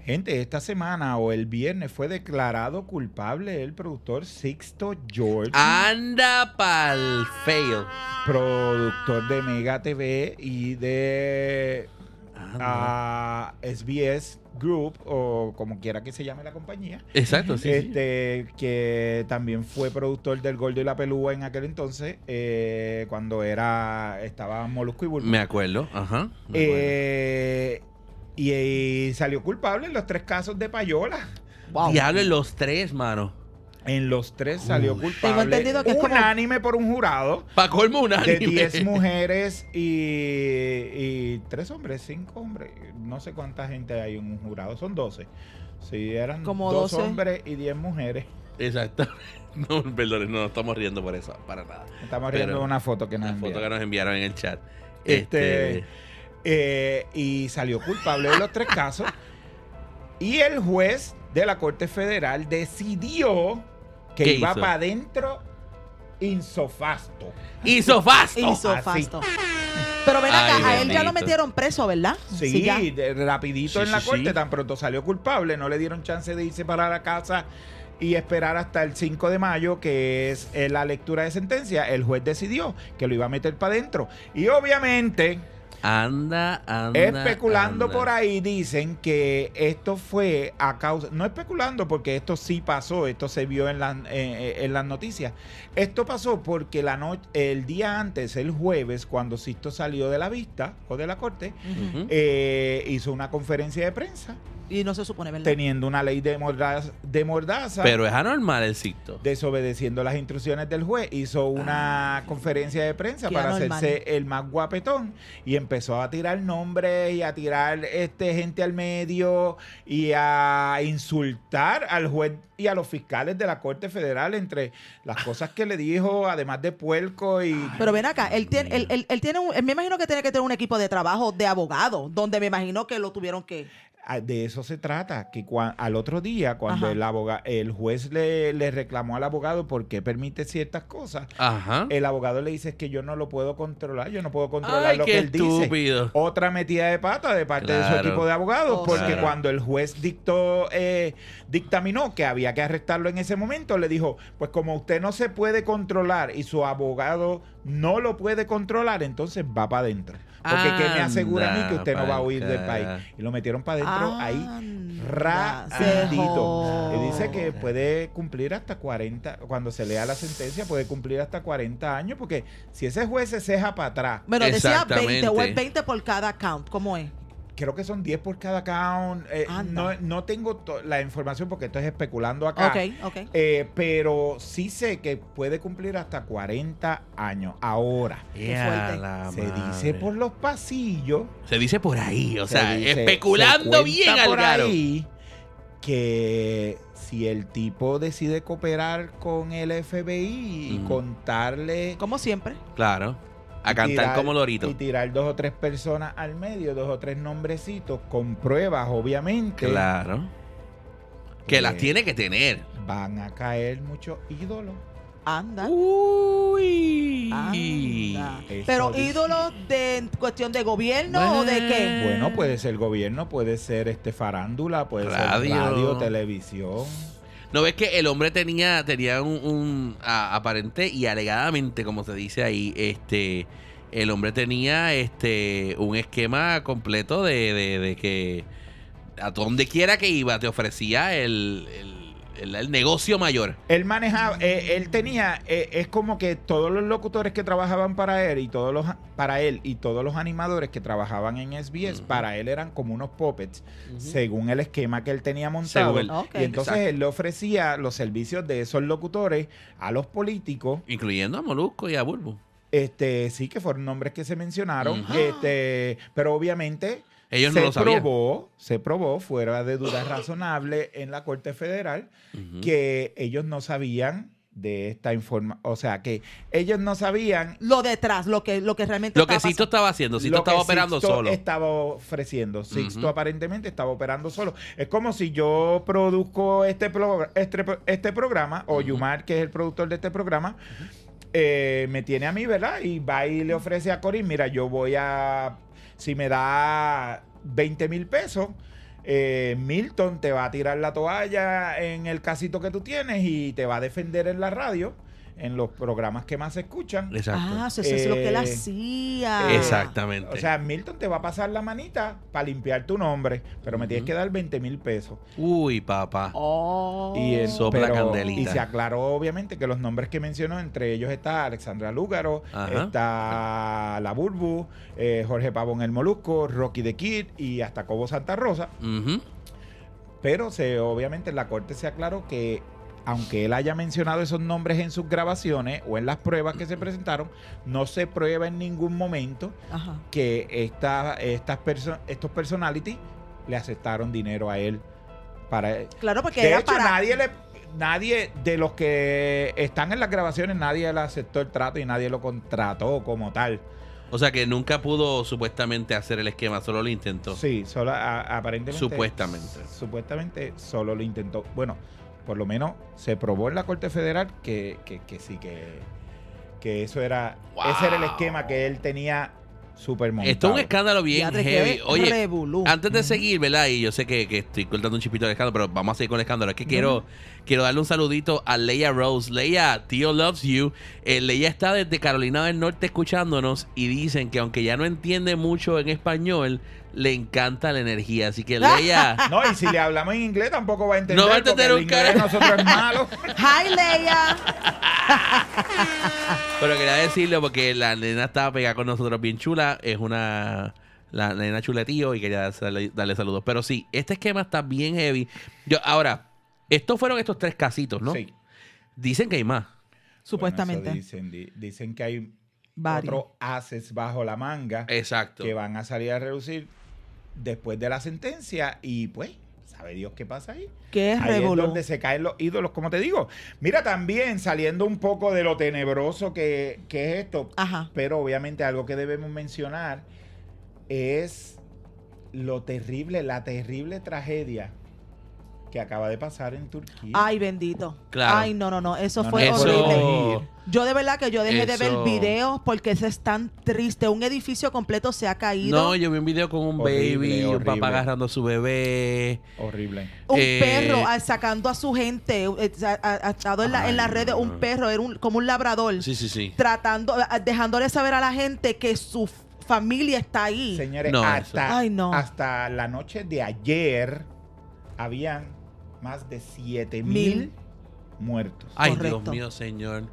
S3: Gente, esta semana o el viernes fue declarado culpable el productor Sixto George,
S1: Ah. Anda pa'l fail.
S3: productor de Mega TV y de
S1: Anda.
S3: ah, SBS Group o como quiera que se llame la compañía.
S1: Exacto, sí. sí.
S3: este, que también fue productor del Gordo y la Pelúa en aquel entonces, eh, cuando era estaba Molusco y Bulma.
S1: Me acuerdo, ajá. me
S3: Eh, y, y salió culpable en los tres casos de Payola.
S1: acuerdo. Diablo en los tres, mano.
S3: En los tres salió culpable.
S4: Tengo entendido que es como-
S3: unánime por un jurado
S1: Pa' colmo unánime.
S3: de 10 mujeres y, y tres hombres, cinco hombres. No sé cuánta gente hay en un jurado, son 12. Si eran
S4: Como
S3: dos
S4: 12.
S3: hombres y 10 mujeres.
S1: Exacto. No, perdón, no nos estamos riendo por eso, para nada.
S3: Estamos
S1: Pero-
S3: viendo una foto que nos
S1: La foto
S3: enviaron.
S1: que nos enviaron en el chat.
S3: Este,
S1: Este,
S3: Eh, y salió culpable de los tres casos. Y el juez de la Corte Federal decidió que
S1: ¿Qué
S3: iba
S1: hizo?
S3: para adentro insofasto.
S1: hizo fast.
S4: Hizo
S3: así.
S4: fasto. Pero ven acá,
S1: Ay,
S4: a él ya
S1: bendito.
S4: lo metieron preso, ¿verdad?
S3: Sí,
S4: ya.
S3: de- rapidito
S1: Sí,
S3: en la
S1: sí,
S3: corte,
S1: sí.
S3: tan pronto salió culpable, no le dieron chance de irse para la casa y esperar hasta el 5 de mayo, que es eh, la lectura de sentencia, el juez decidió que lo iba a meter para adentro. Y obviamente,
S1: Anda, anda.
S3: Especulando
S1: anda.
S3: por ahí dicen que esto fue a causa, no especulando porque esto sí pasó, esto se vio en, la- eh, eh, en las noticias. Esto pasó porque la noche, el día antes, el jueves, cuando Sisto salió de la vista o de la corte,
S1: Ujú.
S3: eh, hizo una conferencia de prensa
S4: Y no se supone, ¿verdad?
S3: teniendo una ley de mordaza, de mordaza
S1: Pero es anormal el cicto.
S3: desobedeciendo las instrucciones del juez, hizo una conferencia de prensa
S4: Qué
S3: para
S4: anormal.
S3: hacerse el más guapetón y empezó a tirar nombres y a tirar este gente al medio y a insultar al juez y a los fiscales de la Corte Federal entre las cosas que le dijo, además de puerco y...
S4: Pero ven acá, él tiene, él, él- él tiene un- él me imagino que tiene que tener un equipo de trabajo de abogados, donde me imagino que lo tuvieron que.
S3: Ah, De eso se trata, que cua- al otro día, cuando
S4: Ajá.
S3: el, aboga- el juez le, le reclamó al abogado por qué permite ciertas cosas,
S1: Ajá.
S3: el abogado le dice es que yo no lo puedo controlar, yo no puedo controlar
S1: Ay,
S3: lo
S1: qué
S3: que él dice.
S1: estúpido.
S3: Otra metida de pata de parte de su
S1: Claro.
S3: equipo de abogados,
S4: Oh,
S3: porque
S1: Claro.
S3: cuando el juez dictó, eh, dictaminó que había que arrestarlo en ese momento, le dijo, pues como usted no se puede controlar y su abogado no lo puede controlar, entonces va para adentro. Porque que me asegura a mí que usted no va a huir del país.
S1: Anda,
S3: Y lo metieron para adentro ahí
S4: Anda, se
S3: rapidito.
S4: jod-
S3: Y dice que puede cumplir hasta 40, cuando se lea la sentencia, puede cumplir hasta 40 años, porque si ese juez se ceja para atrás,
S4: Bueno, decía
S1: Exactamente.
S4: 20 o es 20 por cada count, ¿cómo es?
S3: creo que son 10 por cada account. eh,
S4: Anda.
S3: no, no tengo to- la información porque estoy especulando acá.
S4: Ok, ok.
S3: Eh, pero sí sé que puede cumplir hasta 40 años. Ahora,
S4: fuerte.
S1: la
S3: se
S1: madre.
S3: dice por los pasillos.
S1: Se dice por ahí, o
S3: se
S1: sea,
S3: dice-
S1: especulando
S3: se
S1: bien
S3: cuenta
S1: al
S3: por
S1: garo.
S3: ahí que si el tipo decide cooperar con el FBI y
S1: Mm.
S3: contarle
S4: Como siempre.
S1: Claro. A
S3: y
S1: cantar
S3: tirar-
S1: como
S3: Y
S1: lorito.
S3: tirar dos o tres personas al medio, dos o tres nombrecitos con pruebas, obviamente.
S1: Claro. Que las
S3: Pues,
S1: tiene que tener.
S3: Van a caer muchos ídolos.
S4: Anda.
S1: Uy.
S4: anda.
S3: Eso
S4: Pero
S3: dice.
S4: ídolos de en cuestión de gobierno o de qué?
S3: Bueno, puede ser gobierno, puede ser este farándula, puede
S1: Radio.
S3: ser radio, televisión.
S1: ¿No ves que el hombre tenía, tenía un, un- a- aparente y alegadamente, como se dice ahí, este, el hombre tenía este un esquema completo de, de- de que a donde quiera que iba te ofrecía el, el- el- el negocio mayor.
S3: Él manejaba, eh, él tenía, eh, es como que todos los locutores que trabajaban para él y todos los para él y todos los animadores que trabajaban en SBS,
S1: Ujú.
S3: para él eran como unos puppets, según el esquema que él tenía montado.
S1: Según él.
S4: Ok.
S3: Y entonces
S1: Exacto.
S3: él le ofrecía los servicios de esos locutores a los políticos,
S1: Incluyendo a Molusco y a Bulbo.
S3: este, sí que fueron nombres que se mencionaron,
S1: Ujú.
S3: este, pero obviamente
S1: Ellos
S3: se
S1: no lo sabían.
S3: probó, se probó fuera de duda razonable en la Corte Federal
S1: Ujú.
S3: que ellos no sabían de esta información, o sea, que ellos no sabían
S4: Lo detrás, lo que, lo que realmente
S1: Lo que
S4: está
S1: Sisto
S4: pasando.
S1: estaba haciendo, Sisto
S3: lo que
S1: estaba operando
S3: Sixto
S1: solo.
S3: estaba ofreciendo. Sixto
S1: Ujú.
S3: aparentemente estaba operando solo. Es como si yo produzco este, pro- este, pro- este programa, o Yumar, que es el productor de este programa, eh, me tiene a mí, ¿verdad? Y va y le ofrece a Corín, mira, yo voy a... Si me da 20 mil pesos, eh, Milton te va a tirar la toalla en el casito que tú tienes y te va a defender en la radio, en los programas que más se escuchan.
S1: Exacto.
S4: Ah, eso, eso es lo que él
S3: Eh,
S4: hacía.
S3: eh,
S1: Exactamente.
S3: O sea, Milton te va a pasar la manita para limpiar tu nombre, pero me tienes
S1: Ujú.
S3: que dar 20 mil pesos.
S1: Uy, papá.
S4: Oh.
S3: Y el-
S1: Sopla candelita.
S3: Y se aclaró, obviamente, que los nombres que mencionó, entre ellos está Alexandra Lúgaro,
S1: Ajá.
S3: está La Burbu, eh, Jorge Pavón el Molusco, Rocky the Kid y hasta Cobo Santa Rosa.
S1: Ujú.
S3: Pero se, obviamente en la corte se aclaró que aunque él haya mencionado esos nombres en sus grabaciones o en las pruebas que se presentaron, no se prueba en ningún momento
S4: Ajá.
S3: que esta- estas perso- estos personalities le aceptaron dinero a él para
S4: Claro, porque
S3: de
S4: era
S3: hecho
S4: para.
S3: nadie le nadie de los que están en las grabaciones nadie le aceptó el trato y nadie lo contrató como tal
S1: O sea que nunca pudo supuestamente hacer el esquema, solo lo intentó.
S3: sí solo a- aparentemente
S1: Supuestamente.
S3: supuestamente solo lo intentó bueno por lo menos se probó en la corte federal que, que- que sí que que eso era ese era el
S1: Wow.
S3: esquema que él tenía super montado
S1: Esto es un escándalo bien
S4: Diadre, qué
S1: heavy. Oye,
S4: revolú.
S1: antes de seguir, ¿verdad? Y yo sé que, que estoy cortando un chipito del escándalo, pero vamos a seguir con el escándalo. Es que quiero, quiero darle un saludito a Leia Rose. Leia, tío loves you. Eh, Leia está desde Carolina del Norte escuchándonos y dicen que aunque ya no entiende mucho en español, le encanta la energía. Así que Leia,
S3: No, y si le hablamos en inglés tampoco va a entender.
S1: No va a entender
S3: porque el
S1: un
S3: inglés de
S1: carajo.
S3: nosotros es malo.
S4: Hi, Leia.
S1: Pero quería decirlo porque la nena estaba pegada con nosotros bien chula. Es una. La nena chuletío y quería darle, darle saludos. Pero sí, este esquema está bien heavy. Yo, ahora, estos fueron estos tres casitos, ¿no?
S3: Sí.
S1: Dicen que hay más.
S4: Supuestamente.
S3: Bueno, eso dicen, di- dicen que hay
S4: Varios.
S3: otros haces bajo la manga
S1: Exacto.
S3: que van a salir a reducir después de la sentencia y pues, sabe Dios qué pasa ahí.
S4: Qué
S3: Ahí es
S4: revolú.
S3: donde se caen los ídolos, como te digo. Mira, también saliendo un poco de lo tenebroso que, que es esto,
S4: Ajá.
S3: pero obviamente algo que debemos mencionar es lo terrible, la terrible tragedia que acaba de pasar en Turquía.
S4: Ay, bendito.
S1: Claro.
S4: Ay, no, no, no. Eso
S3: No, no,
S4: fue
S3: no,
S4: horrible.
S1: Eso.
S4: Yo de verdad que yo dejé de ver
S1: Eso-
S4: videos porque eso es tan triste. Un edificio completo se ha caído.
S1: No, yo vi un video con un
S3: Horrible,
S1: baby, un
S3: horrible.
S1: papá agarrando a su bebé.
S3: Horrible.
S4: un
S1: eh,
S4: perro ah, sacando a su gente. eh, ha- ha- ha estado en, la, en las
S1: Ay,
S4: redes
S1: no,
S4: un
S1: no.
S4: perro, era un- como un labrador.
S1: Sí, sí, sí.
S4: Tratando, ah, dejándole saber a la gente que su f- familia está ahí.
S3: Señores,
S1: No,
S3: hasta,
S4: eso- Ay, no.
S3: hasta la noche de ayer habían más de 7
S4: Mil.
S3: mil muertos.
S1: Ay,
S4: Correcto.
S1: Dios mío, señor.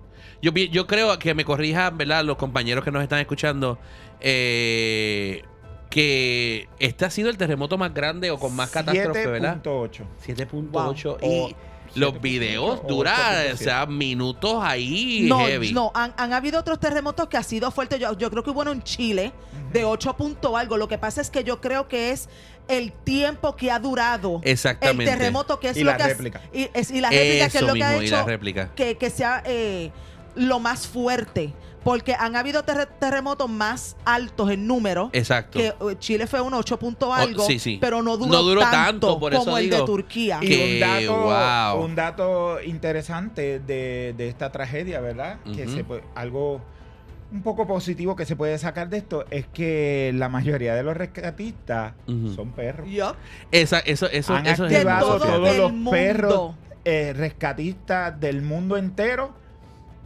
S1: Yo, pi- yo creo que me corrijan, ¿verdad? Los compañeros que nos están escuchando. eh, que este ha sido el terremoto más grande o con más catástrofe, ¿verdad?
S3: 7.8.
S1: 7.8
S3: Wow.
S1: y
S3: O
S1: los
S3: 7.8,
S1: videos
S3: o
S1: duran,
S3: 8.7.
S1: o sea, minutos ahí
S4: No,
S1: heavy.
S4: no han, han habido otros terremotos que ha sido fuerte. Yo, yo creo que hubo uno en Chile de 8 punto algo. Lo que pasa es que yo creo que es el tiempo que ha durado el
S1: Exactamente.
S4: terremoto, que es
S3: Y
S4: lo
S3: la
S4: que ha-
S3: réplica.
S4: y, es- y la réplica, que es
S1: Eso
S4: lo que ha
S1: mismo, y la
S4: hecho
S1: réplica.
S4: que, que sea eh, lo más fuerte. Porque han habido terre- terremotos más altos en número.
S1: Exacto. Oh,
S4: Que eh, Chile fue un 8 punto algo,
S1: sí, sí.
S4: pero no duró,
S1: No duró tanto, por eso
S4: como el de
S1: digo.
S4: Turquía.
S3: Y
S1: Qué
S3: un dato,
S1: guau.
S3: un dato interesante de, de esta tragedia, ¿verdad? Que
S1: Ujú.
S3: se puede- algo un poco positivo que se puede sacar de esto es que la mayoría de los rescatistas
S1: Ujú.
S3: son perros.
S4: Yup.
S1: Esa, eso, eso,
S3: Han
S1: eso es
S4: De
S1: hermoso,
S3: activado
S4: todo
S1: fíjate.
S3: todos
S4: el
S3: los
S4: mundo.
S3: perros eh, rescatistas del mundo entero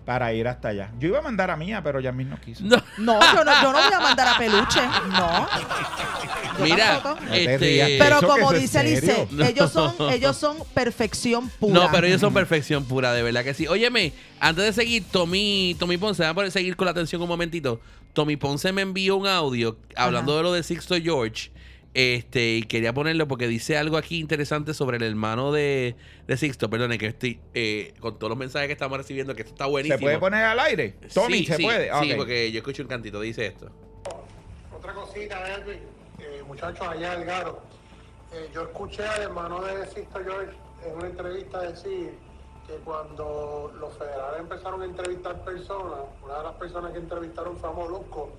S3: para ir hasta allá. Yo iba a mandar a mía, pero Yasmin no quiso.
S1: No,
S4: No, yo no, yo no voy a mandar a peluche. No. Yo
S1: mira,
S4: tampoco.
S3: No te rías,
S1: este,
S4: Pero
S3: eso que
S4: como
S3: eso es
S4: dice Lice,
S3: serio.
S1: No.
S4: ellos son, ellos son perfección pura.
S1: No, pero ellos son perfección pura, de verdad que sí. Óyeme, antes de seguir, Tommy, Tommy Ponce, vamos a seguir con la atención un momentito. Tommy Ponce me envió un audio hablando
S4: Ajá.
S1: de lo de Sixto George. Este, y quería ponerlo porque dice algo aquí interesante sobre el hermano de, de Sixto. Perdone, que estoy eh, con todos los mensajes que estamos recibiendo, que esto está buenísimo.
S3: ¿Se puede poner al aire? Tommy,
S1: Sí,
S3: ¿se
S1: sí,
S3: puede?
S1: Sí,
S3: Ok.
S1: porque yo escucho un cantito, dice esto.
S9: Otra cosita, Elvin, eh, muchachos, allá del Garo. Eh, yo escuché al hermano de Sisto George en una entrevista decir que cuando los federales empezaron a entrevistar personas, una de las personas que entrevistaron fue a Molusco,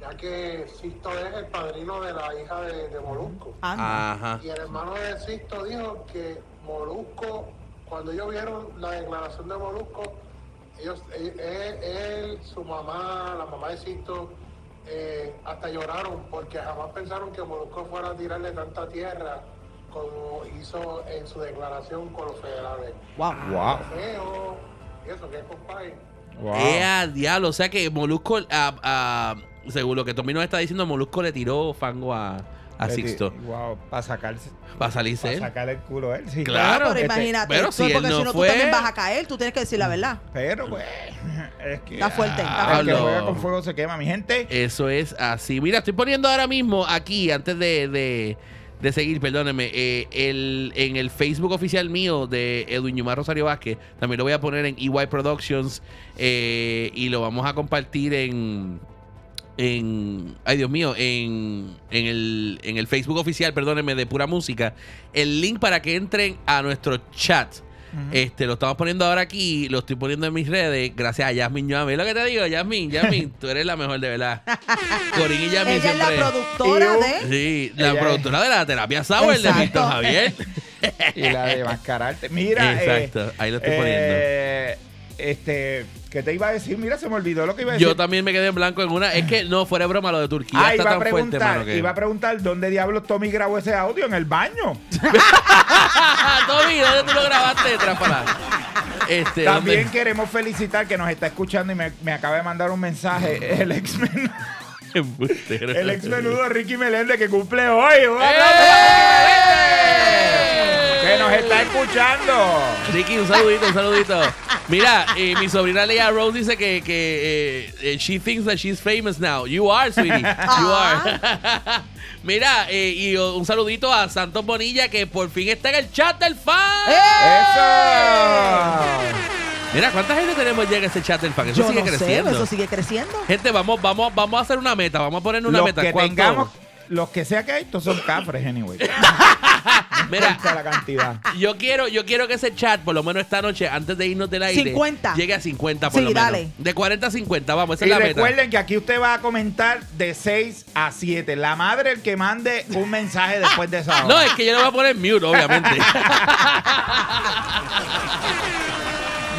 S9: ya que Sisto es el padrino de la hija de, de Molusco.
S4: Ah,
S1: Ajá.
S9: Y el hermano de Sisto dijo que Molusco, cuando ellos vieron la declaración de Molusco, ellos, él, él- él, su mamá, la mamá de Sisto, eh, hasta lloraron porque jamás pensaron que Molusco fuera a tirarle tanta tierra como hizo en su declaración con los federales.
S4: no. Wow.
S3: Wow.
S9: Feo, eso que es compadre.
S3: wow.
S1: Eh, a diablo, o sea que Molusco, a- a- según lo que Tommy nos está diciendo, Molusco le tiró fango a, a Sixto.
S3: Wow, para sacarse,
S1: Para salirse
S3: para
S1: él.
S3: sacar el culo él. Sí.
S1: Claro.
S4: Ah, pero
S3: Este,
S4: imagínate,
S1: pero
S4: esto,
S1: si
S4: porque
S1: él no
S4: si no
S1: fue-
S4: tú también vas a caer, tú tienes que decir la verdad.
S3: Pero, pues, es que.
S4: Está fuerte, está
S3: ah, el que
S1: fuerte.
S3: juega con fuego se quema, mi gente.
S1: Eso es así. Mira, estoy poniendo ahora mismo aquí, antes de, de- de seguir, perdónenme, eh, el, en el Facebook oficial mío de Edwin Yumar Rosario Vázquez, también lo voy a poner en EY Productions eh, y lo vamos a compartir en... En, ay Dios mío, en, en, el, en el Facebook oficial, perdónenme, de pura música, el link para que entren a nuestro chat. Este, lo estamos poniendo ahora aquí, lo estoy poniendo en mis redes, gracias a Yasmin Ñame. Es lo que te digo, Yasmin, Yasmin, tú eres la mejor de verdad. Corín y Yasmin
S4: Ella es la
S1: siempre.
S4: productora
S3: Y un-
S4: de.
S1: sí, la
S3: Ella es-
S1: productora de la terapia Sauer de
S4: Exacto.
S1: Víctor Javier.
S3: Y la de mascararte. Mira.
S1: Exacto, ahí lo estoy
S3: eh, este, ¿qué te iba a decir? Mira, se me olvidó lo que iba a decir.
S1: Yo también me quedé en blanco en una. Es que no, fuera de broma, lo de Turquía
S3: Ah,
S1: está
S3: iba a
S1: tan fuerte,
S3: preguntar,
S1: mano. Que...
S3: iba a preguntar dónde diablos Tommy grabó ese audio en el baño.
S1: Ah, Tommy, ¿dónde tú lo grabaste, Trápala? Este,
S3: También
S1: ¿dónde?
S3: queremos felicitar que nos está escuchando y me, me acaba de mandar un mensaje el ex menudo,
S1: Embustero.
S3: el ex menudo Ricky Meléndez que cumple hoy. ¡Un aplauso
S1: ¡Eh!
S3: para Ricky Meléndez! Que nos está escuchando.
S1: Ricky, un saludito, un saludito. Mira, eh, mi sobrina Leia Rose dice que, que, eh, eh, she thinks that she's famous now. You are, sweetie. You
S4: Ah.
S1: are. Mira, eh, y oh, un saludito a Santos Bonilla que por fin está en el chat del fan.
S4: ¡Eh!
S3: ¡Eso!
S1: Mira, ¿cuánta gente tenemos ya en ese chat del fan? Eso
S4: Yo
S1: sigue
S4: no sé,
S1: creciendo.
S4: eso sigue creciendo.
S1: Gente, vamos, vamos, vamos a hacer una meta. Vamos a poner una
S3: los
S1: meta.
S3: que
S1: ¿Cuánto?
S3: tengamos, los que sea que hay, estos son cafres, anyway.
S1: Mira,
S3: Cuenta la cantidad.
S1: Yo quiero, yo quiero que ese chat, por lo menos esta noche, antes de irnos del aire,
S4: 50.
S1: llegue a 50 por
S4: Sí,
S1: lo menos.
S4: dale.
S1: De 40 a 50, vamos, esa
S3: Y
S1: es la meta.
S3: recuerden que aquí usted va a comentar de 6 a 7. La madre el que mande un mensaje después de esa hora.
S1: No, es que yo le voy a poner mute, obviamente.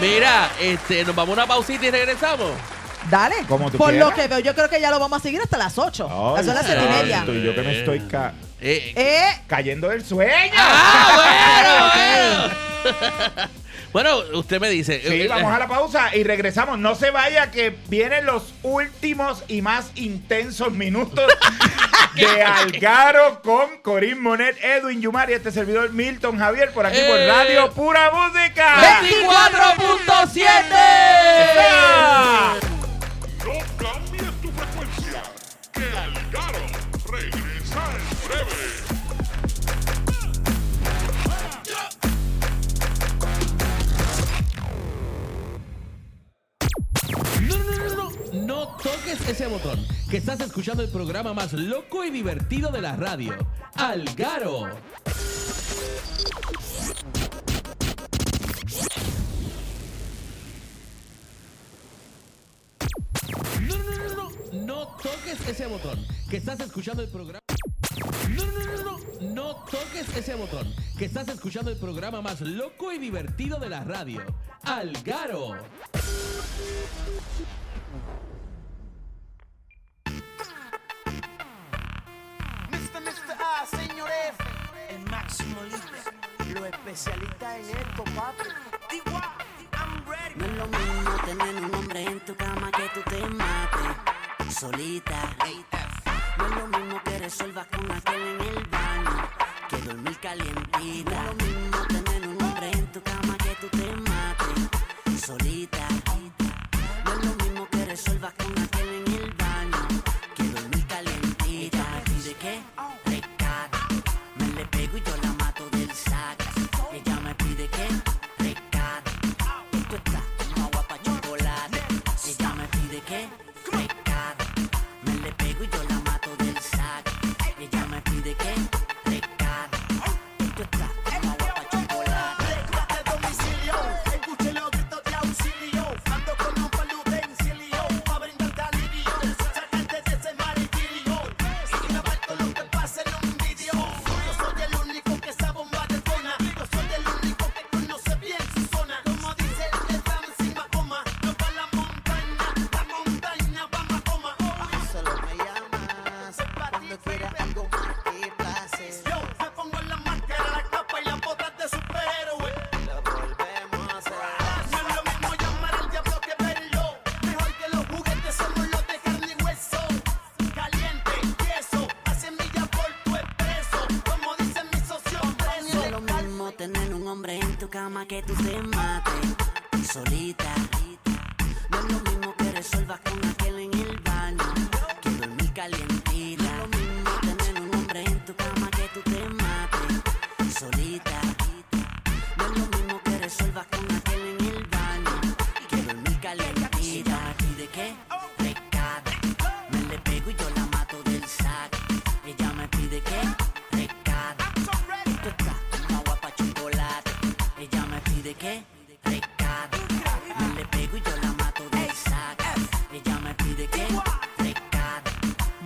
S1: Mira, este, nos vamos a una pausita y regresamos.
S4: Dale.
S3: Como tú
S4: Por
S3: quieras.
S4: lo que veo, yo creo que ya lo vamos a seguir hasta las 8. Las
S3: Ay,
S4: son las 7 y
S1: ay,
S4: media.
S3: santo, y yo que me estoy ca-
S1: Eh,
S4: Eh,
S3: cayendo del sueño.
S1: ¡Ah, bueno, bueno! bueno, usted me dice.
S3: Sí,
S1: eh,
S3: vamos a la pausa y regresamos. No se vaya que vienen los últimos y más intensos minutos de Algaro con Corín Monet, Edwin Yumar y este servidor Milton Javier por aquí por
S1: Eh.
S3: Radio Pura Música.
S1: 24.7
S3: ¡Ah!
S2: No cambies tu frecuencia, que Algaro regresa.
S1: No toques ese botón, que estás escuchando el programa más loco y divertido de la radio. Algaro. No, no, no, no, no, no toques ese botón, que estás escuchando el programa. No, no, no, no, no, no toques ese botón, que estás escuchando el programa más loco y divertido de la radio. Algaro.
S6: Mr. Mr. A, señor F, el máximo líder, los especialistas en esto, papi. D.Y., I'm ready.
S10: No es lo mismo tener un hombre en tu cama que tú te mates solita. No es lo mismo que resuelvas con aquel en el baño que dormir calientita. No es lo mismo tener un hombre en tu cama que tú te mates solita. No es lo mismo que resuelvas con aquel en el baño que dormir calientita. Ella me pide que recate, me le pego y yo la mato del saco. Ella me pide que recate, esto está como agua pa' chocolate. Ella me pide que recate, me le pego y yo la mato del saco. Ella me pide que recate, esto está como agua pa' chocolate.
S6: Recate domicilio, escuche los gritos de auxilio. Ando con un palo de auxilio, pa' brindarte alivio. Sácate de ese martirio, sin abarco lo que pasa en un vídeo. Yo soy el único que esa bomba detona. Yo soy el único que conoce bien su zona. Como dice el de Fran, sin más coma. No pa' la montaña, la montaña va más coma.
S10: Solo me llamas cuando quieras algo más que pase.
S6: Yo me pongo en la máscara, la capa y las botas de superhéroe.
S10: Lo volvemos a hacer.
S6: No es lo mismo llamar al diablo que verlo. Mejor que los juguetes somos los de carne y hueso. Caliente, queso, hacen millas por tu expreso. Como dicen mis socios,
S10: No es lo mismo tener un hombre en tu cama que tú te mates solita. No es lo mismo que resuelvas con aquel en el baño que dormir calientita. No es lo mismo tener un hombre en tu cama que tú te mates solita. No es lo mismo que resuelvas con aquel en el baño que dormir calientita. Aquí de qué? Recate. Me le pego y yo la mato del saco. Ella me pide que recate. Esto está como agua pa' chocolate. Ella me pide que recado. Me le pego y yo la mato del saco. Ella me pide que recado.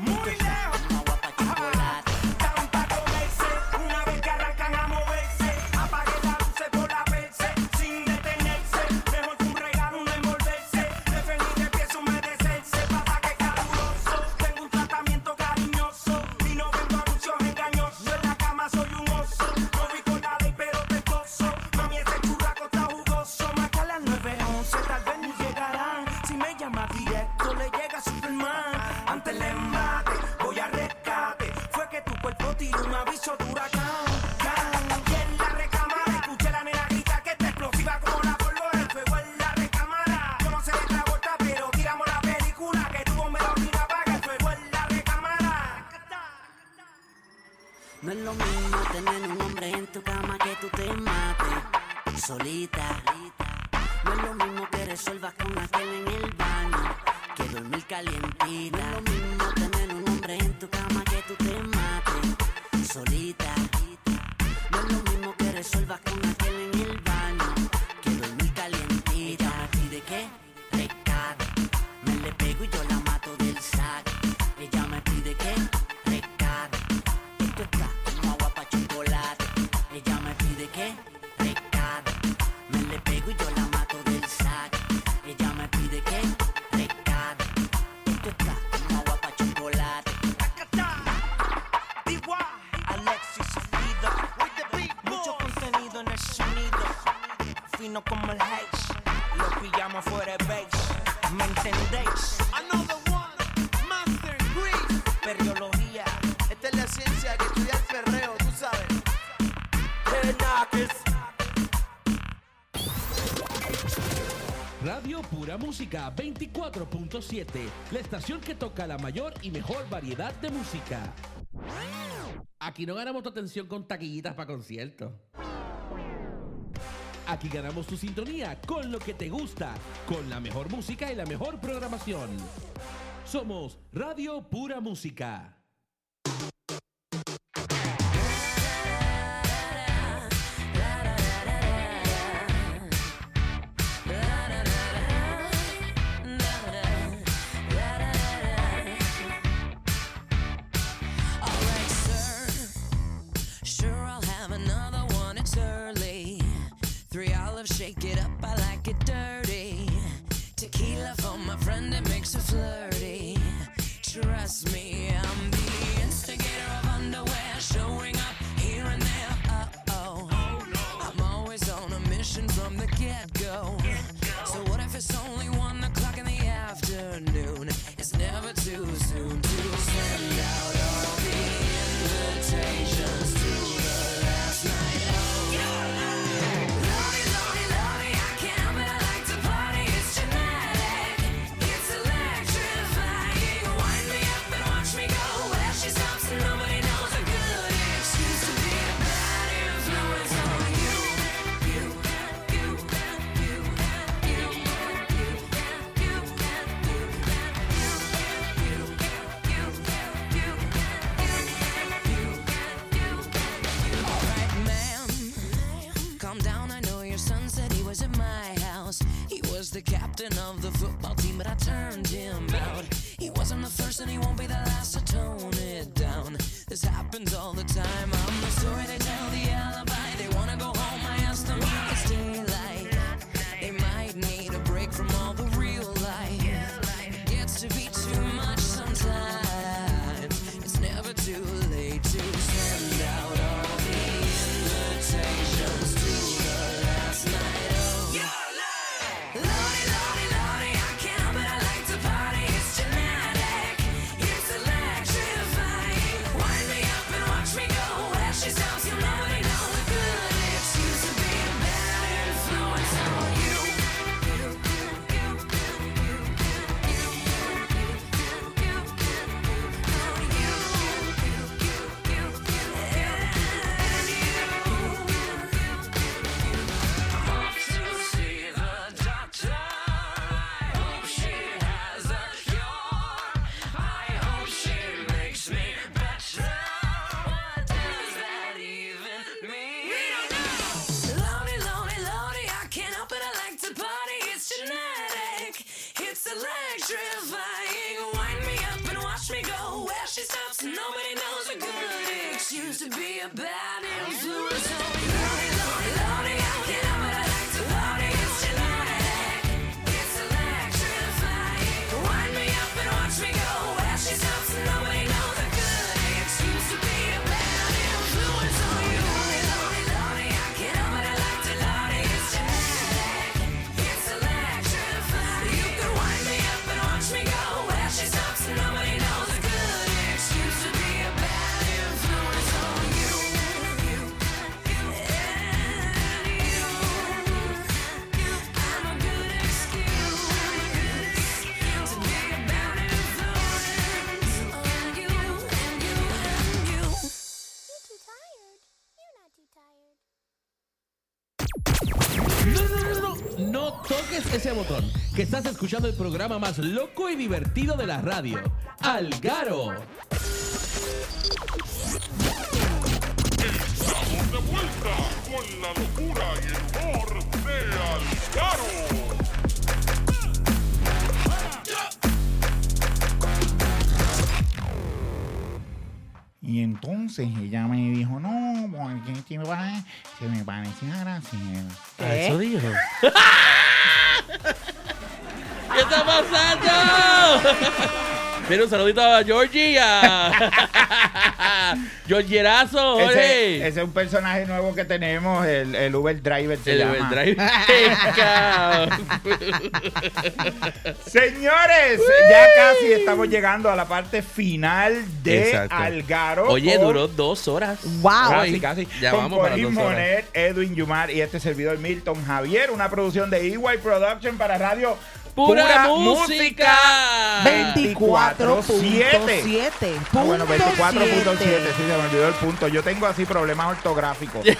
S6: Muy lejos.
S10: Como agua pa' chocolate.
S6: Estaban para comerse, una vez que arrancan a moverse, apague la luz por la verse, sin detenerse, mejor que un regalo no envolverse, de feliz empiezo a humedecerse, pasa que caluroso, tengo un tratamiento cariñoso, y no vendo anuncios engañosos, en la cama soy un oso, no vi con nada y pero te coso, mami ese churraco está jugoso, más que a las 911 tal vez ni llegarán, si me llama directo le llega Superman, antes le mate, voy a rescate, fue que tu cuerpo tiró un aviso de huracán. Can. Y en la recámara escuché a la nena gritar que está explosiva como la pólvora, el fuego en la recámara. Yo no sé de la vuelta, pero tiramos la película que tuvo me la vida paga, el fuego en la recámara.
S10: No es lo mismo tener un hombre en tu cama que tú te mates solita. No es lo mismo que resuelvas con aquel en el baño que dormir calientita. No es lo mismo tener un hombre en tu cama que tú te mates solita. No es lo mismo que resuelvas con aquel en el baño que dormir calientita. Ella me pide que recate, me le pego y yo la mato del saco. Ella me pide que recate, esto está como agua pa' chocolate. Ella me pide que recate, me le pego y yo la mato del saco. Ella me pide que recate, esto está como agua pa' chocolate.
S6: D.Y., Alexis Sufrido, with the big Mucho contenido en el sonido, fino como el hash. Lo pillamos fuera de base, ¿me entendéis? Another one, Master Grease. Periología, esta es la ciencia que estudia el perreo, tú sabes.
S1: Radio Pura Música 24.7, la estación que toca la mayor y mejor variedad de música. Aquí no ganamos tu atención con taquillitas para conciertos.
S5: Aquí ganamos tu sintonía con lo que te gusta, con la mejor música y la mejor programación. Somos Radio Pura Música.
S11: Alright, sir. Sure, I'll have another one. It's early. Three olives, shake it up. I like it dirty. Tequila for my friend, it makes her flirty. Trust me, I'm the instigator of underwear, showing up here and there. Uh oh. I'm always on a mission from the get go. So what if it's only one o'clock in the afternoon? It's never too soon to send out all the invitations to the last night. Oh, Lordy, Lordy, Lordy, I can't help it. I like to party. It's genetic. It's electrifying. Wind me up and watch me go. Where she stops and nobody knows. A good excuse to be a bad influence on you. You, you, you, you, you, you, Alright, ma'am. Calm down, I know your son said he was at my house. He was the captain of the football team, but I turned him out. He wasn't the first and he won't be the last to tone it down. This happens all the time. I'm the story they tell the alibi. They wanna go home, I ask them it's daylight. They might need a break from all the real life. Gets to be too much sometimes. It's never too late to send out all the invitations to the last night of your life. Lordy, lordy, lordy, I can't help it. I like to party. It's genetic. It's electrifying. Wind me up and watch me go. Where she sounds, you nobody knows. A good excuse to be a bad influence on you. Lonely, lonely, lonely. I can't help it. I like to party. It's genetic. It's electrifying. Wind me up and watch me go where she stops. Nobody knows a good excuse to be a bad influence. So lonely, lonely, lonely. I can't help it. I like to party. It's genetic. It's electrifying. Wind me up and watch me go where she stops. Nobody knows a good excuse to be a bad influence on you. Lonely, lonely, lonely. I can't help it. I like to party. It's genetic. It's electrifying. You can wind me up and watch me go where she stops. Nobody knows a good excuse to be a bad influence on you. I'm a good excuse. I'm a good excuse to be a bad influence on you and you and you.
S5: No, no, no, no, no toques ese botón, que estás escuchando el programa más loco y divertido de la radio, Algaro.
S2: Estamos de vuelta con la locura y el humor de Alcaro.
S3: Y entonces ella me dijo, no, porque se me pare- se me parecía a Graciela.
S1: Eso dijo. ¿Qué está pasando? Mira, un saludito a Georgie, a Georgierazo,
S3: Ese,
S1: Jorge.
S3: ese es un personaje nuevo que tenemos, el, el Uber Driver se
S1: El
S3: llama.
S1: Uber Driver. Cabrón.
S3: Señores, ya casi estamos llegando a la parte final de
S1: Exacto.
S3: Algaro.
S1: Oye,
S4: Oh,
S3: con-
S1: duró dos horas.
S4: Wow.
S3: Casi,
S1: Hoy.
S3: casi.
S1: Ya
S3: con
S1: vamos para
S3: Corín
S1: dos horas.
S3: Monet, Edwin Yumar y este servidor Milton Javier, una E producción de EY Production para Radio
S1: Pura, música.
S4: 24, 24.7.
S3: Ah, bueno,
S4: Punto
S3: 24.7.
S4: siete.
S3: Sí, se me olvidó el punto. Yo tengo así problemas ortográficos.
S4: Ya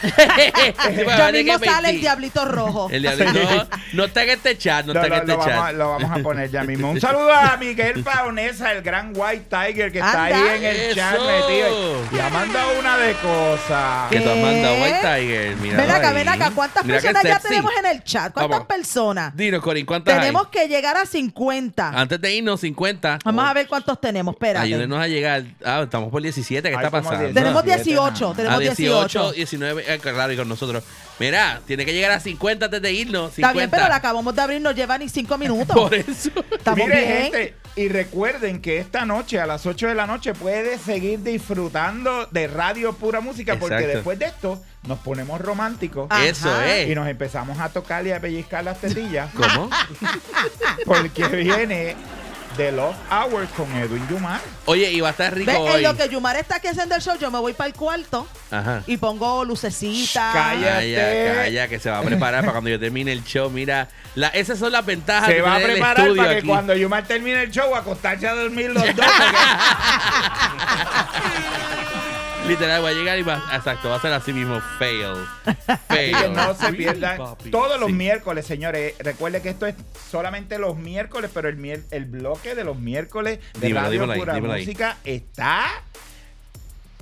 S4: mismo sale el diablito rojo.
S1: El diablito- no, no está en este chat, no
S3: Lo-
S1: está en
S3: lo-
S1: este
S3: lo
S1: chat.
S3: vamos a- lo vamos a poner ya mismo. Un saludo a Miguel Paonesa, el gran White Tiger que está
S4: Anda.
S3: ahí en el chat
S1: Eso.
S3: metido. Y ha mandado una de cosas.
S1: Que tú has
S4: ¿Qué?
S1: mandado White Tiger. míralo
S4: Ven acá, ven
S1: ahí.
S4: acá. ¿Cuántas
S1: Mira qué
S4: personas ya
S1: sexy.
S4: tenemos en el chat? ¿Cuántas
S1: Vamos.
S4: personas?
S1: Dinos, Corín, ¿cuántas hay?
S4: Tenemos que llegar a 50.
S1: Antes de irnos, 50.
S4: Vamos a ver cuántos tenemos. Espérate.
S1: Ah, Ayúdenos a llegar. Ah, estamos por 17. ¿Qué
S3: Ay,
S1: está
S3: somos
S1: pasando?
S3: 10.
S4: Tenemos
S3: 17,
S4: 18.
S3: nada.
S1: A
S4: Tenemos 18.
S1: 19. eh, claro, Ah, y con nosotros. Mira, tiene que llegar a 50 antes de irnos. 50.
S4: Está bien, pero la acabamos de abrir. No lleva ni 5 minutos.
S1: Por eso. este
S4: Estamos
S3: Mire,
S4: bien.
S3: gente, y recuerden que esta noche a las 8 de la noche puedes seguir disfrutando de Radio Pura Música, porque
S1: Exacto.
S3: después de esto nos ponemos románticos
S1: Ah.
S4: Ajá.
S1: Eso es.
S3: y nos empezamos a tocar y a pellizcar las tetillas,
S1: ¿Cómo?
S3: porque viene The Love Hours con Edwin Yumar.
S1: Oye, y va a estar rico
S4: Ve,
S1: hoy.
S4: en lo que Yumar está aquí haciendo el show, yo me voy para el cuarto
S1: Ajá.
S4: y pongo lucecitas.
S3: Shh, calla.
S1: Calla,
S3: Cállate.
S1: calla, que se va a preparar para cuando yo termine el show. Mira, la- esas son las ventajas
S3: Se
S1: de
S3: va a
S1: tener el
S3: preparar
S1: estudio
S3: para que
S1: aquí.
S3: cuando Yumar termine el show acostarse a dormir los dos. porque-
S1: Literal, va a llegar y va, exacto, va a ser así mismo, fail. Fail.
S3: Así que no se pierdan.
S1: papi.
S3: Todos los
S1: Sí.
S3: miércoles, señores. Recuerde que esto es solamente los miércoles, pero el, mier- el bloque de los miércoles de
S1: Dímelo,
S3: Radio
S1: dímelo ahí,
S3: Pura
S1: dímelo ahí.
S3: Música está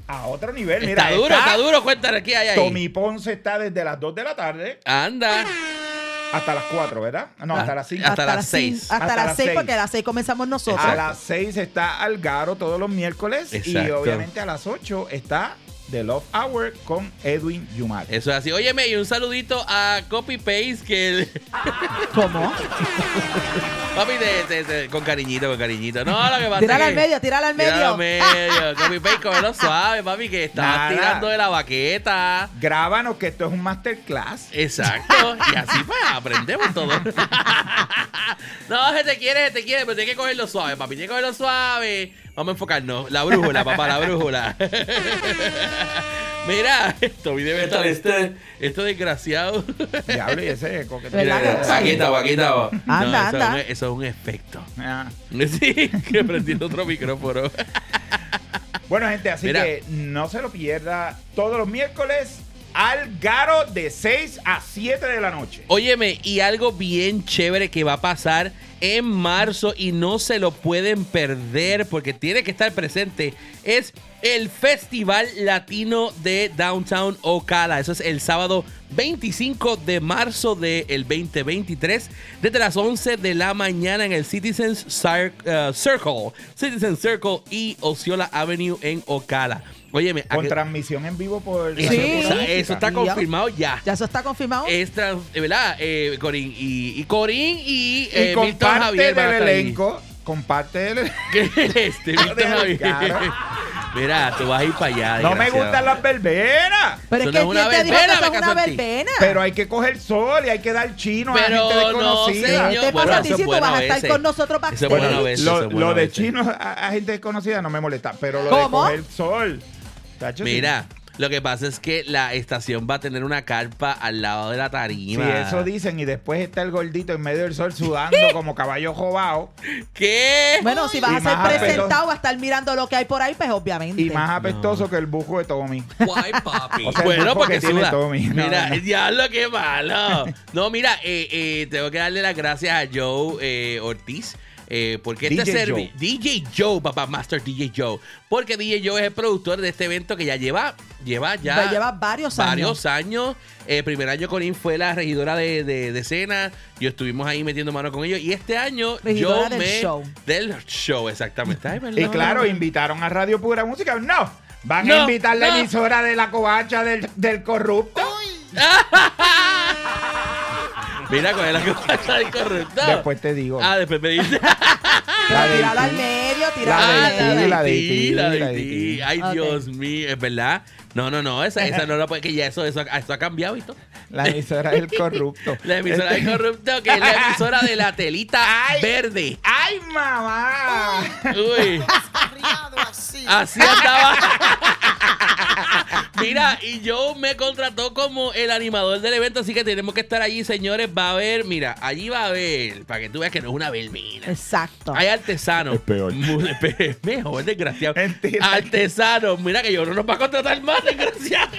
S3: a otro nivel. Mira,
S1: está duro, está, duro, cuéntale aquí, ahí, ahí.
S3: Tommy Ponce está desde las 2 de la tarde
S1: Anda.
S3: hasta las 4, ¿verdad? No, hasta las 5.
S1: Ah, hasta las
S4: cin-
S1: seis.
S4: Hasta,
S3: Hasta
S4: las
S3: las
S4: 6,
S3: seis.
S4: porque a las 6 comenzamos nosotros.
S3: A
S1: Exacto.
S3: las 6 está Algaro todos los miércoles. Y
S1: Exacto.
S3: obviamente a las 8 está The Love Hour con Edwin Yumar.
S1: Eso es así. Óyeme, y un saludito a Copy Paste, que el-
S4: ¿Cómo?
S1: Papi, te- te- te- con cariñito, con cariñito. No, lo que pasa
S4: Tírala
S1: es
S4: al
S1: que-
S4: medio, tírala al medio.
S1: Tírala al medio. Copy Paste, cómelo suave, papi, que estás
S3: Nada.
S1: tirando de la baqueta.
S3: Grábanos que esto es un masterclass.
S1: Exacto. Y así pues aprendemos todo. no, se te quiere, se te quiere, pero tienes que cogerlo suave, papi. Tienes que cogerlo suave. Vamos a enfocarnos. La brújula, papá, la brújula. Mira, esto debe estar este, esto desgraciado.
S3: Diablo, y ese eco que
S4: ¿Verdad que sí?
S1: Vaquita, vaquita. va.
S4: Anda,
S1: No, eso,
S4: anda.
S1: Es un, eso es un efecto.
S3: Ah.
S1: Sí, que prendiendo otro micrófono.
S3: Bueno, gente, así
S1: Mira.
S3: que no se lo pierda todos los miércoles al Garo de 6 a 7 de la noche.
S1: Oh, Óyeme, y algo bien chévere que va a pasar en marzo y no se lo pueden perder porque tiene que estar presente es el Festival Latino de Downtown Ocala. Eso es el sábado 25 de marzo del 2023 desde las 11 de la mañana en el Citizens Cir- eh, Circle, Citizens Circle y Osceola Avenue en Ocala. Óyeme, a
S3: Con
S1: que-
S3: transmisión en vivo por...
S1: eso,
S4: Sí.
S1: o sea, eso está
S4: Ya.
S1: confirmado ya
S4: ¿Ya eso está confirmado?
S1: es trans- eh, ¿verdad? Eh, Corín y, y Corín y,
S3: Y
S1: eh,
S3: comparte
S1: Milton Javier van a
S3: del
S1: estar ahí.
S3: elenco, comparte el...
S1: este Milton
S3: Joder,
S1: Javier.
S3: cara.
S1: Mira, tú vas a ir para allá.
S3: No me
S1: desgraciado.
S3: gustan las verbenas,
S4: pero
S1: eso
S4: es que
S1: no es una
S4: ¿quién te dijo que eso
S1: verbena, me
S4: es una
S1: caso en ti.
S4: verbena?
S3: pero hay que coger sol y hay que dar chino a la
S1: Pero
S3: gente
S1: no,
S3: desconocida.
S1: señor.
S4: ¿Qué te
S1: Bueno,
S4: pasa a ti
S1: eso
S4: si
S1: es
S4: tú
S1: bueno
S4: vas a
S1: a
S4: estar
S1: veces.
S4: con nosotros
S1: Eso es
S4: backstage?
S1: bueno a
S3: Bueno,
S1: veces,
S3: lo,
S1: eso es bueno
S3: lo
S1: a
S3: de
S1: veces.
S3: chino a, a gente desconocida no me molesta, pero lo
S4: ¿Cómo?
S3: de coger sol. tacho, sí.
S1: Mira, lo que pasa es que la estación va a tener una carpa al lado de la
S3: Si
S1: tarima.
S3: eso dicen y después está el gordito en medio del sol sudando como caballo jobado
S1: ¿Qué?
S4: Bueno, si vas
S3: Y
S4: a ser
S3: más apelón.
S4: presentado, vas a estar mirando lo que hay por ahí, pues obviamente.
S3: y más apestoso que el bujo de Tommy.
S1: Guay, papi.
S3: O sea, el
S1: bueno,
S3: grupo
S1: porque
S3: que tiene
S1: suda.
S3: Tommy. No,
S1: Mira,
S3: no.
S1: diablo, qué malo. No, mira, eh, eh, tengo que darle las gracias a Joe eh, Ortiz. eh, porque este
S3: DJ
S1: servicio.
S3: Joe.
S1: DJ Joe, papá, Master DJ Joe. Porque DJ Joe es el productor de este evento que ya lleva, lleva ya.
S4: Ya lleva varios años.
S1: Varios años. Eh, primer año Corín fue la regidora de, de, de escena. Yo estuvimos ahí metiendo mano con ellos. Y este año
S4: Regidora
S1: yo
S4: del
S1: me.
S4: show.
S1: Del show, exactamente. Ay,
S3: Y
S1: perdón.
S3: claro, invitaron a Radio Pura Música. No, van
S1: No,
S3: a invitar la
S1: no.
S3: emisora de la covacha del, del corrupto.
S1: Mira, con la cosa del corrupto.
S3: Después te digo.
S1: Ah, después me dice.
S3: La de
S4: Tírala al
S3: ti.
S4: medio, tírala
S3: de
S4: al
S3: ti,
S4: medio.
S3: Ah, la de
S1: Ah, ti,
S3: ti,
S1: la
S3: la
S1: de
S3: de
S1: ti.
S3: ti.
S1: Ay,
S4: Ok.
S1: Dios mío, es verdad. No, no, no, esa, esa no la puede, que ya eso, eso, eso ha cambiado, ¿viste?
S3: La emisora del corrupto.
S1: La emisora
S3: Este-
S1: del corrupto, que es la emisora de la telita verde.
S3: ¡Ay, mamá!
S1: Uy. Así andaba. Mira, y Joe me contrató como el animador del evento, así que tenemos que estar allí, señores. Va a haber, mira, allí va a haber, para que tú veas que no es una verbena.
S4: Exacto.
S1: Hay artesanos. Es peor. mejor, desgraciado. Artesanos. Mira que yo no nos va a contratar más, desgraciado.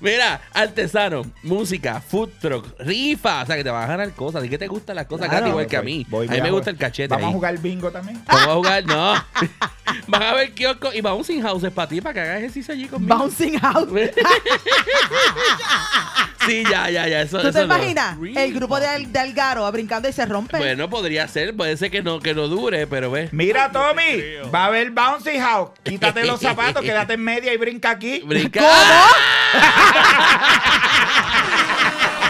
S1: Mira, artesanos, música, food truck, rifa. O sea, que te vas a ganar cosas. ¿Y qué te gustan las cosas
S3: Claro.
S1: gratis igual que a
S3: Voy-
S1: mí?
S3: voy-
S1: a mí me
S3: voy a-
S1: gusta el cachete.
S3: Vamos a
S1: ahí.
S3: jugar bingo también.
S1: Vamos a jugar, no. Van a ver kiosco y bouncing houses para ti, para que hagas ejercicio allí conmigo.
S4: Bouncing house.
S1: Sí, ya, ya, ya. Eso,
S4: ¿Tú te
S1: eso no.
S4: imaginas? El grupo de, Al- de Algaro ah, brincando y se rompe.
S1: Bueno, podría ser, puede ser que no, que no dure, pero ve.
S3: Mira, Tommy, va a haber bouncy house. Quítate los zapatos, quédate en media y brinca aquí.
S1: Brinca.
S4: Ah,
S1: Ah,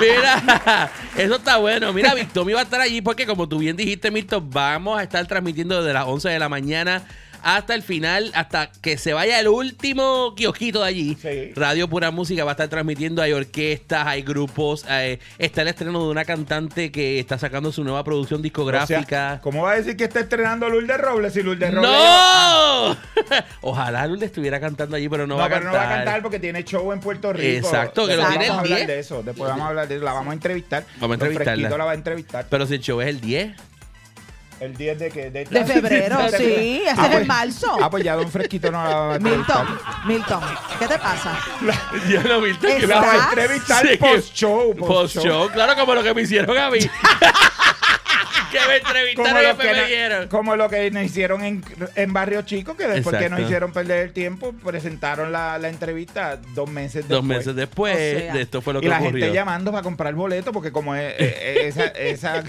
S1: Mira, eso está bueno. Mira, Victomi va a estar allí porque, como tú bien dijiste, Milton, vamos a estar transmitiendo desde las 11 de la mañana hasta el final, hasta que se vaya el último kiosquito de allí. Radio Pura Música va a estar transmitiendo. Hay orquestas, hay grupos. eh, está el estreno de una cantante que está sacando su nueva producción discográfica.
S3: ¿Cómo va a decir que está estrenando Lourdes Robles si Lourdes Robles...
S1: ¡No! Ojalá Lourdes estuviera cantando allí, pero no,
S3: No,
S1: va a
S3: pero
S1: cantar.
S3: no va a cantar porque tiene show en Puerto Rico.
S1: Exacto, que lo
S3: Después
S1: tiene
S3: vamos
S1: el
S3: a
S1: 10.
S3: hablar de eso. Después vamos a hablar de eso. La vamos a entrevistar.
S1: Vamos a
S3: Don
S1: entrevistarla.
S3: Fresquito la va a entrevistar.
S1: Pero si el show es el 10.
S3: El 10 de que de,
S4: De febrero, sí. Ese es el marzo.
S3: Ah, pues ya Don Fresquito no la va a entrevistar.
S4: Milton, Milton, ¿qué te pasa?
S1: Ya lo viste que
S3: La
S1: la-
S3: va a entrevistar
S1: Sí.
S3: post-show.
S1: Post-show, claro, como lo que me hicieron a mí. que me
S3: Como
S1: entrevistaron y
S3: lo,
S1: después
S3: que
S1: me
S3: na-
S1: dieron.
S3: como lo que nos hicieron en, en Barrio Chico, que después que nos
S1: Exacto.
S3: hicieron perder el tiempo, presentaron la, la entrevista dos meses después.
S1: Dos meses después, de esto fue lo que
S3: y la
S1: ocurrió.
S3: gente llamando para comprar boleto, porque como es- eh, esa, esa,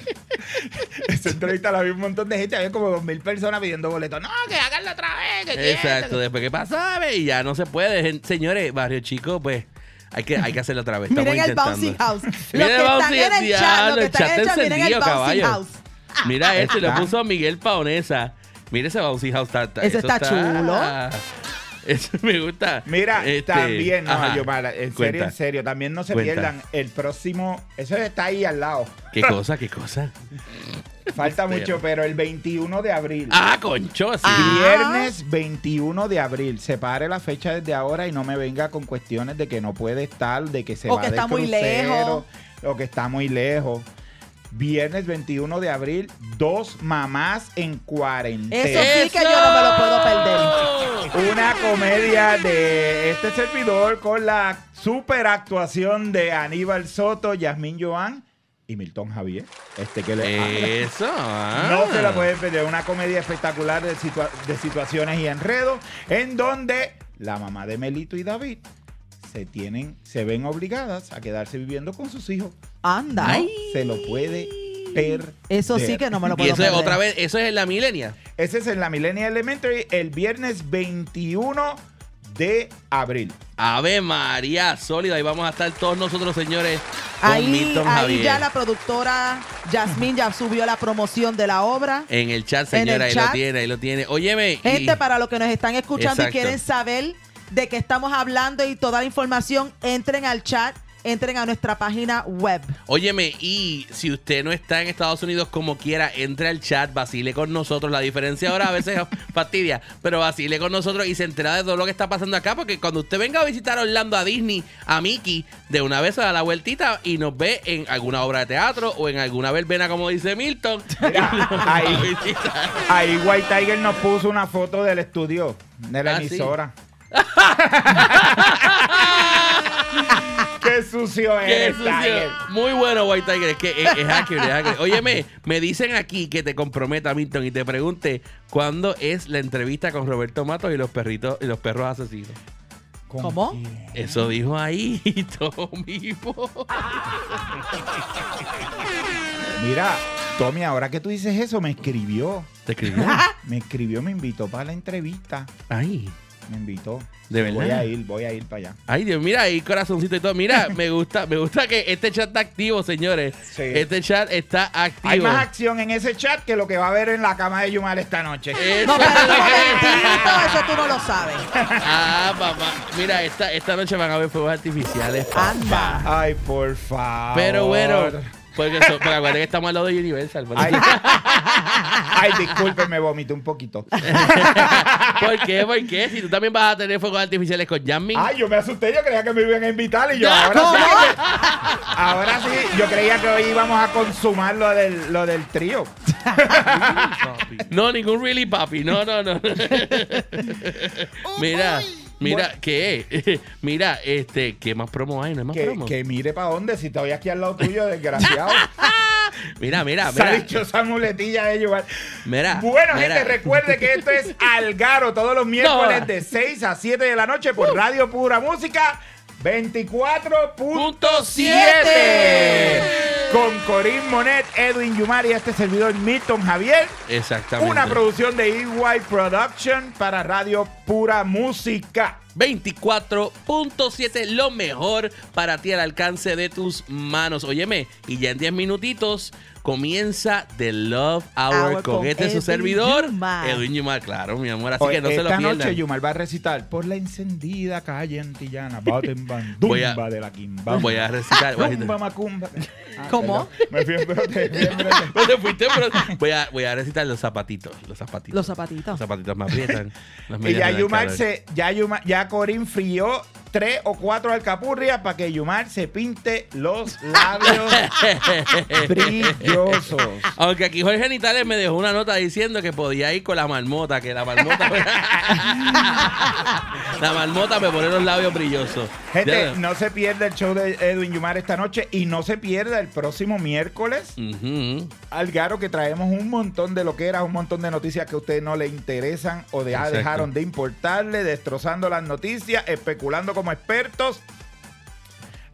S3: esa entrevista la vi un montón de gente, había como dos mil personas pidiendo boletos. No, que haganlo otra vez. Que
S1: Exacto, después que pasa, ve, y ya no se puede. Gen- Señores, barrio chico, pues hay que, hay que hacerlo otra vez. Estamos
S4: Miren el
S1: intentando.
S4: bouncing house. Los que
S1: Miren el
S4: están
S1: bouncing
S4: en el chat,
S1: house,
S4: los
S1: diablo,
S4: que están en el chat, miren el
S1: encendido,
S4: bouncing
S1: caballo.
S4: house.
S1: Mira esto, y lo
S3: Está.
S1: puso Miguel Paonesa. Mira ese bouncing house. Está, está-
S4: Ese
S1: eso
S4: está chulo.
S1: Eso me gusta.
S3: Mira,
S1: Este,
S3: también, no,
S1: ajá.
S3: Yomara, en serio,
S1: Cuenta.
S3: en serio, también no se
S1: Cuenta.
S3: pierdan el próximo, eso está ahí al lado,
S1: ¿Qué cosa, qué cosa?
S3: falta
S1: Pero-
S3: mucho, pero el 21 de abril.
S1: Ah, concho, sí.
S4: Ah.
S3: Viernes 21 de abril. Separe la fecha desde ahora y no me venga con cuestiones de que no puede estar, de que se
S4: O
S3: va
S4: que
S3: de
S4: está muy
S3: crucero,
S4: lejos.
S3: o que está muy lejos. Viernes 21 de abril, dos mamás en cuarentena.
S4: Eso sí que yo no me lo puedo perder.
S3: Una comedia de este servidor con la super actuación de Aníbal Soto, Yasmín Joan y Milton Javier. Este que
S1: Eh,
S3: le habla.
S1: Eso. ah.
S3: No se la pueden perder. Una comedia espectacular de, situa- de situaciones y enredos en donde la mamá de Melito y David se tienen, se ven obligadas a quedarse viviendo con sus hijos.
S4: Anda.
S3: No se lo puede perder.
S4: Eso sí que no me lo
S1: Y
S4: puedo
S1: eso es
S4: perder.
S1: otra vez, eso es en la milenia.
S3: Ese es en la Millennial Elementary el viernes 21 de abril.
S1: Ave María sólida, ahí vamos a estar todos nosotros, señores. con
S4: Ahí,
S1: Milton
S4: ahí
S1: Javier.
S4: ya la productora Yasmín ya subió la promoción de la obra.
S1: En el chat,
S4: En el
S1: señora, ahí
S4: chat.
S1: lo tiene, ahí lo tiene. Óyeme. Eh, y-
S4: Gente, para los que nos están escuchando
S1: Exacto.
S4: y quieren saber de qué estamos hablando y toda la información, entren al chat, entren a nuestra página web.
S1: Óyeme, y si usted no está en Estados Unidos como quiera, entre al chat, vacile con nosotros. La diferencia ahora a veces fastidia, pero vacile con nosotros y se entera de todo lo que está pasando acá, porque cuando usted venga a visitar a Orlando, a Disney, a Mickey, de una vez se da la vueltita y nos ve en alguna obra de teatro o en alguna verbena, como dice Milton.
S3: ahí. Ahí White Tiger nos puso una foto del estudio, de la
S1: Ah, sí.
S3: emisora. Qué sucio
S1: Qué
S3: eres,
S1: sucio.
S3: Tiger.
S1: Muy bueno, White Tiger. Es que es, es accurate, es accurate. Óyeme, me dicen aquí que te comprometa, Milton, y te pregunte cuándo es la entrevista con Roberto Matos y los perritos y los perros asesinos.
S4: ¿Cómo?
S1: Eso dijo ahí, Tommy. Boy.
S3: Mira, Tommy, ahora que tú dices eso, me escribió.
S1: ¿Te escribió?
S3: Me escribió, me invitó para la entrevista.
S1: Ay,
S3: Me invitó.
S1: ¿De
S3: Voy
S1: verdad?
S3: a ir, voy a ir para allá.
S1: ay, Dios, mira ahí, corazoncito y todo. Mira, me gusta, me gusta que este chat está activo, señores.
S3: Sí.
S1: Este chat está activo.
S3: Hay más acción en ese chat que lo que va a haber en la cama de Yumar esta noche.
S1: Eso
S4: No, pero
S1: es
S4: un
S1: lo que-
S4: momentito, eso tú no lo sabes.
S1: Ah, papá. Mira, esta, esta noche van a haber fuegos artificiales. papá.
S4: Anda.
S3: Ay, por favor.
S1: Pero bueno, Porque, so- porque acuérdate que estamos al lado de Universal. por eso.
S3: Ay, disculpe, me vomité un poquito.
S1: ¿Por qué? ¿Por qué? Si tú también vas a tener fuegos artificiales con Jasmine.
S3: Ay, yo me asusté, yo creía que me iban a invitar y yo
S1: Ya,
S3: ahora sí,
S1: ¿cómo?
S3: que- ahora sí, yo creía que hoy íbamos a consumar lo del, lo del trío.
S1: No, ningún really papi. No, no, no. mira, mira, ¿qué? mira, este, ¿qué más promo hay? No hay más
S3: Que,
S1: promo.
S3: que mire para dónde, si estoy aquí al lado tuyo, desgraciado.
S1: Mira, Ah, mira,
S3: Esa
S1: mira.
S3: dichosa muletilla de llevar.
S1: Mira.
S3: Bueno,
S1: mira.
S3: gente, recuerde que esto es Algaro todos los miércoles de 6 a 7 de la noche
S1: Uh.
S3: por Radio Pura Música 24.7 con Corín Monet, Edwin Yumar y este servidor Milton Javier.
S1: Exactamente.
S3: Una producción de EY Production para Radio Pura Música.
S1: 24.7, lo mejor para ti al alcance de tus manos. Óyeme, y ya en 10 minutitos comienza The Love Hour
S3: Hour
S1: con,
S3: con
S1: este su
S3: Edwin
S1: servidor,
S3: Yumar.
S1: Edwin Yumar, claro, mi amor. Así
S3: Hoy-
S1: que no se lo
S3: Esta
S1: pierdan.
S3: noche Yumar va a recitar por la encendida calle antillana, Baten Bandumba
S1: Voy a-
S3: de la Quimba.
S1: voy a recitar, voy a-
S3: Rumba Macumba. Ah,
S4: ¿Cómo?
S3: perdón. Me fui en brote, me fui en brote.
S1: No Pues te fuiste, pero voy a, voy a recitar los zapatitos. Los zapatitos.
S4: Los zapatitos.
S1: Los zapatitos me aprietan. las
S3: Y
S1: medias
S3: ya
S1: me dan
S3: Yumar
S1: calor.
S3: se, ya Yumar, ya Corín frió tres o cuatro alcapurrias para que Yumar se pinte los labios brillosos.
S1: Aunque aquí Jorge Nitales me dejó una nota diciendo que podía ir con la marmota, que la marmota. la marmota me pone los labios brillosos.
S3: Gente,
S1: Ya-
S3: no se pierda el show de Edwin Yumar esta noche y no se pierda el próximo miércoles
S1: Ujú.
S3: Algaro que traemos un montón de loqueras, un montón de noticias que a ustedes no le interesan o de, ah,
S1: Exacto.
S3: dejaron de importarle, destrozando las noticias, especulando como expertos.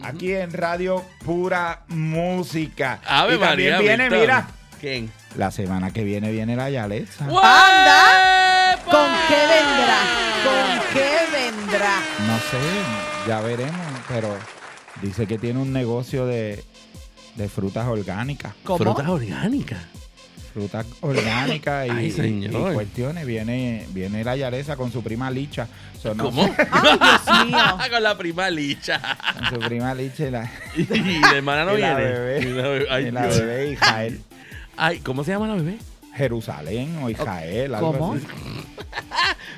S3: Aquí en Radio Pura Música.
S1: Ave
S3: y también
S1: María,
S3: viene,
S1: Milton.
S3: mira,
S1: ¿Quién?
S3: la semana que viene viene la Yalexa.
S4: ¡Anda! ¿Con qué vendrá? ¿Con qué vendrá?
S3: No sé, ya veremos, pero dice que tiene un negocio de, de frutas orgánicas.
S4: ¿Cómo?
S1: Frutas orgánicas.
S3: frutas orgánicas y,
S1: Ay,
S3: y-
S1: señor.
S3: y cuestiones. Viene, viene la Yaresa con su prima Licha. So, no
S1: ¿Cómo? Ah,
S3: sé,
S4: ¡Ay, Dios mío!
S1: Con la prima licha.
S3: Con su prima Licha y la,
S1: y la hermana no
S3: y la
S1: viene.
S3: bebé.
S1: Y la bebé. Ay,
S3: y la
S1: Dios.
S3: bebé Israel.
S1: Ay, ¿cómo se llama la bebé?
S3: Jerusalén o Israel. algo
S4: ¿Cómo?
S3: así.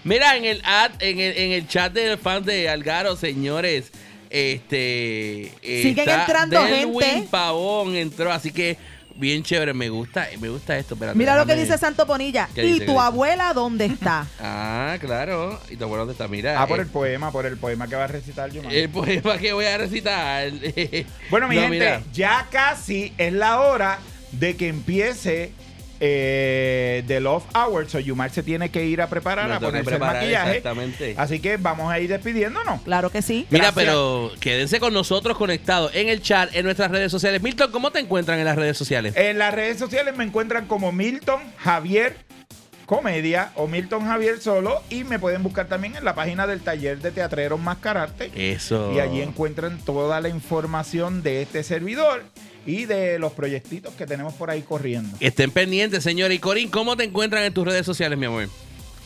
S1: Mira, en el ad, en el, en el chat de fans de Algaro, señores. Este.
S4: Siguen entrando
S1: Delwin
S4: gente.
S1: Pavón entró, así que bien chévere. Me gusta, me gusta esto. espérate,
S4: Mira lo que
S1: déjame-
S4: dice Santo Bonilla.
S1: ¿Qué dice,
S4: ¿Y
S1: qué
S4: tu
S1: dice?
S4: abuela dónde está?
S1: Ah, claro. Y te acuerdas dónde está. Mira.
S3: Ah, por el
S1: eh,
S3: poema, por el poema que va a recitar Yuma.
S1: el poema que voy a recitar.
S3: Bueno, mi
S1: Eh, No,
S3: gente,
S1: mira.
S3: ya casi es la hora de que empiece eh, The Love Hour. So, Yumar se tiene que ir a preparar,
S1: Me
S3: a
S1: tengo que
S3: ponerse
S1: preparar,
S3: el maquillaje.
S1: exactamente.
S3: Así que vamos a ir despidiéndonos.
S4: Claro que sí.
S1: Mira,
S3: Gracias.
S1: pero quédense con nosotros conectados en el chat, en nuestras redes sociales. Milton, ¿cómo te encuentran en las redes sociales?
S3: En las redes sociales me encuentran como Milton Javier Comedia o Milton Javier Solo y me pueden buscar también en la página del taller de teatreros Mascararte
S1: Eso.
S3: Eh, y allí encuentran toda la información de este servidor y de los proyectitos que tenemos por ahí corriendo.
S1: Estén pendientes, señores. Y Corín, ¿cómo te encuentran en tus redes sociales, mi amor?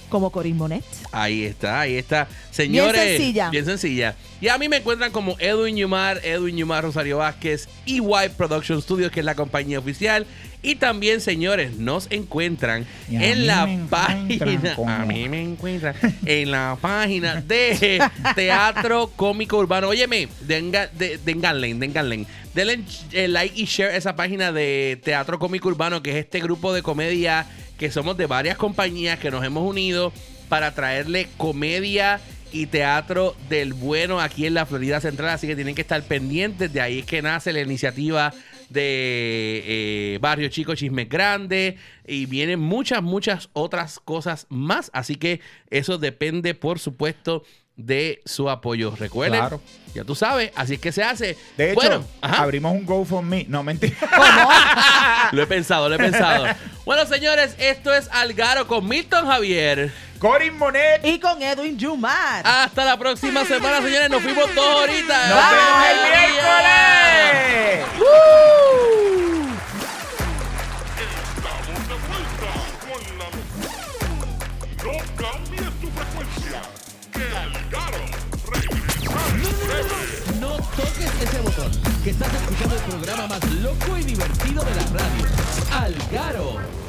S4: Como Corín Bonet.
S1: Ahí está, ahí está. Señores.
S4: Bien sencilla.
S1: Bien sencilla. Y a mí me encuentran como Edwin Yumar, Edwin Yumar Rosario Vázquez, EY Production Studios, que es la compañía oficial. Y también, señores, nos encuentran
S3: Y a mí
S1: en la
S3: me encuentran
S1: página.
S3: como-
S1: A mí me encuentran en la página de Teatro Cómico Urbano. Óyeme, denga- de- denganle, denganle. Denle eh, like y share esa página de Teatro Cómico Urbano, que es este grupo de comedia que somos de varias compañías que nos hemos unido para traerle comedia y teatro del bueno aquí en la Florida Central. Así que tienen que estar pendientes. De ahí es que nace la iniciativa de eh, Barrio Chico Chismes Grande y vienen muchas, muchas otras cosas más. Así que eso depende, por supuesto, de su apoyo. Recuerden,
S3: Claro.
S1: ya tú sabes, así es que se hace.
S3: De hecho,
S1: bueno, ajá. Ah.
S3: abrimos un GoFundMe. No, mentira.
S1: lo he pensado, lo he pensado. bueno, señores, esto es Algaro con Milton Javier.
S3: Corin Monet.
S4: Y con Edwin Jumar.
S1: Hasta la próxima semana, señores. Nos fuimos dos horitas.
S3: Nos vemos el
S1: Bye.
S3: miércoles.
S2: Estamos de vuelta con la locura. No cambies tu frecuencia. Que Algaro regresa en breve.
S6: No
S1: toques ese botón, que estás escuchando el programa más loco y divertido de la radio. Algaro.